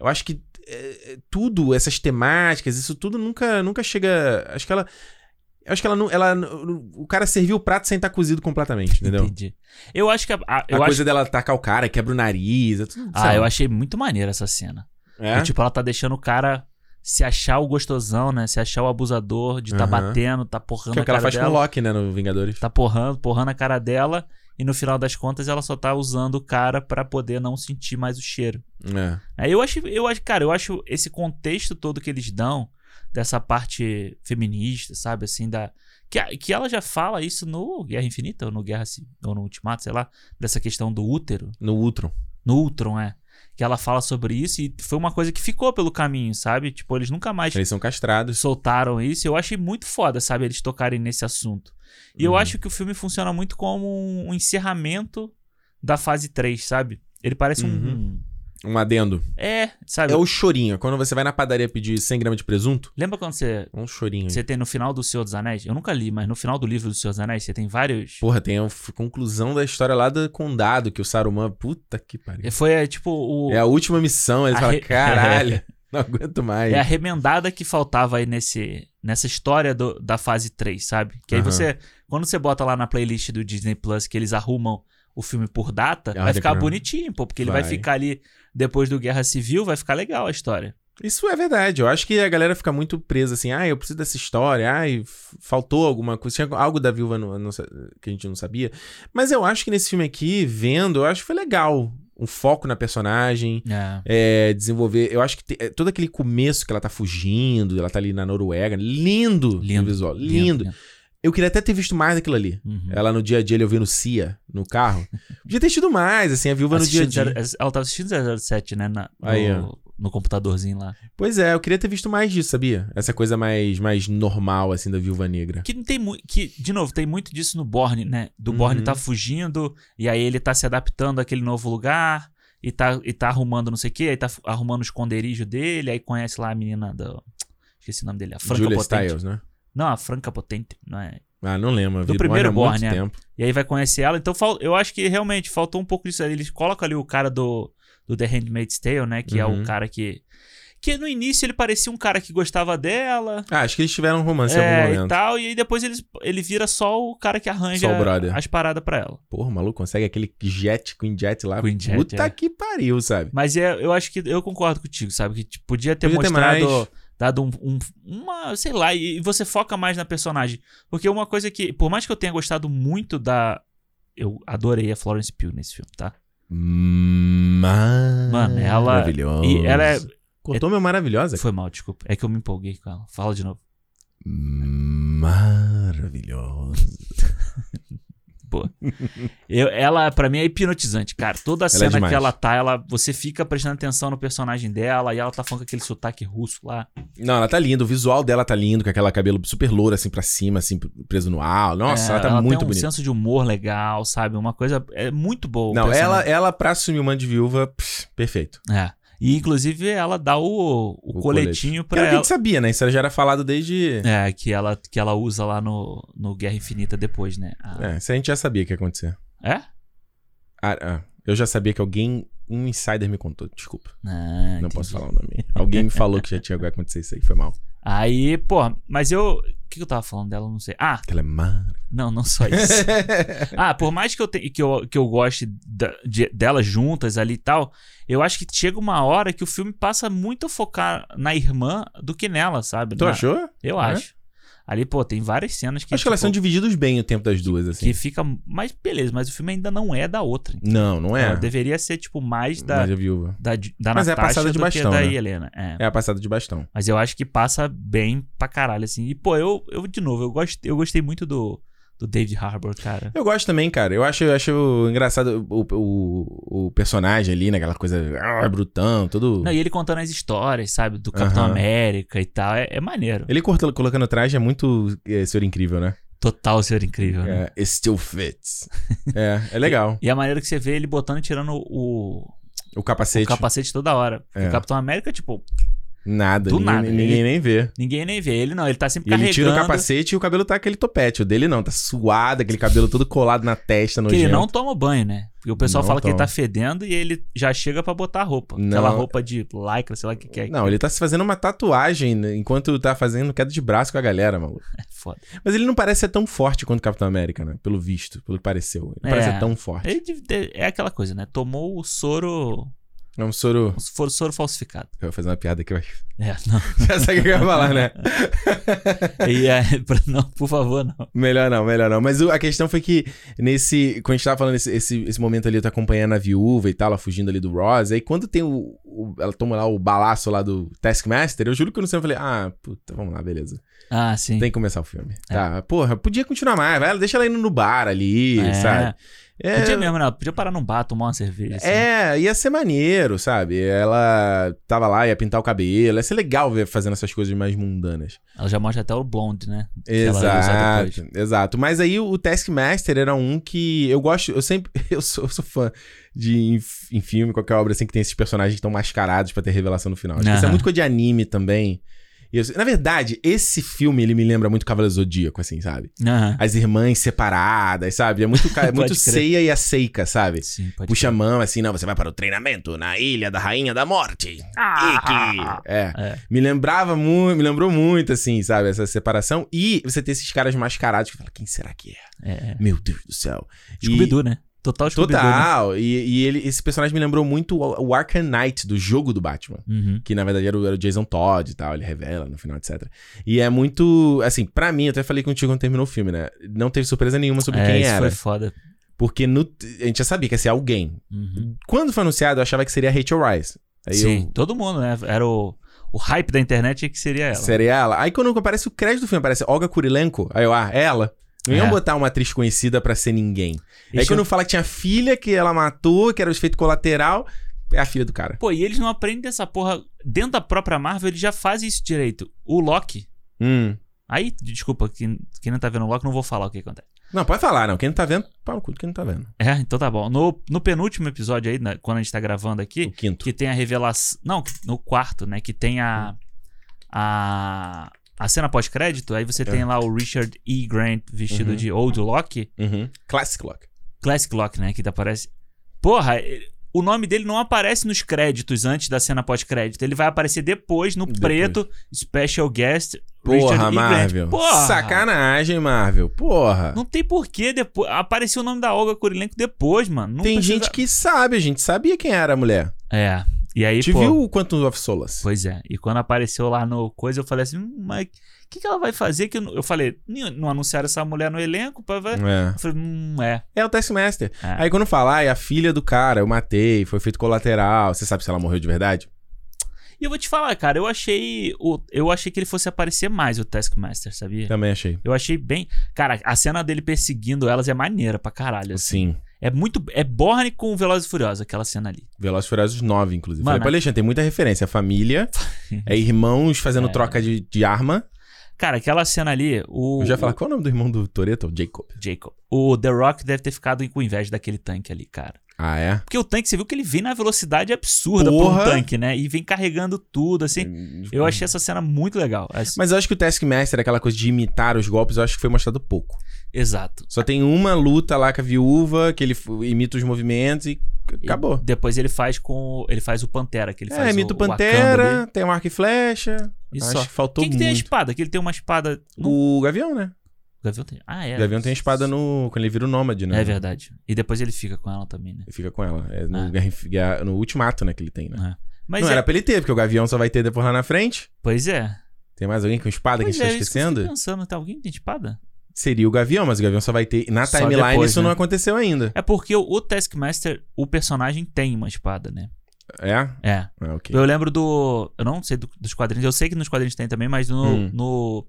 A: Eu acho que é, é, tudo, essas temáticas, isso tudo nunca, nunca chega. Acho que ela. eu Acho que ela não. Ela, não- o cara serviu o prato sem estar cozido completamente, entendeu?
B: Entendi. Eu acho que a, a- eu
A: a
B: acho-
A: coisa dela tacar o cara, quebra o nariz. É tudo,
B: Ah, eu achei muito maneira essa cena.
A: É?
B: E, tipo, ela tá deixando o cara se achar o gostosão, né? Se achar o abusador de tá
A: Aham.
B: batendo, tá porrando
A: que é
B: a
A: o que ela
B: cara
A: faz
B: dela.
A: com o Loki, né, no Vingadores.
B: Tá porrando, porrando a cara dela. E no final das contas, ela só tá usando o cara pra poder não sentir mais o cheiro.
A: É.
B: Aí eu acho, eu acho, cara, eu acho esse contexto todo que eles dão dessa parte feminista, sabe, assim, da. Que, a- que ela já fala isso no Guerra Infinita, ou no Guerra Ci- ou no Ultimato, sei lá, dessa questão do útero.
A: No Ultron.
B: No Ultron, é. Que ela fala sobre isso e foi uma coisa que ficou pelo caminho, sabe? Tipo, eles nunca mais
A: Eles são castrados.
B: soltaram isso. Eu achei muito foda, sabe? Eles tocarem nesse assunto. E eu
A: Uhum.
B: acho que o filme funciona muito como um um encerramento da fase 3, sabe? Ele parece um-
A: Uhum.
B: um.
A: Um adendo.
B: É, sabe?
A: É o chorinho. Quando você vai na padaria pedir 100 gramas de presunto,
B: Lembra quando você.
A: é um chorinho.
B: Você tem no final do Senhor dos Anéis, eu nunca li, mas no final do livro do Senhor dos Anéis você tem vários.
A: Porra, tem a f- conclusão da história lá do condado, que o Saruman... Puta que pariu.
B: Foi é, tipo o.
A: É a última missão. Eles
B: A
A: falam,
B: re-
A: caralho, não aguento mais.
B: É a remendada que faltava aí nesse, nessa história do- da fase 3, sabe? Que aí
A: Aham.
B: você, quando você bota lá na playlist do Disney Plus que eles arrumam o filme por data, vai
A: ordem
B: ficar
A: cronológica.
B: bonitinho, pô, porque ele vai
A: Vai.
B: ficar ali depois do Guerra Civil, vai ficar legal a história.
A: Isso é verdade. Eu acho que a galera fica muito presa assim. Ah, eu preciso dessa história. Ah, faltou alguma coisa. Tinha algo da viúva no- no- que a gente não sabia. Mas eu acho que nesse filme aqui, vendo, eu acho que foi legal. Um foco na personagem.
B: É.
A: é, desenvolver. Eu acho que te- é, todo aquele começo que ela tá fugindo, ela tá ali na Noruega. Lindo,
B: Lindo,
A: o visual. Lindo. Eu queria até ter visto mais daquilo ali.
B: Uhum.
A: Ela no dia a dia, ele ouvindo Cia no carro. Podia ter tido mais, assim, a viúva no dia a
B: Assistindo
A: dia.
B: zero- ela tava assistindo 007, né? na- no,
A: Aí, ó.
B: no computadorzinho lá.
A: Pois é, eu queria ter visto mais disso, sabia? Essa coisa mais, mais normal, assim, da viúva negra.
B: Que não tem muito. Que, de novo, tem muito disso no Borne, né? Do
A: Uhum.
B: Borne tá fugindo, e aí ele tá se adaptando àquele novo lugar, e tá, e tá arrumando não sei o quê, aí tá f- arrumando o esconderijo dele, aí conhece lá a menina do. Esqueci o nome dele, a Franca
A: Julia
B: Potente.
A: Stiles, né?
B: Não, a Franca Potente, não é?
A: Ah, não lembro.
B: Do
A: vi
B: primeiro
A: Borne há muito
B: Borne, é.
A: tempo.
B: E aí vai conhecer ela. Então fal- eu acho que realmente faltou um pouco disso ali. Eles colocam ali o cara do, do The Handmaid's Tale, né? Que é
A: Uhum.
B: o cara que. Que no início ele parecia um cara que gostava dela.
A: Ah, acho que eles tiveram um romance em algum
B: É, e
A: momento.
B: tal, e aí depois ele, ele vira só o cara que arranja
A: Só o brother.
B: as paradas pra ela.
A: Porra, o maluco consegue aquele jet, Queen Jet lá.
B: Queen Jet,
A: Puta
B: é.
A: que pariu, sabe?
B: Mas é, eu acho que eu concordo contigo, sabe? Que tipo, podia ter
A: Podia ter
B: mostrado,
A: mais.
B: dado um, um- uma, sei lá, e, e você foca mais na personagem. Porque uma coisa que, por mais que eu tenha gostado muito da. Eu adorei a Florence Pugh nesse filme, tá?
A: Mano,
B: ela-
A: Maravilhosa.
B: E ela é.
A: Cortou meu maravilhosa?
B: Foi mal, desculpa. É que eu me empolguei com ela. Fala de novo.
A: Maravilhosa.
B: Boa. Eu, ela, pra mim, é hipnotizante, cara. Toda a cena
A: é demais.
B: que ela tá, ela, você fica prestando atenção no personagem dela e ela tá falando com aquele sotaque russo lá.
A: Não, ela tá linda. O visual dela tá lindo, com aquela cabelo super louro, assim, pra cima, assim, preso no ar. Nossa,
B: É,
A: ela tá muito
B: tem um
A: bonita.
B: senso de humor legal, sabe? Uma coisa é muito boa. o
A: Não, ela,
B: personagem.
A: ela pra assumir o mando de viúva, pss, perfeito.
B: É. E inclusive ela dá o, o,
A: colete.
B: coletinho
A: Porque era o que
B: pra
A: a
B: ela.
A: gente sabia, né? Isso já era falado desde...
B: É, que ela, que ela usa lá no, no Guerra Infinita depois, né? Ah,
A: É, isso a gente já sabia que ia acontecer.
B: é.
A: Ah, ah, eu já sabia que alguém Um insider me contou, desculpa.
B: Ah,
A: não
B: entendi.
A: posso falar o nome. Alguém me falou que já tinha acontecido isso aí, foi mal.
B: Aí, pô, mas eu. O que, que eu tava falando dela? Eu Não sei. Ah,
A: Aquela é mar...
B: não, não só isso. ah, por mais que eu, te, que eu, que eu goste da- de- delas juntas ali e tal, eu acho que chega uma hora que o filme passa muito a focar na irmã do que nela, sabe?
A: Tu
B: Na-
A: achou?
B: Eu
A: É?
B: acho. Ali, pô, tem várias cenas que.
A: Acho que é elas
B: tipo,
A: são divididos bem o tempo das duas, assim.
B: Que fica. Mas beleza, mas o filme ainda não é da outra.
A: Não, não é.
B: Ela deveria ser, tipo, mais da,
A: Mas a viúva.
B: da, da
A: Mas é
B: Natasha
A: passada de
B: do
A: bastão,
B: que da
A: né?
B: Helena. É.
A: É a passada de bastão.
B: Mas eu acho que passa bem pra caralho, assim. E, pô, eu, eu de novo, eu, gost, eu gostei muito do, do David Harbour, cara.
A: Eu gosto também, cara. Eu acho, eu acho engraçado o, o, o personagem ali, naquela coisa ah, brutão, todo.
B: Não, e ele contando as histórias, sabe? Do Capitão
A: Aham.
B: América e tal. É, é maneiro.
A: Ele corta, colocando traje é muito é, senhor incrível, né?
B: Total Senhor Incrível, né?
A: É, it still fits. é, é legal.
B: E a maneira que você vê ele botando e tirando o,
A: O
B: o
A: capacete,
B: capacete toda hora. Porque
A: É.
B: O Capitão América, tipo,
A: nada.
B: Do
A: ninguém,
B: nada,
A: ninguém
B: ele-
A: nem vê.
B: ninguém nem vê ele, não. Ele tá sempre
A: E ele tira o
B: carregando.
A: capacete e o cabelo tá aquele topete. O dele não, tá suado, aquele cabelo todo colado na testa, no
B: Porque ele não toma banho, né? Porque o pessoal
A: Não
B: fala que ele tá
A: toma.
B: fedendo e ele já chega pra botar a roupa.
A: Não.
B: Aquela roupa de lycra, sei lá o que, que é.
A: Não, ele tá se fazendo uma tatuagem né, enquanto tá fazendo queda de braço com a galera, maluco.
B: É foda.
A: Mas ele não parece ser tão forte quanto o Capitão América, né? Pelo visto, pelo que pareceu. Ele não
B: É.
A: parece ser tão forte.
B: Ele deve ter- é aquela coisa, né? Tomou o soro.
A: É um soro.
B: O soro, soro falsificado.
A: Eu vou fazer uma piada aqui, mas.
B: É, não.
A: Já sabe o que eu ia falar, né?
B: E é, pra- não, por favor, não.
A: Melhor não, melhor não. Mas o- a questão foi que nesse. Quando a gente tava falando esse, esse, esse momento ali, eu tô acompanhando a viúva e tal, ela fugindo ali do Ross. Aí quando tem o, o- Ela toma lá o balaço lá do Taskmaster, eu juro que eu não sei, eu falei, ah, puta, vamos lá, beleza.
B: Ah, sim. É.
A: Tem que começar o filme. Tá, porra, podia continuar mais, vai, deixa ela indo no bar ali,
B: É.
A: sabe? É,
B: Podia mesmo, não. Podia parar num bar, tomar uma cerveja. assim.
A: É, ia ser maneiro, sabe? Ela tava lá, ia pintar o cabelo. Ia ser legal ver fazendo essas coisas mais mundanas.
B: Ela já mostra até o blonde, né? Que ela ia usar depois.
A: Exato, exato. Mas aí o Taskmaster era um que eu gosto, eu sempre, eu sou, eu sou fã de em, f- em filme, qualquer obra assim que tem esses personagens que estão mascarados pra ter revelação no final. Acho que Isso é
B: Aham.
A: muito coisa de anime também. E eu- na verdade, esse filme ele me lembra muito Cavaleiro Zodíaco, assim, sabe?
B: Aham.
A: As irmãs separadas, sabe? É muito, ca- é muito
B: Pode crer.
A: Seiya e a Seika, sabe?
B: Ah, Sim, pode
A: Puxa a mão, assim, não, você vai para o treinamento na Ilha da Rainha da Morte.
B: Ah!
A: Ikki. É.
B: É.
A: Me lembrava muito, me lembrou muito, assim, sabe, essa separação. E você ter esses caras mascarados que fala, quem será que é?
B: É, é.
A: Meu Deus do céu. E-
B: Scooby-Doo, né? Total Scooby-Doo. Né?
A: Total. E, e ele, esse personagem me lembrou muito o, o Arkham Knight do jogo do Batman.
B: Uhum.
A: Que na verdade era o, era o Jason Todd e tal, ele revela no final, etc. E é muito. Assim, pra mim, eu até falei contigo quando terminou o filme, né? Não teve surpresa nenhuma sobre
B: é,
A: quem
B: isso
A: era.
B: foi foda.
A: Porque no- a gente já sabia que ia ser alguém.
B: Uhum.
A: Quando foi anunciado, eu achava que seria a Rachel Rice. Aí
B: Sim,
A: eu.
B: todo mundo, né? Era o, o hype da internet é que seria ela.
A: Seria ela. Aí quando aparece o crédito do filme, aparece Olga Kurilenko. Aí eu, ah, é ela. Não iam
B: É.
A: botar uma atriz conhecida pra ser ninguém.
B: Eles
A: Aí quando fala É que tinha filha que ela matou, que era o efeito colateral, é a filha do cara.
B: Pô, e eles não aprendem essa porra dentro da própria Marvel, eles já fazem isso direito. O Loki.
A: Hum.
B: Aí, desculpa, quem, quem não tá vendo o Loki, não vou falar o que acontece.
A: Não, pode falar, não. Quem não tá vendo, pau no cu de quem não tá vendo.
B: É, então tá bom. No, no penúltimo episódio aí, na- quando a gente tá gravando
A: O
B: aqui,
A: quinto.
B: que tem a revelação. Não, no quarto, né? Que tem a. A. A cena pós-crédito, aí você tem lá o Richard E. Grant vestido
A: Uhum.
B: de Old Loki.
A: Uhum. Classic Lock.
B: Classic Loki, né? Que aparece. Porra, ele- o nome dele não aparece nos créditos antes da cena pós-crédito. Ele vai aparecer depois, no
A: Depois.
B: preto, Special Guest,
A: Porra,
B: Richard E. Grant.
A: Marvel.
B: Porra!
A: Sacanagem, Marvel. Porra.
B: Não tem porquê depois. Apareceu o nome da Olga Kurilenko depois, mano. Não
A: Tem
B: precisa-
A: gente que sabe, a gente sabia quem era a mulher.
B: É. E aí,
A: Te
B: pô.
A: viu o Quantum of Solace?
B: Pois é. E quando apareceu lá no coisa, eu falei assim, "Hum, mas o que, que ela vai fazer? Que eu, não- eu falei, "Ih, não anunciaram essa mulher no elenco? Pá, vai-"
A: É.
B: Eu falei, hum, é.
A: É o Taskmaster.
B: É.
A: Aí quando falar, ah, é a filha do cara, eu matei, foi feito colateral. Você sabe se ela morreu de verdade?
B: E eu vou te falar, cara, eu achei. O, eu achei que ele fosse aparecer mais, o Taskmaster, sabia?
A: Também achei.
B: Eu achei bem. Cara, a cena dele perseguindo elas é maneira pra caralho. assim.
A: Sim.
B: É muito. É Borne com o Veloz e Furioso, aquela cena ali.
A: Velozes e Furiosos 9, inclusive.
B: Mano,
A: Falei pra Alexandre, tem muita referência. É Família, é irmãos fazendo
B: É.
A: troca de, de arma.
B: Cara, aquela cena ali, o.
A: Eu já ia falar, qual é o nome do irmão do Toreto? Jacob.
B: Jacob. O The Rock deve ter ficado com inveja daquele tanque ali, cara.
A: Ah, é?
B: Porque o tanque, você viu que ele vem na velocidade absurda
A: Porra!
B: pra um tanque, né? E vem carregando tudo, assim. Eu achei essa cena muito legal. Assim,
A: Hum. Mas eu acho que o Taskmaster, aquela coisa de imitar os golpes, eu acho que foi mostrado pouco.
B: Exato.
A: Só tem uma luta lá com a viúva, que ele f- imita os movimentos e c-
B: E
A: acabou.
B: depois ele faz com. Ele faz o Pantera, que ele
A: é,
B: faz
A: imita o
B: o Wakanda ali,
A: Pantera, tem o arco e flecha.
B: E
A: acho
B: só.
A: que faltou
B: Quem que tem a
A: muito.
B: espada? Que ele tem uma espada. Não,
A: O Gavião, né?
B: o Gavião tem. Ah, é.
A: O Gavião tem a espada no... quando ele vira o Nômade, né?
B: É verdade. E depois ele fica com ela também, né?
A: Ele fica com ela. É no,
B: Ah.
A: Guerra Inf- Guerra- no ultimato, né, que ele tem, né?
B: Mas
A: Não
B: é-
A: era pra ele ter, porque o Gavião só vai ter depois lá na frente.
B: Pois é.
A: Tem mais alguém com espada
B: Pois
A: que a gente
B: é,
A: tá
B: isso que eu fiquei
A: esquecendo?
B: pensando, tá? Alguém tem espada?
A: Seria o Gavião, mas o Gavião só vai ter. Na
B: Só
A: timeline
B: depois,
A: isso
B: né?
A: não aconteceu ainda.
B: É porque o- o Taskmaster, o personagem tem uma espada, né?
A: É?
B: É.
A: Ah, ok.
B: Eu lembro do. Eu não sei do- dos quadrinhos. Eu sei que nos quadrinhos tem também, mas no.
A: Hum.
B: no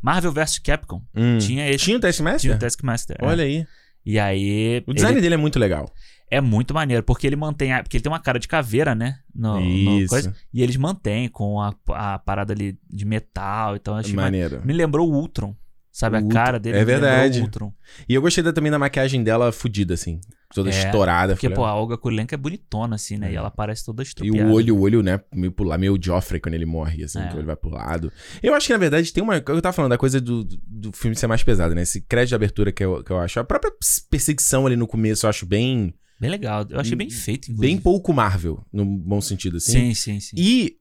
B: Marvel vs Capcom
A: Hum.
B: tinha esse.
A: Tinha o
B: Tinha
A: Taskmaster?
B: o Taskmaster. é.
A: Olha aí.
B: E aí.
A: O design
B: ele-
A: dele é muito legal.
B: é muito maneiro, porque ele mantém. a- Porque ele tem uma cara de caveira, né? No, no
A: Isso.
B: coisa. e eles mantêm com a, a parada ali de metal e tal. Eu achei mane-
A: Maneiro.
B: Me lembrou o Ultron. Sabe,
A: O
B: a cara dele
A: é
B: me lembrou
A: verdade.
B: o Ultron.
A: E eu gostei da- também da maquiagem dela fudida, assim. Toda
B: É,
A: estourada.
B: Porque,
A: falei,
B: pô, a Olga Kulenka é bonitona, assim, né? E ela parece toda
A: E
B: estrupiada.
A: o olho, o olho, né? Meio pular, meio o Joffrey quando ele morre, assim,
B: É.
A: que ele vai pro lado. Eu acho que, na verdade, tem uma. Eu tava falando da coisa do, do filme ser mais pesado, né? Esse crédito de abertura que eu, que eu acho. A própria ps- perseguição ali no começo eu acho bem.
B: Bem legal. Eu achei bem feito, inclusive.
A: Bem pouco Marvel, no bom sentido, assim.
B: Sim, sim, sim.
A: E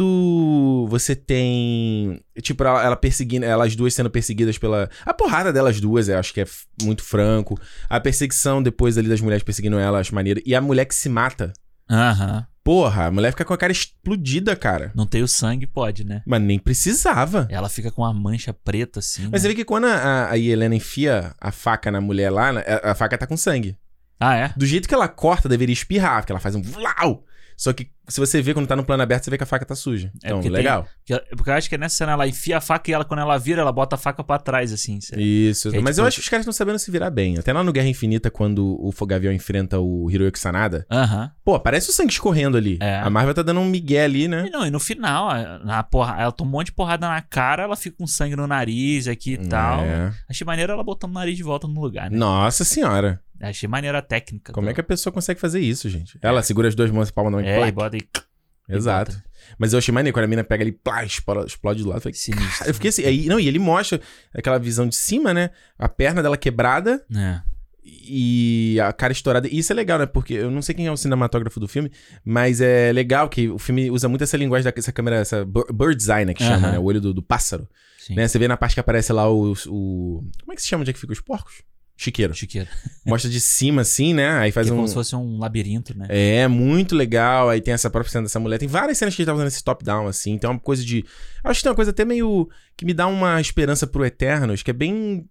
A: quando você tem. Tipo, ela, ela perseguindo. Elas duas sendo perseguidas pela. A porrada delas duas, eu acho que é f- muito franco. A perseguição depois ali das mulheres perseguindo ela, eu acho maneiro. E a mulher que se mata.
B: Aham.
A: Porra, a mulher fica com a cara explodida, cara.
B: Não tem o sangue, pode, né?
A: Mas nem precisava.
B: Ela fica com uma mancha preta, assim.
A: Mas você
B: né?
A: vê que quando a, a- a Helena enfia a faca na mulher lá, na- a, a faca tá com sangue.
B: Ah, é?
A: Do jeito que ela corta, deveria espirrar, porque ela faz um vlau. Só que se você vê quando tá no plano aberto, você vê que a faca tá suja.
B: É
A: Então,
B: porque tem-
A: legal.
B: Porque, porque eu acho que nessa cena ela enfia a faca e ela, quando ela vira, ela bota a faca pra trás, assim. sei lá.
A: Isso,
B: Que aí,
A: mas
B: tipo,
A: eu acho que os caras estão sabendo se virar bem. Até lá no Guerra Infinita, quando o Fogavião enfrenta o Hiroyuki Sanada,
B: Aham.
A: pô, aparece o sangue escorrendo ali.
B: É.
A: A Marvel tá dando um migué ali, né?
B: E não, e no final, a- na porra, ela toma um monte de porrada na cara, ela fica com sangue no nariz aqui e tal.
A: É.
B: Achei maneiro ela botando o nariz de volta no lugar, né?
A: Nossa senhora,
B: Achei maneiro a técnica.
A: como
B: do-
A: é que a pessoa consegue fazer isso, gente? Ela segura as duas mãos e palma na mão e
B: É, e
A: plac.
B: bota e...
A: Exato.
B: bota.
A: Mas eu achei maneiro quando a mina pega ali, plá, explode, explode do lado. Eu Falei,
B: Sinistro.
A: eu fiquei assim, aí, não, e ele mostra aquela visão de cima, né? A perna dela quebrada,
B: É.
A: e a cara estourada. E isso é legal, né? Porque eu não sei quem é o cinematógrafo do filme, mas é legal que o filme usa muito essa linguagem dessa câmera, essa bir- bird's eye, né? Que chama,
B: Aham.
A: né? O olho do, do pássaro.
B: Sim.
A: Né? Você vê na parte que aparece lá os- o, Como é que se chama onde é que fica os porcos? Chiqueiro.
B: Chiqueiro.
A: Mostra de cima assim, né? Aí faz
B: Porque é
A: um.
B: como se fosse um labirinto, né?
A: É, muito legal. Aí tem essa própria cena dessa mulher. Tem várias cenas que ele tá usando esse top-down, assim. Tem uma coisa de. Acho que tem uma coisa até meio. que me dá uma esperança pro Eternos, que é bem.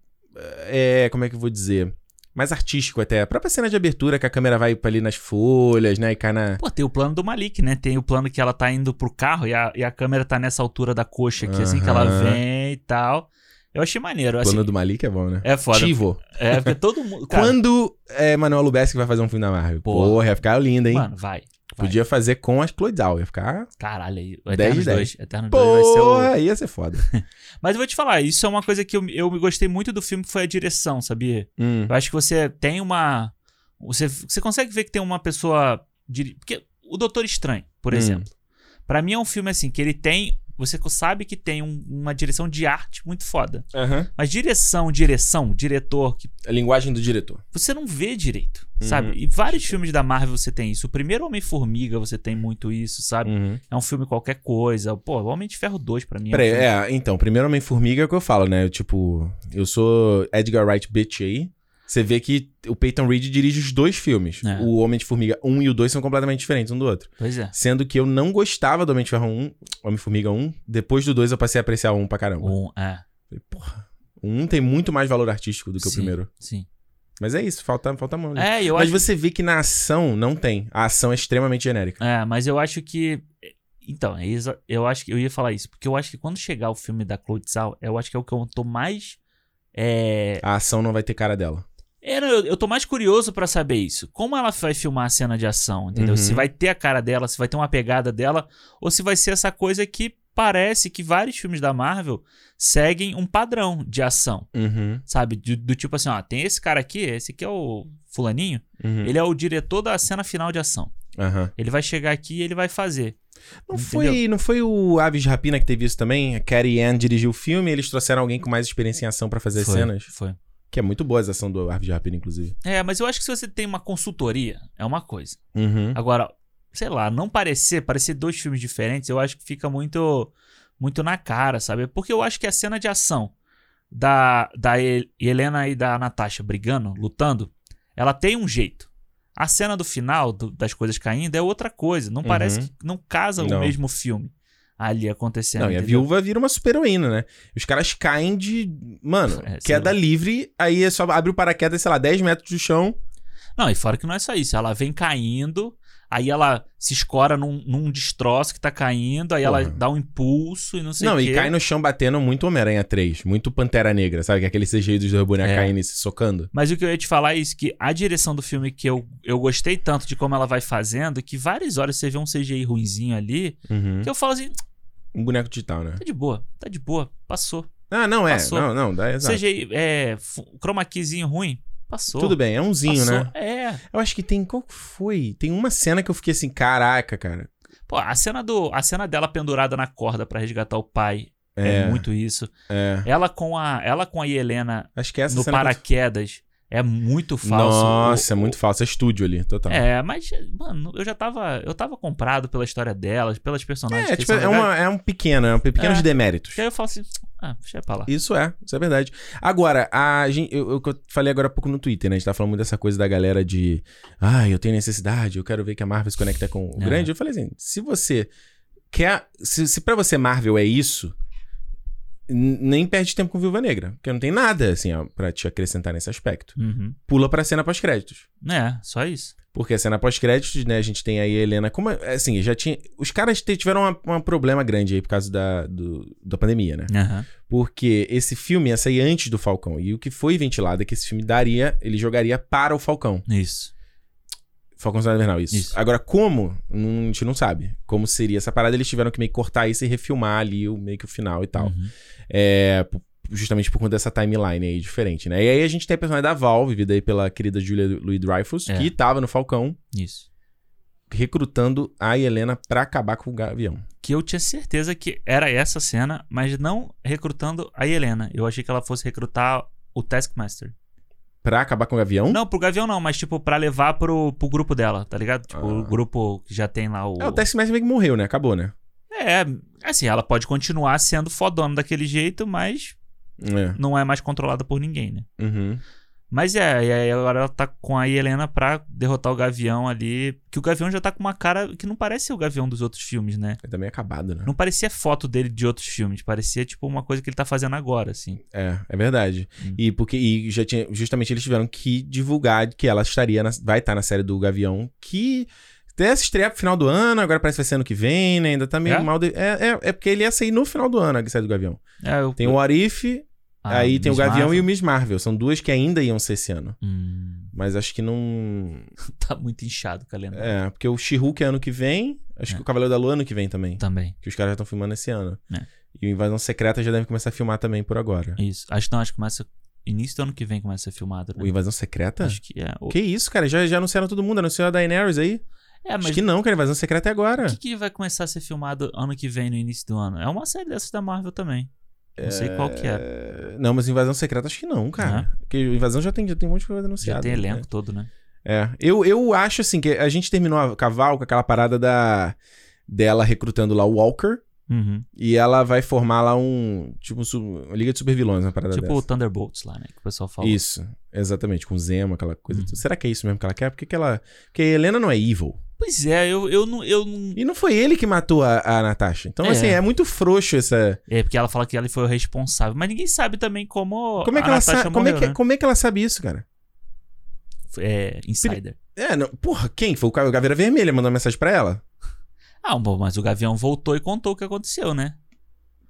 A: É, como é que eu vou dizer? Mais artístico até. A própria cena de abertura, que a câmera vai pra ali nas folhas, né? E cai na.
B: É. Pô, tem o plano do Malik, né? Tem o plano que ela tá indo pro carro e a, e a câmera tá nessa altura da coxa aqui, assim, que ela
A: Aham.
B: vem e tal. Eu achei maneiro, assim.
A: Plano do Malik é bom, né?
B: É foda.
A: Tivo.
B: É, porque todo mundo. Cara,
A: Quando é, Manuel Lubezki vai fazer um filme da Marvel?
B: Porra.
A: Porra, ia ficar lindo, hein?
B: Mano, vai. vai.
A: Podia fazer com as Cloidal, ia ficar.
B: Caralho aí.
A: 10
B: O Eternos
A: de 10.
B: 2. Eternos 2 vai ser o.
A: Porra, ia ser foda.
B: Mas eu vou te falar, isso é uma coisa que eu, eu me gostei muito do filme, que foi a direção, sabia?
A: Hum.
B: Eu acho que você tem uma. Você, você consegue ver que tem uma pessoa. diri- Porque o Doutor Estranho, por
A: Hum.
B: exemplo. Pra mim é um filme assim, que ele tem. Você sabe que tem um- uma direção de arte muito foda.
A: Aham.
B: Mas direção, direção, diretor, que
A: A linguagem do diretor.
B: você não vê direito,
A: Uhum.
B: sabe? E vários filmes da Marvel você tem isso. O primeiro Homem-Formiga você tem muito isso, sabe?
A: Uhum.
B: É um filme qualquer coisa. Pô, Homem de Ferro 2 pra mim.
A: Peraí,
B: é, um filme-
A: é, então, primeiro Homem-Formiga é o que eu falo, né? Eu, tipo, eu sou Edgar Wright bitch aí. Você vê que o Peyton Reed dirige os dois filmes.
B: É.
A: O Homem de Formiga 1 e o 2 são completamente diferentes um do outro.
B: Pois é.
A: Sendo que eu não gostava do Homem de Ferro 1, Homem-Formiga 1. Depois do 2 eu passei a apreciar o 1 pra caramba.
B: Um, é,
A: Falei, Porra, o 1 tem muito mais valor artístico do que o
B: Sim.
A: primeiro.
B: sim.
A: Mas é isso, falta, falta mão, né?
B: É, eu
A: Mas
B: acho.
A: você vê que na ação não tem. A ação é extremamente genérica.
B: É, mas eu acho que. Então, é exa- eu acho que eu ia falar isso, porque eu acho que quando chegar o filme da Chloe Zhao, eu acho que é o que eu tô mais. É,
A: A ação não vai ter cara dela.
B: é, não, eu, eu tô mais curioso pra saber isso. Como ela vai filmar a cena de ação, entendeu?
A: Uhum.
B: Se vai ter a cara dela, se vai ter uma pegada dela, ou se vai ser essa coisa que parece que vários filmes da Marvel seguem um padrão de ação,
A: Uhum,
B: sabe? Do, do tipo assim, ó, tem esse cara aqui, esse aqui é o fulaninho,
A: uhum,
B: ele é o diretor da cena final de ação.
A: aham.
B: Ele vai chegar aqui e ele vai fazer.
A: Não,
B: Entendeu?
A: foi, não foi o Aves de Rapina que teve isso também? A Carrie Ann dirigiu o filme e eles trouxeram alguém com mais experiência em ação pra fazer as
B: Foi,
A: cenas.
B: Foi.
A: Que é muito boa essa ação do Aves de Rapina, inclusive.
B: É, mas eu acho que se você tem uma consultoria, é uma coisa.
A: Uhum.
B: Agora, sei lá, não parecer, parecer dois filmes diferentes, eu acho que fica muito muito na cara, sabe? Porque eu acho que a cena de ação da, da Hel- Helena e da Natasha brigando, lutando, ela tem um jeito. A cena do final, do- das coisas caindo, é outra coisa. Não parece
A: Uhum.
B: que não casa
A: Não.
B: o mesmo filme ali acontecendo.
A: Não, e a
B: entendeu?
A: viúva vira uma super-heroína, né? Os caras caem de. Mano,
B: É, sei
A: queda
B: lá.
A: livre, aí é só abre o paraquedas, sei lá, 10 metros do chão.
B: Não, e fora que não é só isso. Ela vem caindo, aí ela se escora num, num destroço que tá caindo, aí ela
A: Porra.
B: dá um impulso e não sei
A: não,
B: o quê.
A: e cai no chão batendo muito Homem-Aranha 3, muito Pantera Negra, sabe? Que é aquele CGI dos dois bonecos
B: É.
A: caindo e se socando.
B: Mas o que eu ia te falar é isso, que a direção do filme que eu, eu gostei tanto de como ela vai fazendo, que várias horas você vê um CGI ruinzinho ali,
A: Uhum.
B: que eu falo assim,
A: Um boneco digital, né?
B: tá de boa, tá de boa, passou.
A: Ah, não, é.
B: Passou.
A: Não, não, dá exato.
B: CGI, é, fu- chroma keyzinho ruim, passou.
A: Tudo bem, é umzinho,
B: passou.
A: né?
B: É.
A: Eu acho que tem. Qual que foi? Tem uma cena que eu fiquei assim, caraca, cara.
B: Pô, a cena, do, a cena dela pendurada na corda pra resgatar o pai
A: É,
B: é, muito isso.
A: é.
B: Ela com a, ela com a Helena
A: Acho que é essa
B: no
A: cena. que eu-
B: paraquedas é muito falso.
A: Nossa,
B: O-
A: é
B: o-
A: muito falso. É estúdio ali, total.
B: É, mas, mano, eu já tava. Eu tava comprado pela história delas, pelas personagens.
A: É,
B: que
A: tipo,
B: são
A: é,
B: legais.
A: uma, é um pequeno, é um pequeno
B: É.
A: de deméritos.
B: Que aí eu falo assim, ah, deixa pra lá.
A: Isso é, isso é verdade. Agora, a gente, eu, eu- que eu falei agora há pouco no Twitter, né? A gente tá falando muito dessa coisa da galera de. Ah, eu tenho necessidade, eu quero ver que a Marvel se conecta com o
B: É.
A: grande. Eu falei assim: se você quer. Se, se para você Marvel é isso, n- nem perde tempo com Viúva Negra. Porque não tem nada, assim, ó, pra te acrescentar nesse aspecto.
B: Uhum.
A: Pula pra cena pós-créditos.
B: É, só isso.
A: Porque a cena pós-créditos, né? A gente tem aí a Helena. Como, é- assim, já tinha. Os caras te- tiveram um problema grande aí por causa da, do- da pandemia, né?
B: Aham.
A: Porque esse filme ia sair antes do Falcão. E o que foi ventilado é que esse filme daria, ele jogaria para o Falcão.
B: Isso.
A: Falcão Soldado Invernal, isso.
B: Isso.
A: Agora, como? Hum, a gente não sabe. Como seria essa parada, eles tiveram que meio que cortar isso e refilmar ali o, meio que o final e tal.
B: Uhum.
A: É, p- justamente por conta dessa timeline aí diferente, né? E aí a gente tem a personagem da Valve, vida aí pela querida Julia Louis Dreyfus,
B: É.
A: que tava no Falcão
B: Isso.
A: recrutando a Helena pra acabar com o Gavião.
B: Que eu tinha certeza que era essa cena, mas não recrutando a Helena. Eu achei que ela fosse recrutar o Taskmaster.
A: Pra acabar com o Gavião?
B: Não, pro Gavião não, mas tipo, pra levar pro, pro grupo dela, tá ligado? Tipo,
A: Ah.
B: o grupo que já tem lá o.
A: É, o Taskmaster meio que morreu, né? Acabou, né?
B: É, assim, ela pode continuar sendo fodona daquele jeito, mas
A: É.
B: não é mais controlada por ninguém, né?
A: Uhum.
B: Mas é, e aí agora ela tá com a Helena pra derrotar o Gavião ali. Que o Gavião já tá com uma cara que não parece o Gavião dos outros filmes, né?
A: Ele tá meio acabado, né?
B: Não parecia foto dele de outros filmes, parecia tipo uma coisa que ele tá fazendo agora, assim.
A: É, é verdade.
B: Hum.
A: E porque e já tinha, justamente eles tiveram que divulgar que ela estaria na- vai estar na série do Gavião, que tem essa estreia pro final do ano, agora parece que vai ser ano que vem, né? Ainda tá meio
B: É?
A: mal. de- É, é, é porque ele ia sair no final do ano a série do Gavião.
B: É, eu-
A: Tem o Arif,
B: Ah,
A: aí tem o
B: Miss
A: Gavião e
B: Marvel.
A: o Miss Marvel. São duas que ainda iam ser esse ano.
B: Hum,
A: Mas acho que não.
B: tá muito inchado o calendário.
A: É, porque o She-Hulk é ano que vem. Acho
B: É.
A: que o Cavaleiro da Lua é ano que vem também.
B: Também.
A: Que os caras já estão filmando esse ano.
B: É.
A: E o Invasão Secreta já deve começar a filmar também por agora.
B: Isso. Acho não, acho que começa. Início do ano que vem começa a ser filmado, né?
A: O Invasão Secreta?
B: Acho que é. O-
A: Que isso, cara? Já, já anunciaram todo mundo, anunciou a Daenerys aí?
B: É, mas
A: Acho que não, cara. Invasão Secreta é agora.
B: o que, que vai começar a ser filmado ano que vem, no início do ano? É uma série dessas da Marvel também. Não sei qual que é.
A: É, Não, mas Invasão Secreta acho que não, cara. Porque Invasão já tem, já tem um monte de coisa anunciada.
B: Já tem elenco
A: né?
B: todo, né?
A: É. Eu, eu acho, assim, que a gente terminou a Caval com aquela parada da... dela recrutando lá o Walker.
B: Uhum.
A: E ela vai formar lá um... Tipo, um su- uma liga de supervilões, uma parada
B: Tipo o
A: dessa.
B: Thunderbolts lá, né? Que o pessoal fala.
A: Isso. Exatamente. Com Zemo, aquela coisa.
B: Hum.
A: toda. Será que é isso mesmo que ela quer? Porque que ela... Porque a Helena não é evil.
B: Pois é, eu, eu não. Eu não...
A: E não foi ele que matou a, a Natasha. Então,
B: É.
A: assim, é muito frouxo essa...
B: É porque ela fala que ela foi o responsável. Mas ninguém sabe também como.
A: Como é que
B: a
A: ela
B: Natasha
A: sabe? Como, é
B: morreu,
A: que,
B: né?
A: como é que ela sabe isso, cara?
B: É, insider.
A: É, não, porra, quem? Foi o Ca- o Gaveira Vermelha mandou uma mensagem pra ela?
B: Ah, bom, mas o Gavião voltou e contou o que aconteceu, né?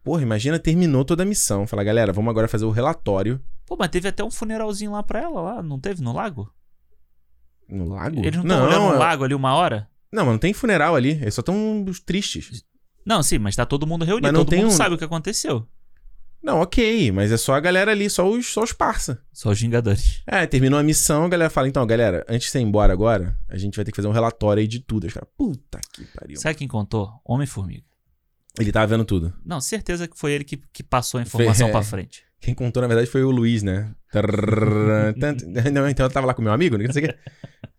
A: Porra, imagina, terminou toda a missão. Fala, galera, vamos agora fazer o relatório
B: Pô, mas teve até um funeralzinho lá pra ela, lá, não teve? No lago?
A: no lago?
B: Eles não estão olhando
A: é-
B: o lago ali uma hora?
A: não, mas não tem funeral ali. Eles só estão tristes.
B: Não, sim, mas tá todo mundo reunido.
A: Mas não
B: todo
A: tem
B: mundo
A: um-
B: sabe o que aconteceu.
A: Não, ok, mas é só a galera ali, só os, só os parça.
B: Só os Vingadores.
A: É, terminou a missão, a galera fala, então, galera, antes de você ir embora agora, a gente vai ter que fazer um relatório aí de tudo. Aí Os caras, puta que pariu.
B: Sabe quem contou? Homem-Formiga.
A: Ele tava vendo tudo.
B: Não, certeza que foi ele que, que passou a informação
A: É.
B: pra frente.
A: Quem contou, na verdade, foi o Luiz, né? Tarrrrrrrrrrrrrrrrrrrrrrrrrrrrrrrrrrrrrrrrrrrrrrrrrrrrrrrrrrrrrrrr. Tanto- Não, então ela tava lá com meu amigo, não sei o quê.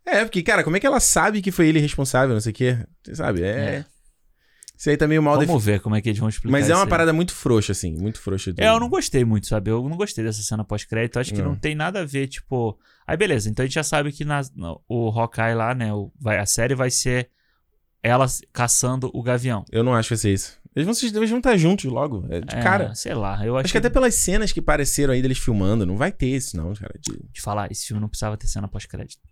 A: É, porque, cara, como é que ela sabe que foi ele responsável, não sei o quê? Você sabe, é...
B: É.
A: Isso aí tá meio mal
B: Vamos
A: definido.
B: ver como é que eles vão explicar
A: Mas é
B: isso
A: uma
B: aí.
A: parada muito frouxa, assim, muito frouxa. do-
B: É, eu não gostei muito, sabe? Eu não gostei dessa cena pós-crédito. Acho que não.
A: Não.
B: tem nada a ver, tipo. Aí beleza, então a gente já sabe que na, no- o Hawkeye lá, né? o- vai, a série vai ser ela s- caçando o Gavião.
A: Eu não acho que vai ser isso. Eles vão, se- eles vão estar juntos logo, é, de
B: É,
A: cara.
B: Sei lá, eu
A: Acho
B: acho
A: que até pelas cenas que pareceram aí deles filmando, não vai ter isso, não, cara. de-
B: te falar, esse filme não precisava ter cena pós-crédito.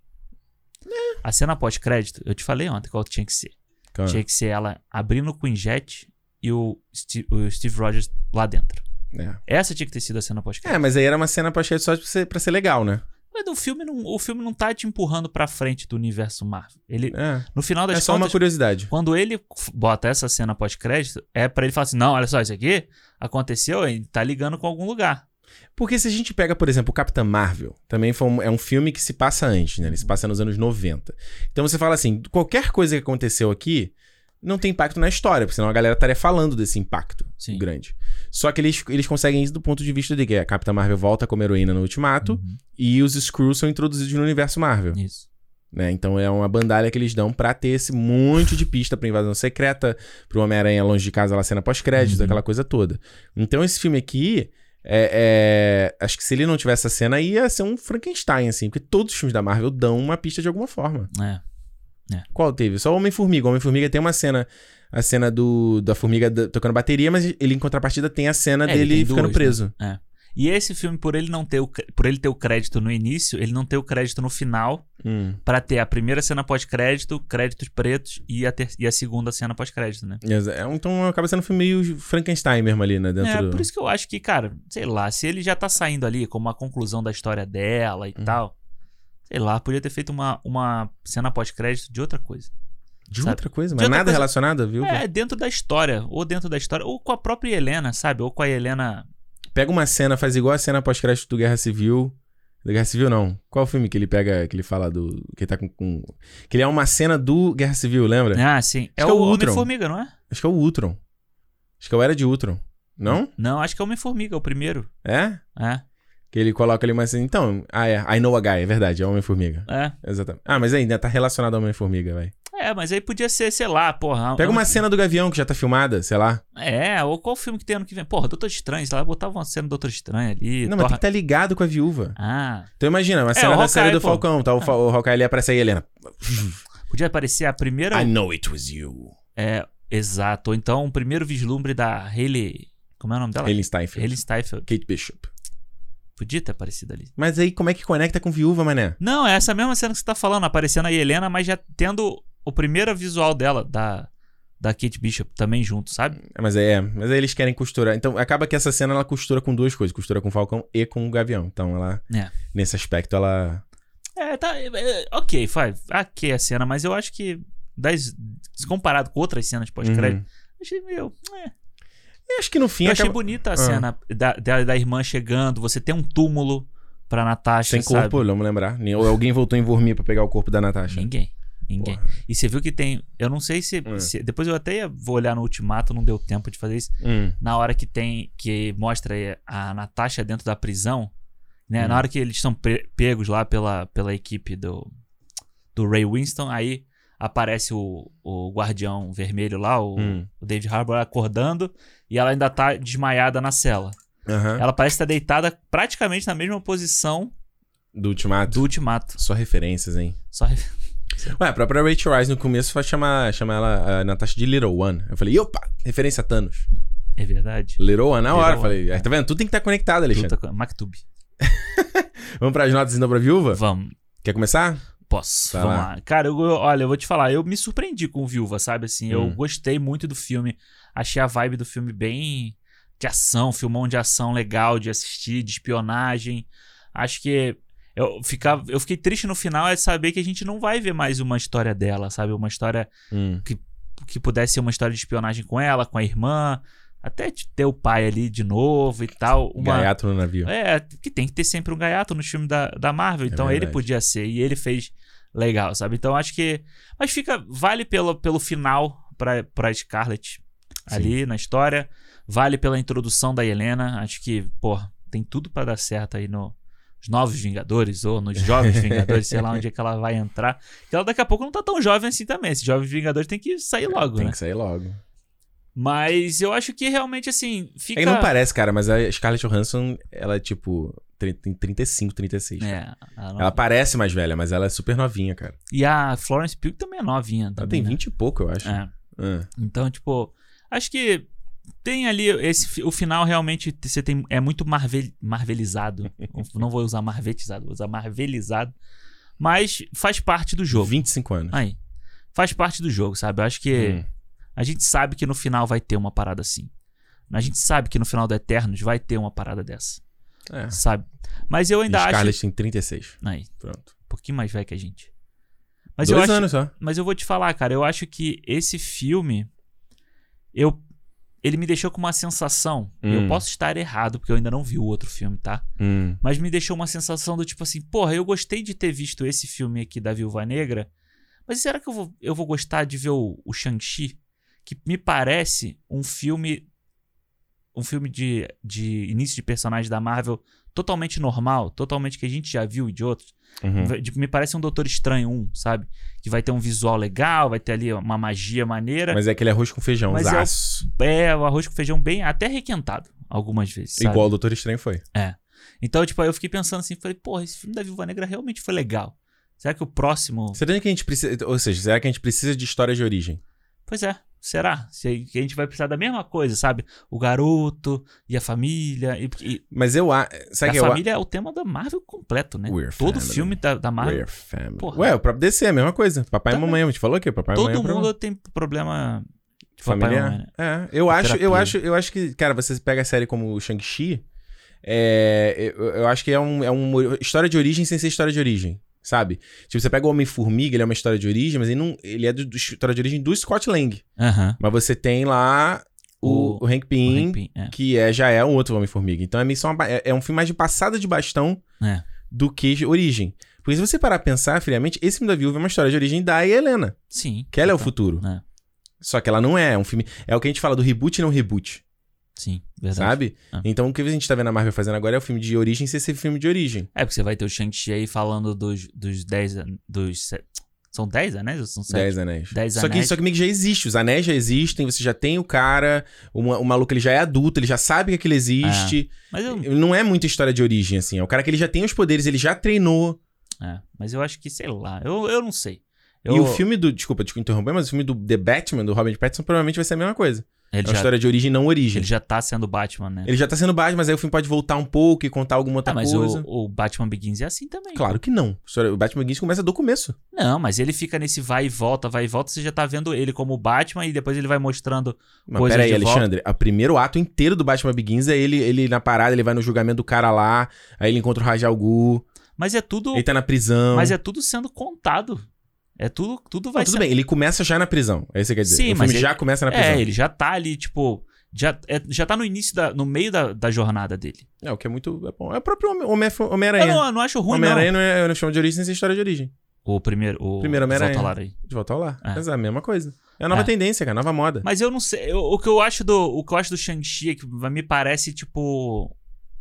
A: É.
B: A cena pós-crédito, eu te falei ontem qual tinha que ser.
A: Calma.
B: Tinha que ser ela abrindo o Quinjet e o Steve, o Steve Rogers lá dentro.
A: É.
B: Essa tinha que ter sido a cena pós-crédito.
A: É, mas aí era uma cena pra achar só pra ser, pra ser legal, né?
B: Mas o filme, não, o filme não tá te empurrando pra frente do universo Marvel. Ele,
A: É,
B: no final das
A: é só uma
B: contas,
A: curiosidade.
B: quando ele f- bota essa cena pós-crédito, é pra ele falar assim: não, olha só, isso aqui aconteceu, ele tá ligando com algum lugar.
A: Porque se a gente pega, por exemplo, o Capitã Marvel, também foi um- é um filme que se passa antes, né? Ele se passa nos anos 90. Então você fala assim, qualquer coisa que aconteceu aqui não tem impacto na história, porque senão a galera estaria falando desse impacto
B: Sim.
A: grande. Só que eles, eles conseguem isso do ponto de vista de que a Capitã Marvel volta como heroína no Ultimato
B: Uhum,
A: e os Skrulls são introduzidos no universo Marvel.
B: Isso.
A: né? Então é uma bandalha que eles dão pra ter esse monte de pista pra invasão secreta, pro Homem-Aranha longe de casa lá cena pós-crédito,
B: Uhum.
A: aquela coisa toda. Então esse filme aqui. é- é- acho que se ele não tivesse essa cena, ia ser um Frankenstein, assim, porque todos os filmes da Marvel dão uma pista de alguma forma.
B: É.
A: Qual teve? Só o Homem-Formiga. O Homem-Formiga tem uma cena, a cena do, da formiga da- tocando bateria, mas ele, em contrapartida, tem a cena
B: É, ele
A: dele
B: tem
A: ficando
B: duas, né?
A: preso.
B: E esse filme, por ele não ter o, cr- por ele ter o crédito no início, ele não ter o crédito no final
A: Hum,
B: pra ter a primeira cena pós-crédito, créditos pretos e a, ter- e a segunda cena pós-crédito, né?
A: exa- é, então acaba sendo um filme meio Frankenstein mesmo ali, né? Dentro
B: É,
A: do...
B: por isso que eu acho que, cara, sei lá, se ele já tá saindo ali como a conclusão da história dela e
A: Uhum.
B: tal, sei lá, podia ter feito uma, uma cena pós-crédito de outra coisa.
A: De
B: sabe?
A: outra coisa,
B: De
A: mas
B: outra
A: nada
B: coisa-
A: relacionado, viu?
B: É, dentro da história, ou dentro da história, ou com a própria Helena, sabe? Ou com a Helena.
A: Pega uma cena, faz igual a cena pós-crédito do Guerra Civil. Do Guerra Civil, não. Qual o filme que ele pega, que ele fala do. Que ele tá com. com- Que ele é uma cena do Guerra Civil, lembra?
B: Ah, sim.
A: que
B: É
A: é
B: o
A: o Ultron.
B: Homem-Formiga, não é?
A: Acho que é o Ultron. Acho que é o Era de Ultron. Não?
B: Não, acho que é o Homem-Formiga, o primeiro.
A: É?
B: É,
A: Que ele coloca ali uma cena. Então, ah, é. I know a guy, é verdade, é Homem-Formiga.
B: é.
A: Exatamente. Ah, mas ainda tá relacionado ao Homem-Formiga, vai.
B: É, mas aí podia ser, sei lá, porra.
A: Pega
B: um-
A: uma cena do Gavião que já tá filmada, sei lá.
B: É, ou qual filme que tem ano que vem? Porra, Doutor Estranho, sei lá, botava uma cena do Doutor Estranho ali.
A: Não, mas tem
B: Thor-
A: que tá ligado com a viúva.
B: Ah,
A: Então imagina, uma cena
B: o
A: da série
B: Hawkeye,
A: do
B: pô. Ah.
A: Falcão, tá? O, Fa- o Hawkeye ali aparece aí, Helena.
B: podia aparecer a primeira.
A: I know it was you.
B: É, exato. Ou então o primeiro vislumbre da Hayley. Como é o nome dela?
A: Helen Steinfeld.
B: Hayley Steinfeld.
A: Kate Bishop.
B: Podia ter aparecido ali.
A: Mas aí como é que conecta com viúva, mané?
B: Não, é essa mesma cena que você tá falando, aparecendo a Helena, mas já tendo o primeiro visual dela, da, da Kate Bishop, também junto, sabe?
A: É, Mas aí, é, mas aí eles querem costurar. Então acaba que essa cena ela costura com duas coisas, costura com o Falcão e com o Gavião. Então ela
B: É.
A: nesse aspecto ela
B: É, tá. é, é, ok, faz. Aqui é a cena, mas eu acho que. Das, comparado com outras cenas pós-crédito,
A: Uhum.
B: achei meio. é,
A: Eu acho que no fim
B: Eu achei
A: acaba- Ah.
B: bonita a cena da, da, da irmã chegando, você tem um túmulo pra Natasha,
A: sem
B: sabe?
A: corpo, vamos lembrar. Nem- Ou alguém voltou em Vormir pra pegar o corpo da Natasha.
B: Ninguém. Ninguém. E você viu que tem. Eu não sei se,
A: É.
B: se- Depois eu até ia- vou olhar no Ultimato, não deu tempo de fazer isso.
A: Hum.
B: Na hora que tem. Que mostra aí a Natasha dentro da prisão. Né?
A: Hum.
B: Na hora que eles são pre- pegos lá pela, pela equipe do. Do Ray Winston, aí aparece o, o guardião vermelho lá, o,
A: Hum.
B: o David Harbour acordando, e ela ainda tá desmaiada na cela.
A: Aham.
B: Ela parece estar deitada praticamente na mesma posição
A: Do ultimato.
B: do Ultimato.
A: Só referências, hein?
B: Só é,
A: Ué, a própria Rachel Rice no começo vai chamar, chamar ela, a Natasha de Little One. Eu falei, opa, referência a Thanos.
B: é verdade.
A: Little One na
B: Little
A: hora.
B: One. tá
A: Falei, "Ah, tá vendo? Tudo tem que estar conectado, Alexandre.
B: Puta co- Maktub.
A: Tá. Vamos pras notas então pra viúva?
B: Vamos.
A: Quer começar?
B: Posso.
A: Vai
B: Vamos
A: lá.
B: lá. Cara, eu, eu- olha, eu vou te falar, eu me surpreendi com o Viúva, sabe? Assim, eu
A: Hum.
B: gostei muito do filme. Achei a vibe do filme bem de ação, filmão de ação legal de assistir, de espionagem. Acho que eu, ficava, eu
A: Hum.
B: fiquei triste no final é saber que a gente não vai ver mais uma história dela, sabe? Uma história que pudesse ser uma história de espionagem com ela, com a irmã, até de ter o pai ali de novo e tal. Uma...
A: Um Gaiato no navio.
B: É, que tem que ter sempre um gaiato no filme da, da Marvel.
A: É
B: então ele
A: verdade.
B: podia ser e ele fez legal, sabe? Então acho que. Mas fica. Vale pelo, pelo final pra, pra Scarlett ali na história. Vale pela introdução da Helena. Acho que, pô, tem tudo pra dar certo aí no. nos Novos Vingadores, ou nos Jovens Vingadores, sei lá onde é que ela vai entrar. Porque ela daqui a pouco não tá tão jovem assim também. Esses Jovens Vingadores tem que sair logo,
A: É, Tem
B: né?
A: que sair logo.
B: Mas eu acho que realmente, assim, fica.
A: É que não parece, cara, mas a Scarlett Johansson, ela é tipo. tri- Tem 35, 36.
B: É, ela não-
A: né? Ela parece mais velha, mas ela é super novinha, cara.
B: E a Florence Pugh também é novinha.
A: Ela
B: também,
A: tem
B: né?
A: 20 e pouco, eu acho.
B: É.
A: Ah.
B: Então, tipo, acho que tem ali esse fi- o final realmente t- você tem é muito marvel, marvelizado. Eu Não vou usar marvetizado, vou usar marvelizado, mas faz parte do jogo.
A: 25 anos.
B: Aí. Faz parte do jogo, sabe? Eu acho que
A: Hum.
B: a gente sabe que no final vai ter uma parada assim. A gente sabe que no final do Eternos vai ter uma parada dessa,
A: É.
B: sabe? Mas eu
A: E
B: ainda acho,
A: Scarlett tem 36.
B: aí, um
A: Pronto.
B: pouquinho mais velho que a gente. Mas eu
A: Dois
B: acho
A: anos só.
B: mas eu vou te falar, cara, eu acho que esse filme eu ele me deixou com uma sensação, e eu
A: Hum.
B: posso estar errado porque eu ainda não vi o outro filme, tá?
A: Hum.
B: Mas me deixou uma sensação do tipo assim, porra, eu gostei de ter visto esse filme aqui da Viúva Negra, mas será que eu vou, eu vou gostar de ver o, o Shang-Chi? Que me parece um filme. Um filme de, de início de personagem da Marvel totalmente normal, totalmente que a gente já viu e de outros.
A: Uhum.
B: Vai- tipo, Me parece um Doutor Estranho 1, sabe? Que vai ter um visual legal, vai ter ali uma magia maneira.
A: Mas é aquele arroz com feijão,
B: Mas é o-
A: zaço.
B: É, o arroz com feijão bem, até requentado, algumas vezes. sabe?
A: Igual o Doutor Estranho foi.
B: Então, tipo, aí eu fiquei pensando assim, falei, porra, esse filme da Viúva Negra realmente foi legal. Será que o próximo.
A: Será que a gente precisa. Ou seja, será que a gente precisa de histórias de origem?
B: Pois é, será? Se que a gente vai precisar da mesma coisa, sabe? O garoto e a família. E, e
A: Mas eu acho. Sabe
B: a
A: que eu acho?
B: família é o tema da Marvel completo, né?
A: We're
B: Todo
A: family.
B: filme da, da Marvel.
A: We're family.
B: Porra.
A: Ué, o próprio DC é a mesma coisa. Papai e
B: Também.
A: mamãe, a gente falou aqui, papai e
B: todo
A: mamãe. é o
B: mundo tem problema de papai e
A: Familiar.
B: mamãe, né?
A: É, eu
B: A
A: acho, eu
B: terapia.
A: acho, eu acho que, cara, você pega a série como o Shang-Chi, é, eu, eu acho que é um, é uma história de origem sem ser história de origem, sabe? Tipo, você pega o Homem-Formiga, ele é uma história de origem, mas ele, não, ele é do, do história de origem do Scott Lang.
B: Aham.
A: Mas você tem lá o,
B: O-
A: o Hank
B: O
A: Pym,
B: Hank Pym, é.
A: que é, já é um outro Homem-Formiga. Então é, meio só uma ba- é, é um filme mais de passada de bastão
B: É.
A: do que de origem. Porque se você parar a pensar friamente, esse filme da Viúva é uma história de origem da Helena,
B: Sim.
A: que ela é o
B: Então,
A: futuro.
B: né?
A: Só que ela não é, é um filme. É o que a gente fala do reboot e não reboot.
B: Sim, verdade.
A: Sabe?
B: Ah.
A: Então o que a gente tá vendo a Marvel fazendo agora é o filme de origem sem ser filme de origem.
B: É, porque você vai ter o Shang-Chi aí falando dos, dos 10 an- dos se- São 10 anéis ou são 7?
A: Dez Anéis.
B: Dez
A: só, Que,
B: Anéis.
A: só que meio que já existe. Os anéis já existem, você já tem o cara, o, ma- o maluco ele já é adulto, ele já sabe que aquilo existe.
B: Mas eu,
A: Não é muita história de origem, assim. É o cara que ele já tem os poderes, ele já treinou.
B: é, mas eu acho que, sei lá, eu, eu não sei. Eu,
A: E o filme do. Desculpa, te interromper, mas o filme do The Batman, do Robert Pattinson, provavelmente vai ser a mesma coisa.
B: ele
A: é uma
B: já,
A: história de origem não origem.
B: ele
A: Ele já,
B: já tá sendo Batman, né?
A: tá sendo Batman, mas aí o filme pode voltar um pouco e contar alguma outra
B: Ah, mas
A: coisa.
B: o, o Batman Begins é assim também.
A: Claro que não. O Batman Begins começa do começo.
B: Não, mas ele fica nesse vai e volta, vai e volta, você já tá vendo ele como o Batman e depois ele vai mostrando.
A: Mas
B: coisas
A: peraí,
B: de
A: Alexandre. O primeiro ato inteiro do Batman Begins é ele, ele na parada, ele vai no julgamento do cara lá, aí ele encontra o Rajal Gu,
B: Mas é tudo,
A: ele tá na prisão.
B: mas é tudo sendo contado. É tudo, tudo
A: Não,
B: vai
A: tudo
B: sendo
A: bem, ele começa já na prisão. É isso que quer dizer.
B: Sim,
A: o
B: mas
A: filme
B: ele-
A: já começa na prisão.
B: É, ele já tá ali, tipo, já, é- já tá no início da, no meio da, da jornada dele.
A: É, o que é muito. É, bom. É o próprio Homem-
B: Eu
A: Homem-Aranha.
B: não, eu não acho ruim, não.
A: Homem-Aranha não é, eu não chamo de origem sem ser história de origem.
B: O primeiro. O
A: Primeiro Homem-Aranha.
B: Volta lá aí.
A: De volta ao lar.
B: É.
A: Mas é a mesma coisa. É a nova
B: É.
A: tendência, cara, a nova moda.
B: Mas eu não sei. eu- o que eu acho do. O que eu acho do Shang-Chi é que me parece, tipo.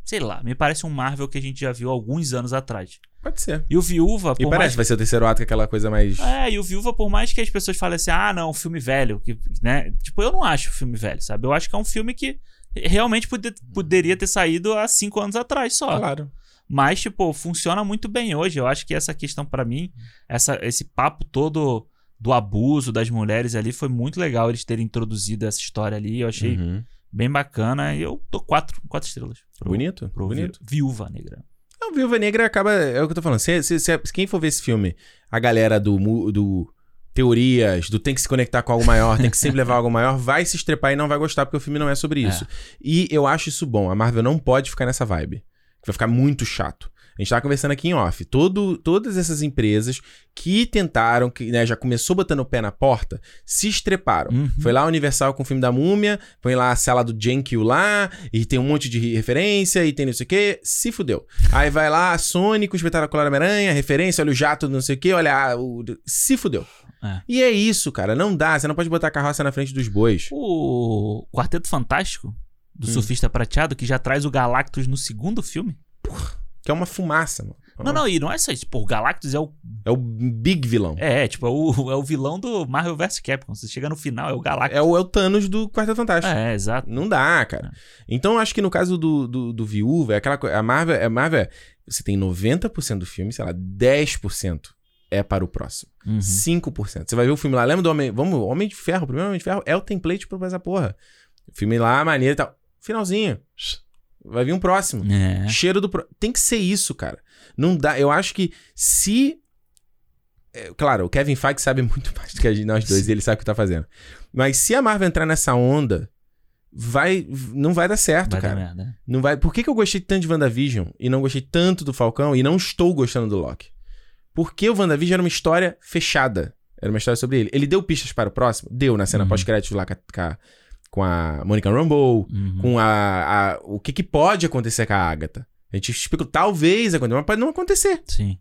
B: Sei lá, me parece um Marvel que a gente já viu alguns anos atrás.
A: Pode ser.
B: E o Viúva,
A: E
B: por
A: parece
B: mais.
A: que vai ser o terceiro ato, que é aquela coisa mais.
B: É, e o Viúva, por mais que as pessoas falem assim, ah, não, filme velho, que, né? Tipo, eu não acho filme velho, sabe? Eu acho que é um filme que realmente poder- poderia ter saído há cinco anos atrás só.
A: Claro.
B: Mas, tipo, funciona muito bem hoje. Eu acho que essa questão, pra mim, essa, esse papo todo do abuso das mulheres ali foi muito legal eles terem introduzido essa história ali. Eu achei
A: Uhum.
B: bem bacana. E eu dou quatro, quatro estrelas. Pro,
A: Tá Bonito.
B: pro
A: bonito.
B: Vi- Viúva Negra.
A: Não, Viúva Negra acaba. É o que eu tô falando. Se, se- se- se quem for ver esse filme, a galera do, mu- do teorias, do tem que se conectar com algo maior, tem que sempre levar algo maior, vai se estrepar e não vai gostar, porque o filme não é sobre
B: É.
A: isso. E eu acho isso bom. A Marvel não pode ficar nessa vibe. que Vai ficar muito chato. A gente tava conversando aqui em off. Todo, todas essas empresas que tentaram, que né, já começou botando o pé na porta, se estreparam.
B: Uhum.
A: Foi lá a Universal com o filme da Múmia, põe lá a sala do Jenkyu lá, e tem um monte de re- referência, e tem não sei o quê, se fudeu. Aí vai lá a Sony com o espetacular Homem-Aranha, referência, olha o jato do não sei o quê, olha a- o... Se fudeu.
B: É.
A: E é isso, cara. Não dá. Você não pode botar a carroça na frente dos bois.
B: O Quarteto Fantástico, do
A: Hum.
B: Surfista Prateado, que já traz o Galactus no segundo filme.
A: Que é uma fumaça, mano. É uma-
B: Não, não, e não é só isso. Pô, o Galactus é o.
A: É o big vilão. É,
B: É, é, tipo, é o, é o vilão do Marvel vs Capcom. Você chega no final, é o Galactus.
A: o, é o Thanos do Quarteto Fantástico.
B: É, exato.
A: Não dá, cara. Então, acho que no caso do, do, do Viúva, é aquela coisa. A Marvel, a Marvel é. Você tem 90% do filme, sei lá, 10% é para o próximo.
B: Uhum.
A: 5%. Você vai ver o filme lá. Lembra do Homem. Vamos, Homem de Ferro. O primeiro Homem de Ferro é o template pra essa porra. O filme lá, maneiro e tal. Finalzinho. Vai vir um próximo.
B: É.
A: Cheiro do. pro- Tem que ser isso, cara. Não dá. Eu acho que se. é, claro, o Kevin Feige sabe muito mais do que a gente, nós dois, e ele sabe o que tá fazendo. Mas se a Marvel entrar nessa onda, vai. Não vai dar certo,
B: Vai dar
A: cara.
B: merda. é.
A: Não vai. Por que, que eu gostei tanto de WandaVision e não gostei tanto do Falcão e não estou gostando do Loki? Porque o WandaVision era uma história fechada. Era uma história sobre ele. Ele deu pistas para o próximo? Deu na cena
B: Uhum.
A: pós-crédito lá com a- com a, com a Monica Rambeau
B: Uhum.
A: com a, a- o que, que pode acontecer com a Agatha. A gente explica, talvez aconteça, mas pode não acontecer.
B: Sim.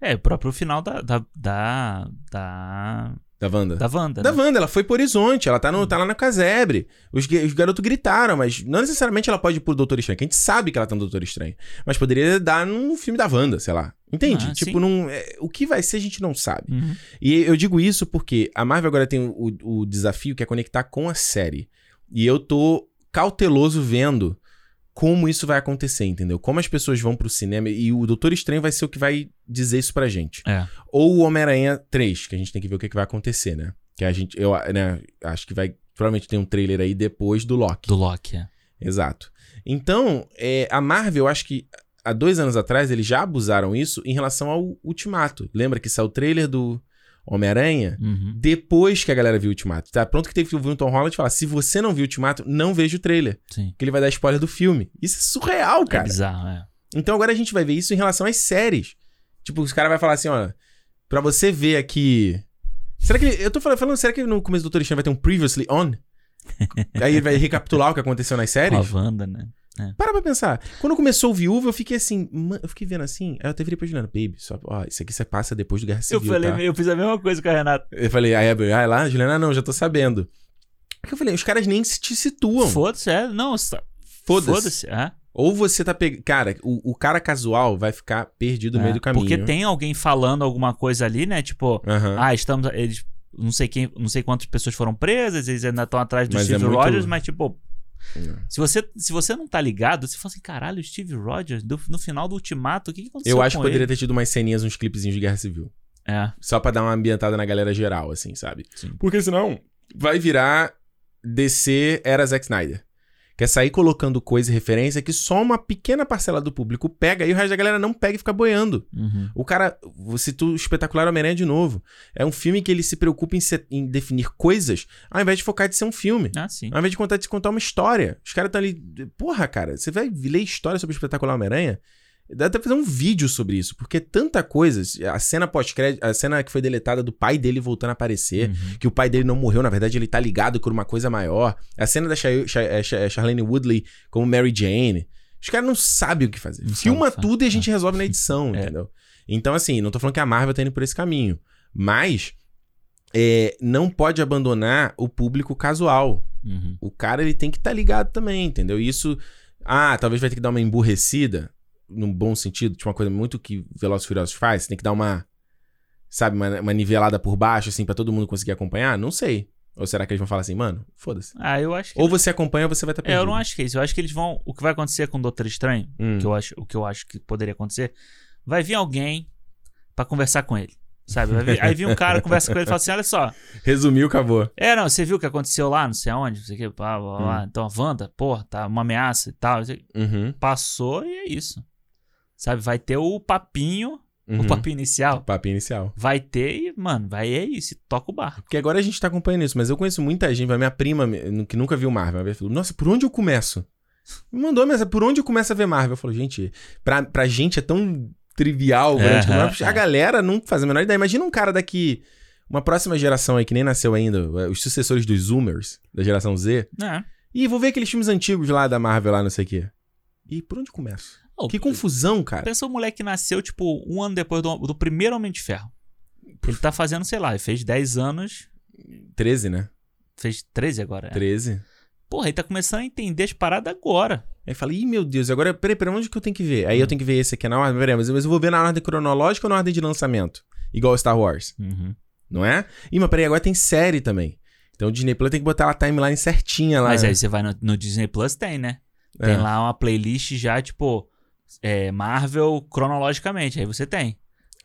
B: É, o próprio final da. Da. Da. Da,
A: Da Wanda. Da,
B: da Wanda. né?
A: Wanda, ela foi pro horizonte, ela tá, no, tá lá no casebre. Os, ga- os garotos gritaram, mas não necessariamente ela pode ir pro Doutor Estranho, que a gente sabe que ela tá no Doutor Estranho. Mas poderia dar num filme da Wanda, sei lá. Entende?
B: Ah,
A: tipo,
B: sim.
A: num, é, o que vai ser a gente não sabe.
B: Uhum.
A: E eu digo isso porque a Marvel agora tem o, o desafio que é conectar com a série. E eu tô cauteloso vendo como isso vai acontecer, entendeu? Como as pessoas vão pro cinema e o Doutor Estranho vai ser o que vai dizer isso pra gente.
B: É.
A: Ou o Homem-Aranha 3, que a gente tem que ver o que, que vai acontecer, né? Que a gente, eu né, acho que vai. Provavelmente tem um trailer aí depois do Loki.
B: Do Loki, é.
A: Exato. Então, é, a Marvel, eu acho que há dois anos atrás, eles já abusaram isso em relação ao Ultimato. Lembra que saiu o trailer do Homem-Aranha?
B: Uhum.
A: Depois que a galera viu o Ultimato. Tá pronto que teve que ouvir o Tom Holland falar: se você não viu o Ultimato, não veja o trailer.
B: Sim.
A: Que ele vai dar spoiler do filme. Isso é surreal,
B: É
A: cara.
B: bizarro, é.
A: Então agora a gente vai ver isso em relação às séries. Tipo, os caras vão falar assim, ó. Pra você ver aqui. Será que. Eu tô falando, falando, será que no começo do Doutor Estranho vai ter um previously on? Aí ele vai recapitular o que aconteceu nas
B: Com
A: séries?
B: a Wanda, né?
A: Para pra pensar. Quando começou o Viúva, eu fiquei assim, mano, eu fiquei vendo assim, aí eu até virei pra Juliana, baby, só, ó, isso aqui você passa depois do Guerra
B: Eu,
A: Civil,
B: falei,
A: tá?
B: eu fiz a mesma coisa com a Renata.
A: Eu falei, aí, Abel, ah, lá, Juliana, não, já tô sabendo. Porque eu falei, os caras nem se te situam.
B: Foda-se, é. Não, só-
A: Foda-se.
B: Foda-se, é.
A: Ou você tá pegando... Cara, o, o cara casual vai ficar perdido no
B: É,
A: meio do caminho.
B: Porque tem alguém falando alguma coisa ali, né? Tipo,
A: Aham.
B: ah, estamos. Eles. Não sei quem. Não sei quantas pessoas foram presas, eles ainda estão atrás do
A: Mas é
B: Steve
A: muito- É.
B: Rogers, mas, tipo,
A: Não.
B: se você, se você não tá ligado, você fala assim, caralho, o Steve Rogers, do- no final do ultimato, o que, que aconteceu?
A: Eu acho que
B: com
A: poderia
B: ele?
A: ter tido umas ceninhas, uns clipezinhos de Guerra Civil.
B: É,
A: Só pra dar uma ambientada na galera geral, assim, sabe?
B: sim.
A: Porque senão vai virar DC era Zack Snyder. Quer sair colocando coisa e referência que só uma pequena parcela do público pega e o resto da galera não pega e fica boiando.
B: Uhum.
A: O cara, você tu espetacular Homem-Aranha de novo. É um filme que ele se preocupa em, ser- em definir coisas ao invés de focar de ser um filme.
B: Ah, sim.
A: Ao invés de contar, de contar uma história. Os caras estão ali. Porra, cara, você vai ler história sobre o espetacular Homem-Aranha? Dá até pra fazer um vídeo sobre isso, porque é tanta coisa. A cena pós-crédito, a cena que foi deletada do pai dele voltando a aparecer,
B: Uhum.
A: que o pai dele não morreu, na verdade ele tá ligado por uma coisa maior. A cena da Chai- Chai- eh, Chai- eh, Charlene Woodley como Mary Jane. Os caras não sabem o que fazer.
B: Não
A: Filma
B: sabe,
A: tudo e a gente resolve na edição,
B: É.
A: entendeu? Então, assim, não tô falando que a Marvel tá indo por esse caminho, mas eh, não pode abandonar o público casual.
B: Uhum.
A: O cara ele tem que estar ligado também, entendeu? E Isso, ah, talvez vai ter que dar uma emburrecida, num bom sentido, tipo uma coisa muito que Velozes e Furiosos faz, você tem que dar uma, sabe, uma, uma nivelada por baixo, assim, pra todo mundo conseguir acompanhar? Não sei. Ou será que eles vão falar assim, mano, foda-se.
B: Ah, eu acho que.
A: Ou você acompanha ou você vai estar
B: É,
A: perdido.
B: eu não acho que é isso. Eu acho que eles vão. O que vai acontecer com o Doutor Estranho,
A: Hum.
B: que eu acho, o que eu acho que poderia acontecer, vai vir alguém pra conversar com ele. Sabe? Vai vir- aí vem um cara, conversa com ele e fala assim: olha só,
A: Resumiu, acabou.
B: É, não, você viu o que aconteceu lá, não sei aonde, não sei o que, blá, blá, blá.
A: Hum.
B: Então a Wanda, porra, tá uma ameaça e tal. não sei o quê.
A: Uhum,
B: Passou e é isso. Sabe, vai ter o papinho,
A: uhum.
B: o papinho inicial.
A: Papo inicial.
B: Vai ter e, mano, vai é isso, e toca o barco.
A: Porque agora a gente tá acompanhando isso, mas eu conheço muita gente, a minha prima me- que nunca viu Marvel, ela falou, nossa, por onde eu começo? Me mandou mensagem. Por onde começa a ver Marvel? Eu falo, gente, pra, pra gente é tão trivial. pra
B: É,
A: gente, mas
B: é.
A: a galera não faz a menor ideia. Imagina um cara daqui... Uma próxima geração aí que nem nasceu ainda, é, os sucessores dos Zoomers, da geração Z.
B: É.
A: Ih, vou ver aqueles filmes antigos lá da Marvel, lá, não sei o quê. E por onde começa?
B: Oh,
A: Que confusão, cara.
B: Pensa o moleque que nasceu, tipo, um ano depois do, do primeiro Homem de Ferro. Ele tá fazendo, sei lá, ele fez 10 anos,
A: 13, né?
B: fez 13 agora. É.
A: 13.
B: Porra, ele tá começando a entender as paradas agora.
A: Aí eu falei, ih, meu Deus, agora, peraí, peraí, onde que eu tenho que ver?
B: Hum.
A: Aí eu tenho que ver esse aqui na ordem, peraí, mas mas eu vou ver na ordem cronológica ou na ordem de lançamento? Igual Star Wars, não é? Ih, mas peraí, agora tem série também. Então o Disney Plus tem que botar a timeline certinha lá.
B: Mas é
A: né?
B: aí você vai no, no Disney Plus, tem, né?
A: É.
B: Tem lá uma playlist já, tipo, é, Marvel cronologicamente. Aí você tem.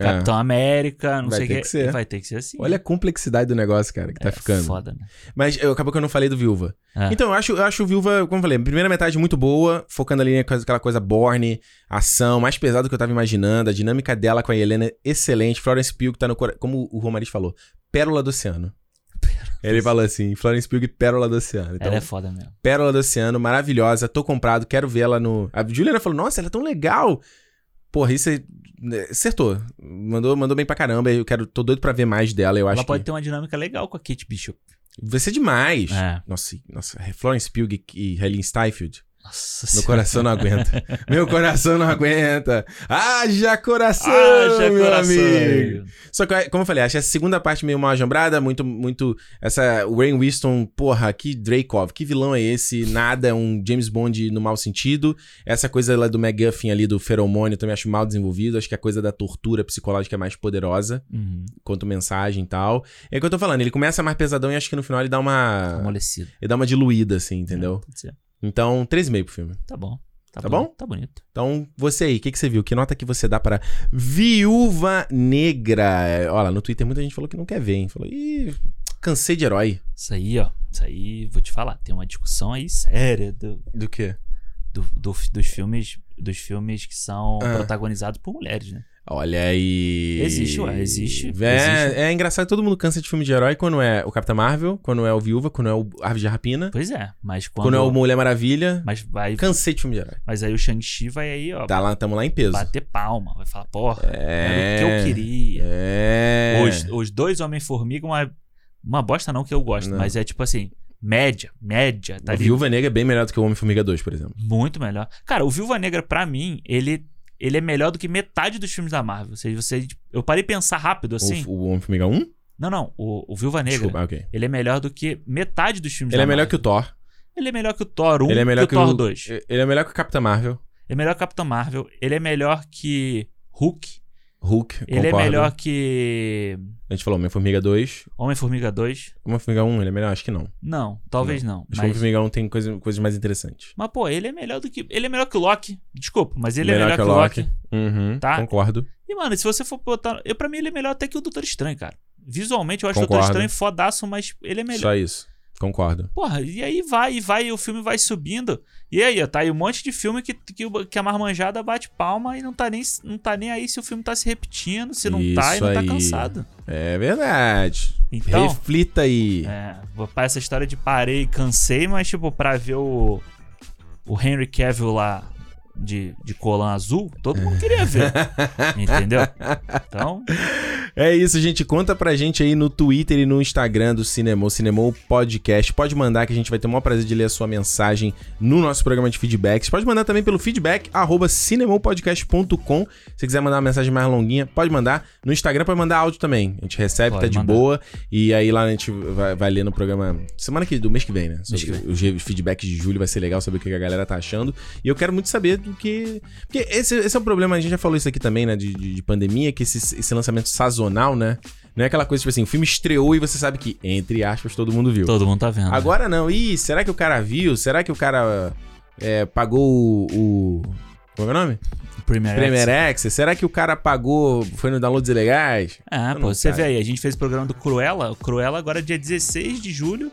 A: É.
B: Capitão América, não
A: Vai
B: sei o
A: ter
B: que.
A: que ser.
B: Vai ter que ser assim.
A: Olha a complexidade do negócio, cara, que tá
B: É
A: ficando.
B: Foda, né?
A: Mas eu, acabou que eu não falei do Viúva.
B: É.
A: Então, eu acho, eu acho o Viúva, como eu falei, a primeira metade muito boa, focando ali naquela coisa Borne, ação, mais pesado do que eu tava imaginando, a dinâmica dela com a Helena, excelente. Florence Pugh tá no cora- como o Romariz falou, pérola do oceano. Ele falou assim, Florence Pugh, pérola do oceano. Então,
B: Ela é foda mesmo.
A: pérola do oceano, maravilhosa, tô comprado, quero ver ela no... A Juliana falou, nossa, ela é tão legal. Porra, isso é... acertou. Mandou, mandou bem pra caramba, eu quero, tô doido pra ver mais dela, eu acho
B: Ela pode
A: que...
B: ter uma dinâmica legal com a Kate Bishop.
A: Vai ser demais.
B: É.
A: Nossa, nossa, Florence Pugh e Helen Steinfeld.
B: Nossa
A: Meu coração não aguenta. Meu coração não aguenta. Haja coração,
B: Haja
A: meu
B: coração,
A: amigo.
B: amigo.
A: Só que, como eu falei, acho essa segunda parte meio mal ajambrada, muito, muito... Essa Wayne Winston, porra, que Dreykov, que vilão é esse? Nada, é um James Bond no mau sentido. Essa coisa lá do McGuffin ali, do feromônio, também acho mal desenvolvido. Acho que a coisa da tortura psicológica é mais poderosa,
B: Uhum.
A: quanto mensagem e tal. É o que eu tô falando, ele começa mais pesadão e acho que no final ele dá uma...
B: Amolecido.
A: Ele dá uma diluída, assim, entendeu?
B: É, Pode ser.
A: Então, 3,5 pro filme.
B: Tá bom.
A: Tá
B: boni-
A: bom?
B: Tá bonito.
A: Então, você aí, o que, que você viu? Que nota que você dá para Viúva Negra? É, Olha, lá, no Twitter muita gente falou que não quer ver, hein? Falou, ih, cansei de herói.
B: Isso aí, ó. Isso aí, vou te falar. Tem uma discussão aí séria do,
A: Do quê?
B: do, do- dos, filmes, dos filmes que são
A: Ah.
B: protagonizados por mulheres, né?
A: Olha aí.
B: Existe, ué, existe,
A: É,
B: existe.
A: é engraçado, todo mundo cansa de filme de herói quando é o Capitão Marvel, quando é o Viúva, quando é o Árvore de Rapina,
B: Pois é, mas quando.
A: quando, é o Mulher Maravilha.
B: mas, vai,
A: Cansei de filme de herói.
B: mas aí o Shang-Chi vai aí, ó,
A: Tá lá, tamo lá em peso.
B: bater palma. Vai falar, porra,
A: É.
B: era o que eu queria.
A: É.
B: Os, os dois Homem-Formiga, uma, uma bosta não que eu gosto,
A: Não.
B: mas é tipo assim, média, média, tá
A: o
B: ali.
A: Viúva Negra é bem melhor do que o Homem-Formiga 2, por exemplo.
B: Muito melhor. Cara, o Viúva Negra, pra mim, ele, ele é melhor do que metade dos filmes da Marvel. Ou seja, você, tipo, eu parei de pensar rápido
A: O-
B: assim.
A: O, Homem-Formiga 1?
B: Não, não, o, o Viúva Negra,
A: Desculpa, ah, ok.
B: ele é melhor do que metade dos filmes
A: Ele
B: da
A: é melhor
B: Marvel.
A: que o Thor.
B: Ele é melhor que o Thor 1,
A: ele é melhor
B: que o Thor 2. Ele
A: Ele é melhor que o Capitão Marvel.
B: é melhor que Capitão Marvel, ele é melhor que Hulk,
A: Hulk,
B: ele é
A: concordo.
B: melhor que
A: A gente falou Homem-Formiga 2.
B: Homem-Formiga 2.
A: Homem-Formiga 1, ele é melhor? Acho que não. Acho
B: Não, talvez não.
A: que o
B: mas...
A: Homem-Formiga 1 tem coisa- coisas mais interessantes.
B: Mas, pô, ele é melhor do que. Ele é melhor que o Loki. Desculpa, mas ele
A: Melhor
B: é melhor
A: que
B: que,
A: o
B: o Loki.
A: Uhum,
B: Tá.
A: concordo.
B: E, mano, se você for botar. Eu, pra mim, ele é melhor até que o Doutor Estranho, cara. Visualmente, eu acho o
A: Concordo.
B: Doutor Estranho fodaço, mas ele é melhor.
A: Só isso. Concordo.
B: Porra, e aí vai, e vai, e o filme vai subindo. E aí, ó, tá aí um monte de filme que, que, o- que a marmanjada bate palma e não tá, nem, não tá nem aí se o filme tá se repetindo, se não tá e
A: Isso
B: não tá
A: aí.
B: cansado.
A: É verdade.
B: Então-
A: Reflita aí.
B: É, vou pra essa história de parei e cansei, mas, tipo, pra ver o, o Henry Cavill lá de, de colã azul, todo mundo queria ver. entendeu? Então,
A: É isso, gente. Conta pra gente aí no Twitter e no Instagram do Cinemou, Cinemou Podcast. Pode mandar que a gente vai ter o maior prazer de ler a sua mensagem no nosso programa de feedbacks. Pode mandar também pelo feedback, arroba cinemoupodcast.com. Se quiser mandar uma mensagem mais longuinha, pode mandar. No Instagram pode mandar áudio também. A gente recebe,
B: Pode
A: tá de
B: mandar.
A: boa. E aí lá a gente vai, vai ler no programa semana que do mês que vem, né?
B: Mês que
A: Sobre os re- os feedbacks de julho, vai ser legal saber o que a galera tá achando. E eu quero muito saber do que. Porque esse, esse é um problema, a gente já falou isso aqui também, né? De, de, de pandemia, que esse, esse lançamento sazonal, né? Não é aquela coisa, tipo assim, o filme estreou e você sabe que, entre aspas, todo mundo viu.
B: todo mundo tá vendo.
A: Agora não, ih, será que o cara viu? Será que o cara é, pagou o. o- Como é o nome?
B: O Premier
A: Premier Access? Será que o cara pagou. Foi no downloads ilegais?
B: Ah,
A: Eu
B: pô,
A: não
B: você
A: sei.
B: vê aí, a gente fez o programa do Cruella. O Cruella agora, é dia 16 de julho,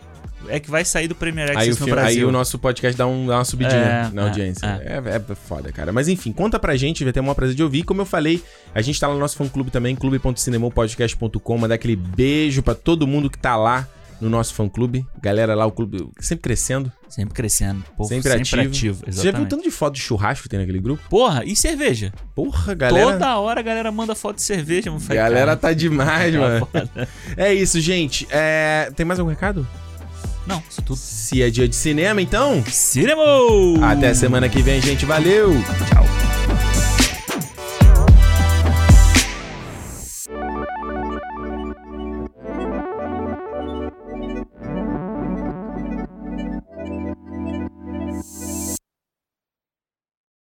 B: é que vai sair do Premier Access
A: Aí o,
B: no
A: filme- aí
B: Brasil.
A: o nosso podcast dá, um, dá uma subidinha
B: É,
A: na
B: é,
A: audiência. É, é foda, cara. Mas enfim, conta pra gente, vai ter o maior prazer de ouvir. Como eu falei, a gente tá lá no nosso fã clube também, clube.cinemopodcast.com. Mandar aquele beijo pra todo mundo que tá lá. no nosso fã-clube. Galera lá, o clube sempre crescendo,
B: Sempre crescendo. Povo
A: sempre,
B: sempre,
A: ativo. Você já
B: ativo.
A: viu o
B: Exatamente.
A: tanto de foto de churrasco que tem naquele grupo?
B: Porra, e cerveja?
A: Porra, galera.
B: Toda hora a galera manda foto de cerveja. Mano. Falei,
A: Galera
B: cara,
A: tá demais, mano.
B: tá foda.
A: É isso, gente. É, Tem mais algum recado?
B: Não, isso tudo.
A: Se é dia de cinema, então.
B: Cinema!
A: Até semana que vem, gente. Valeu!
B: Tchau.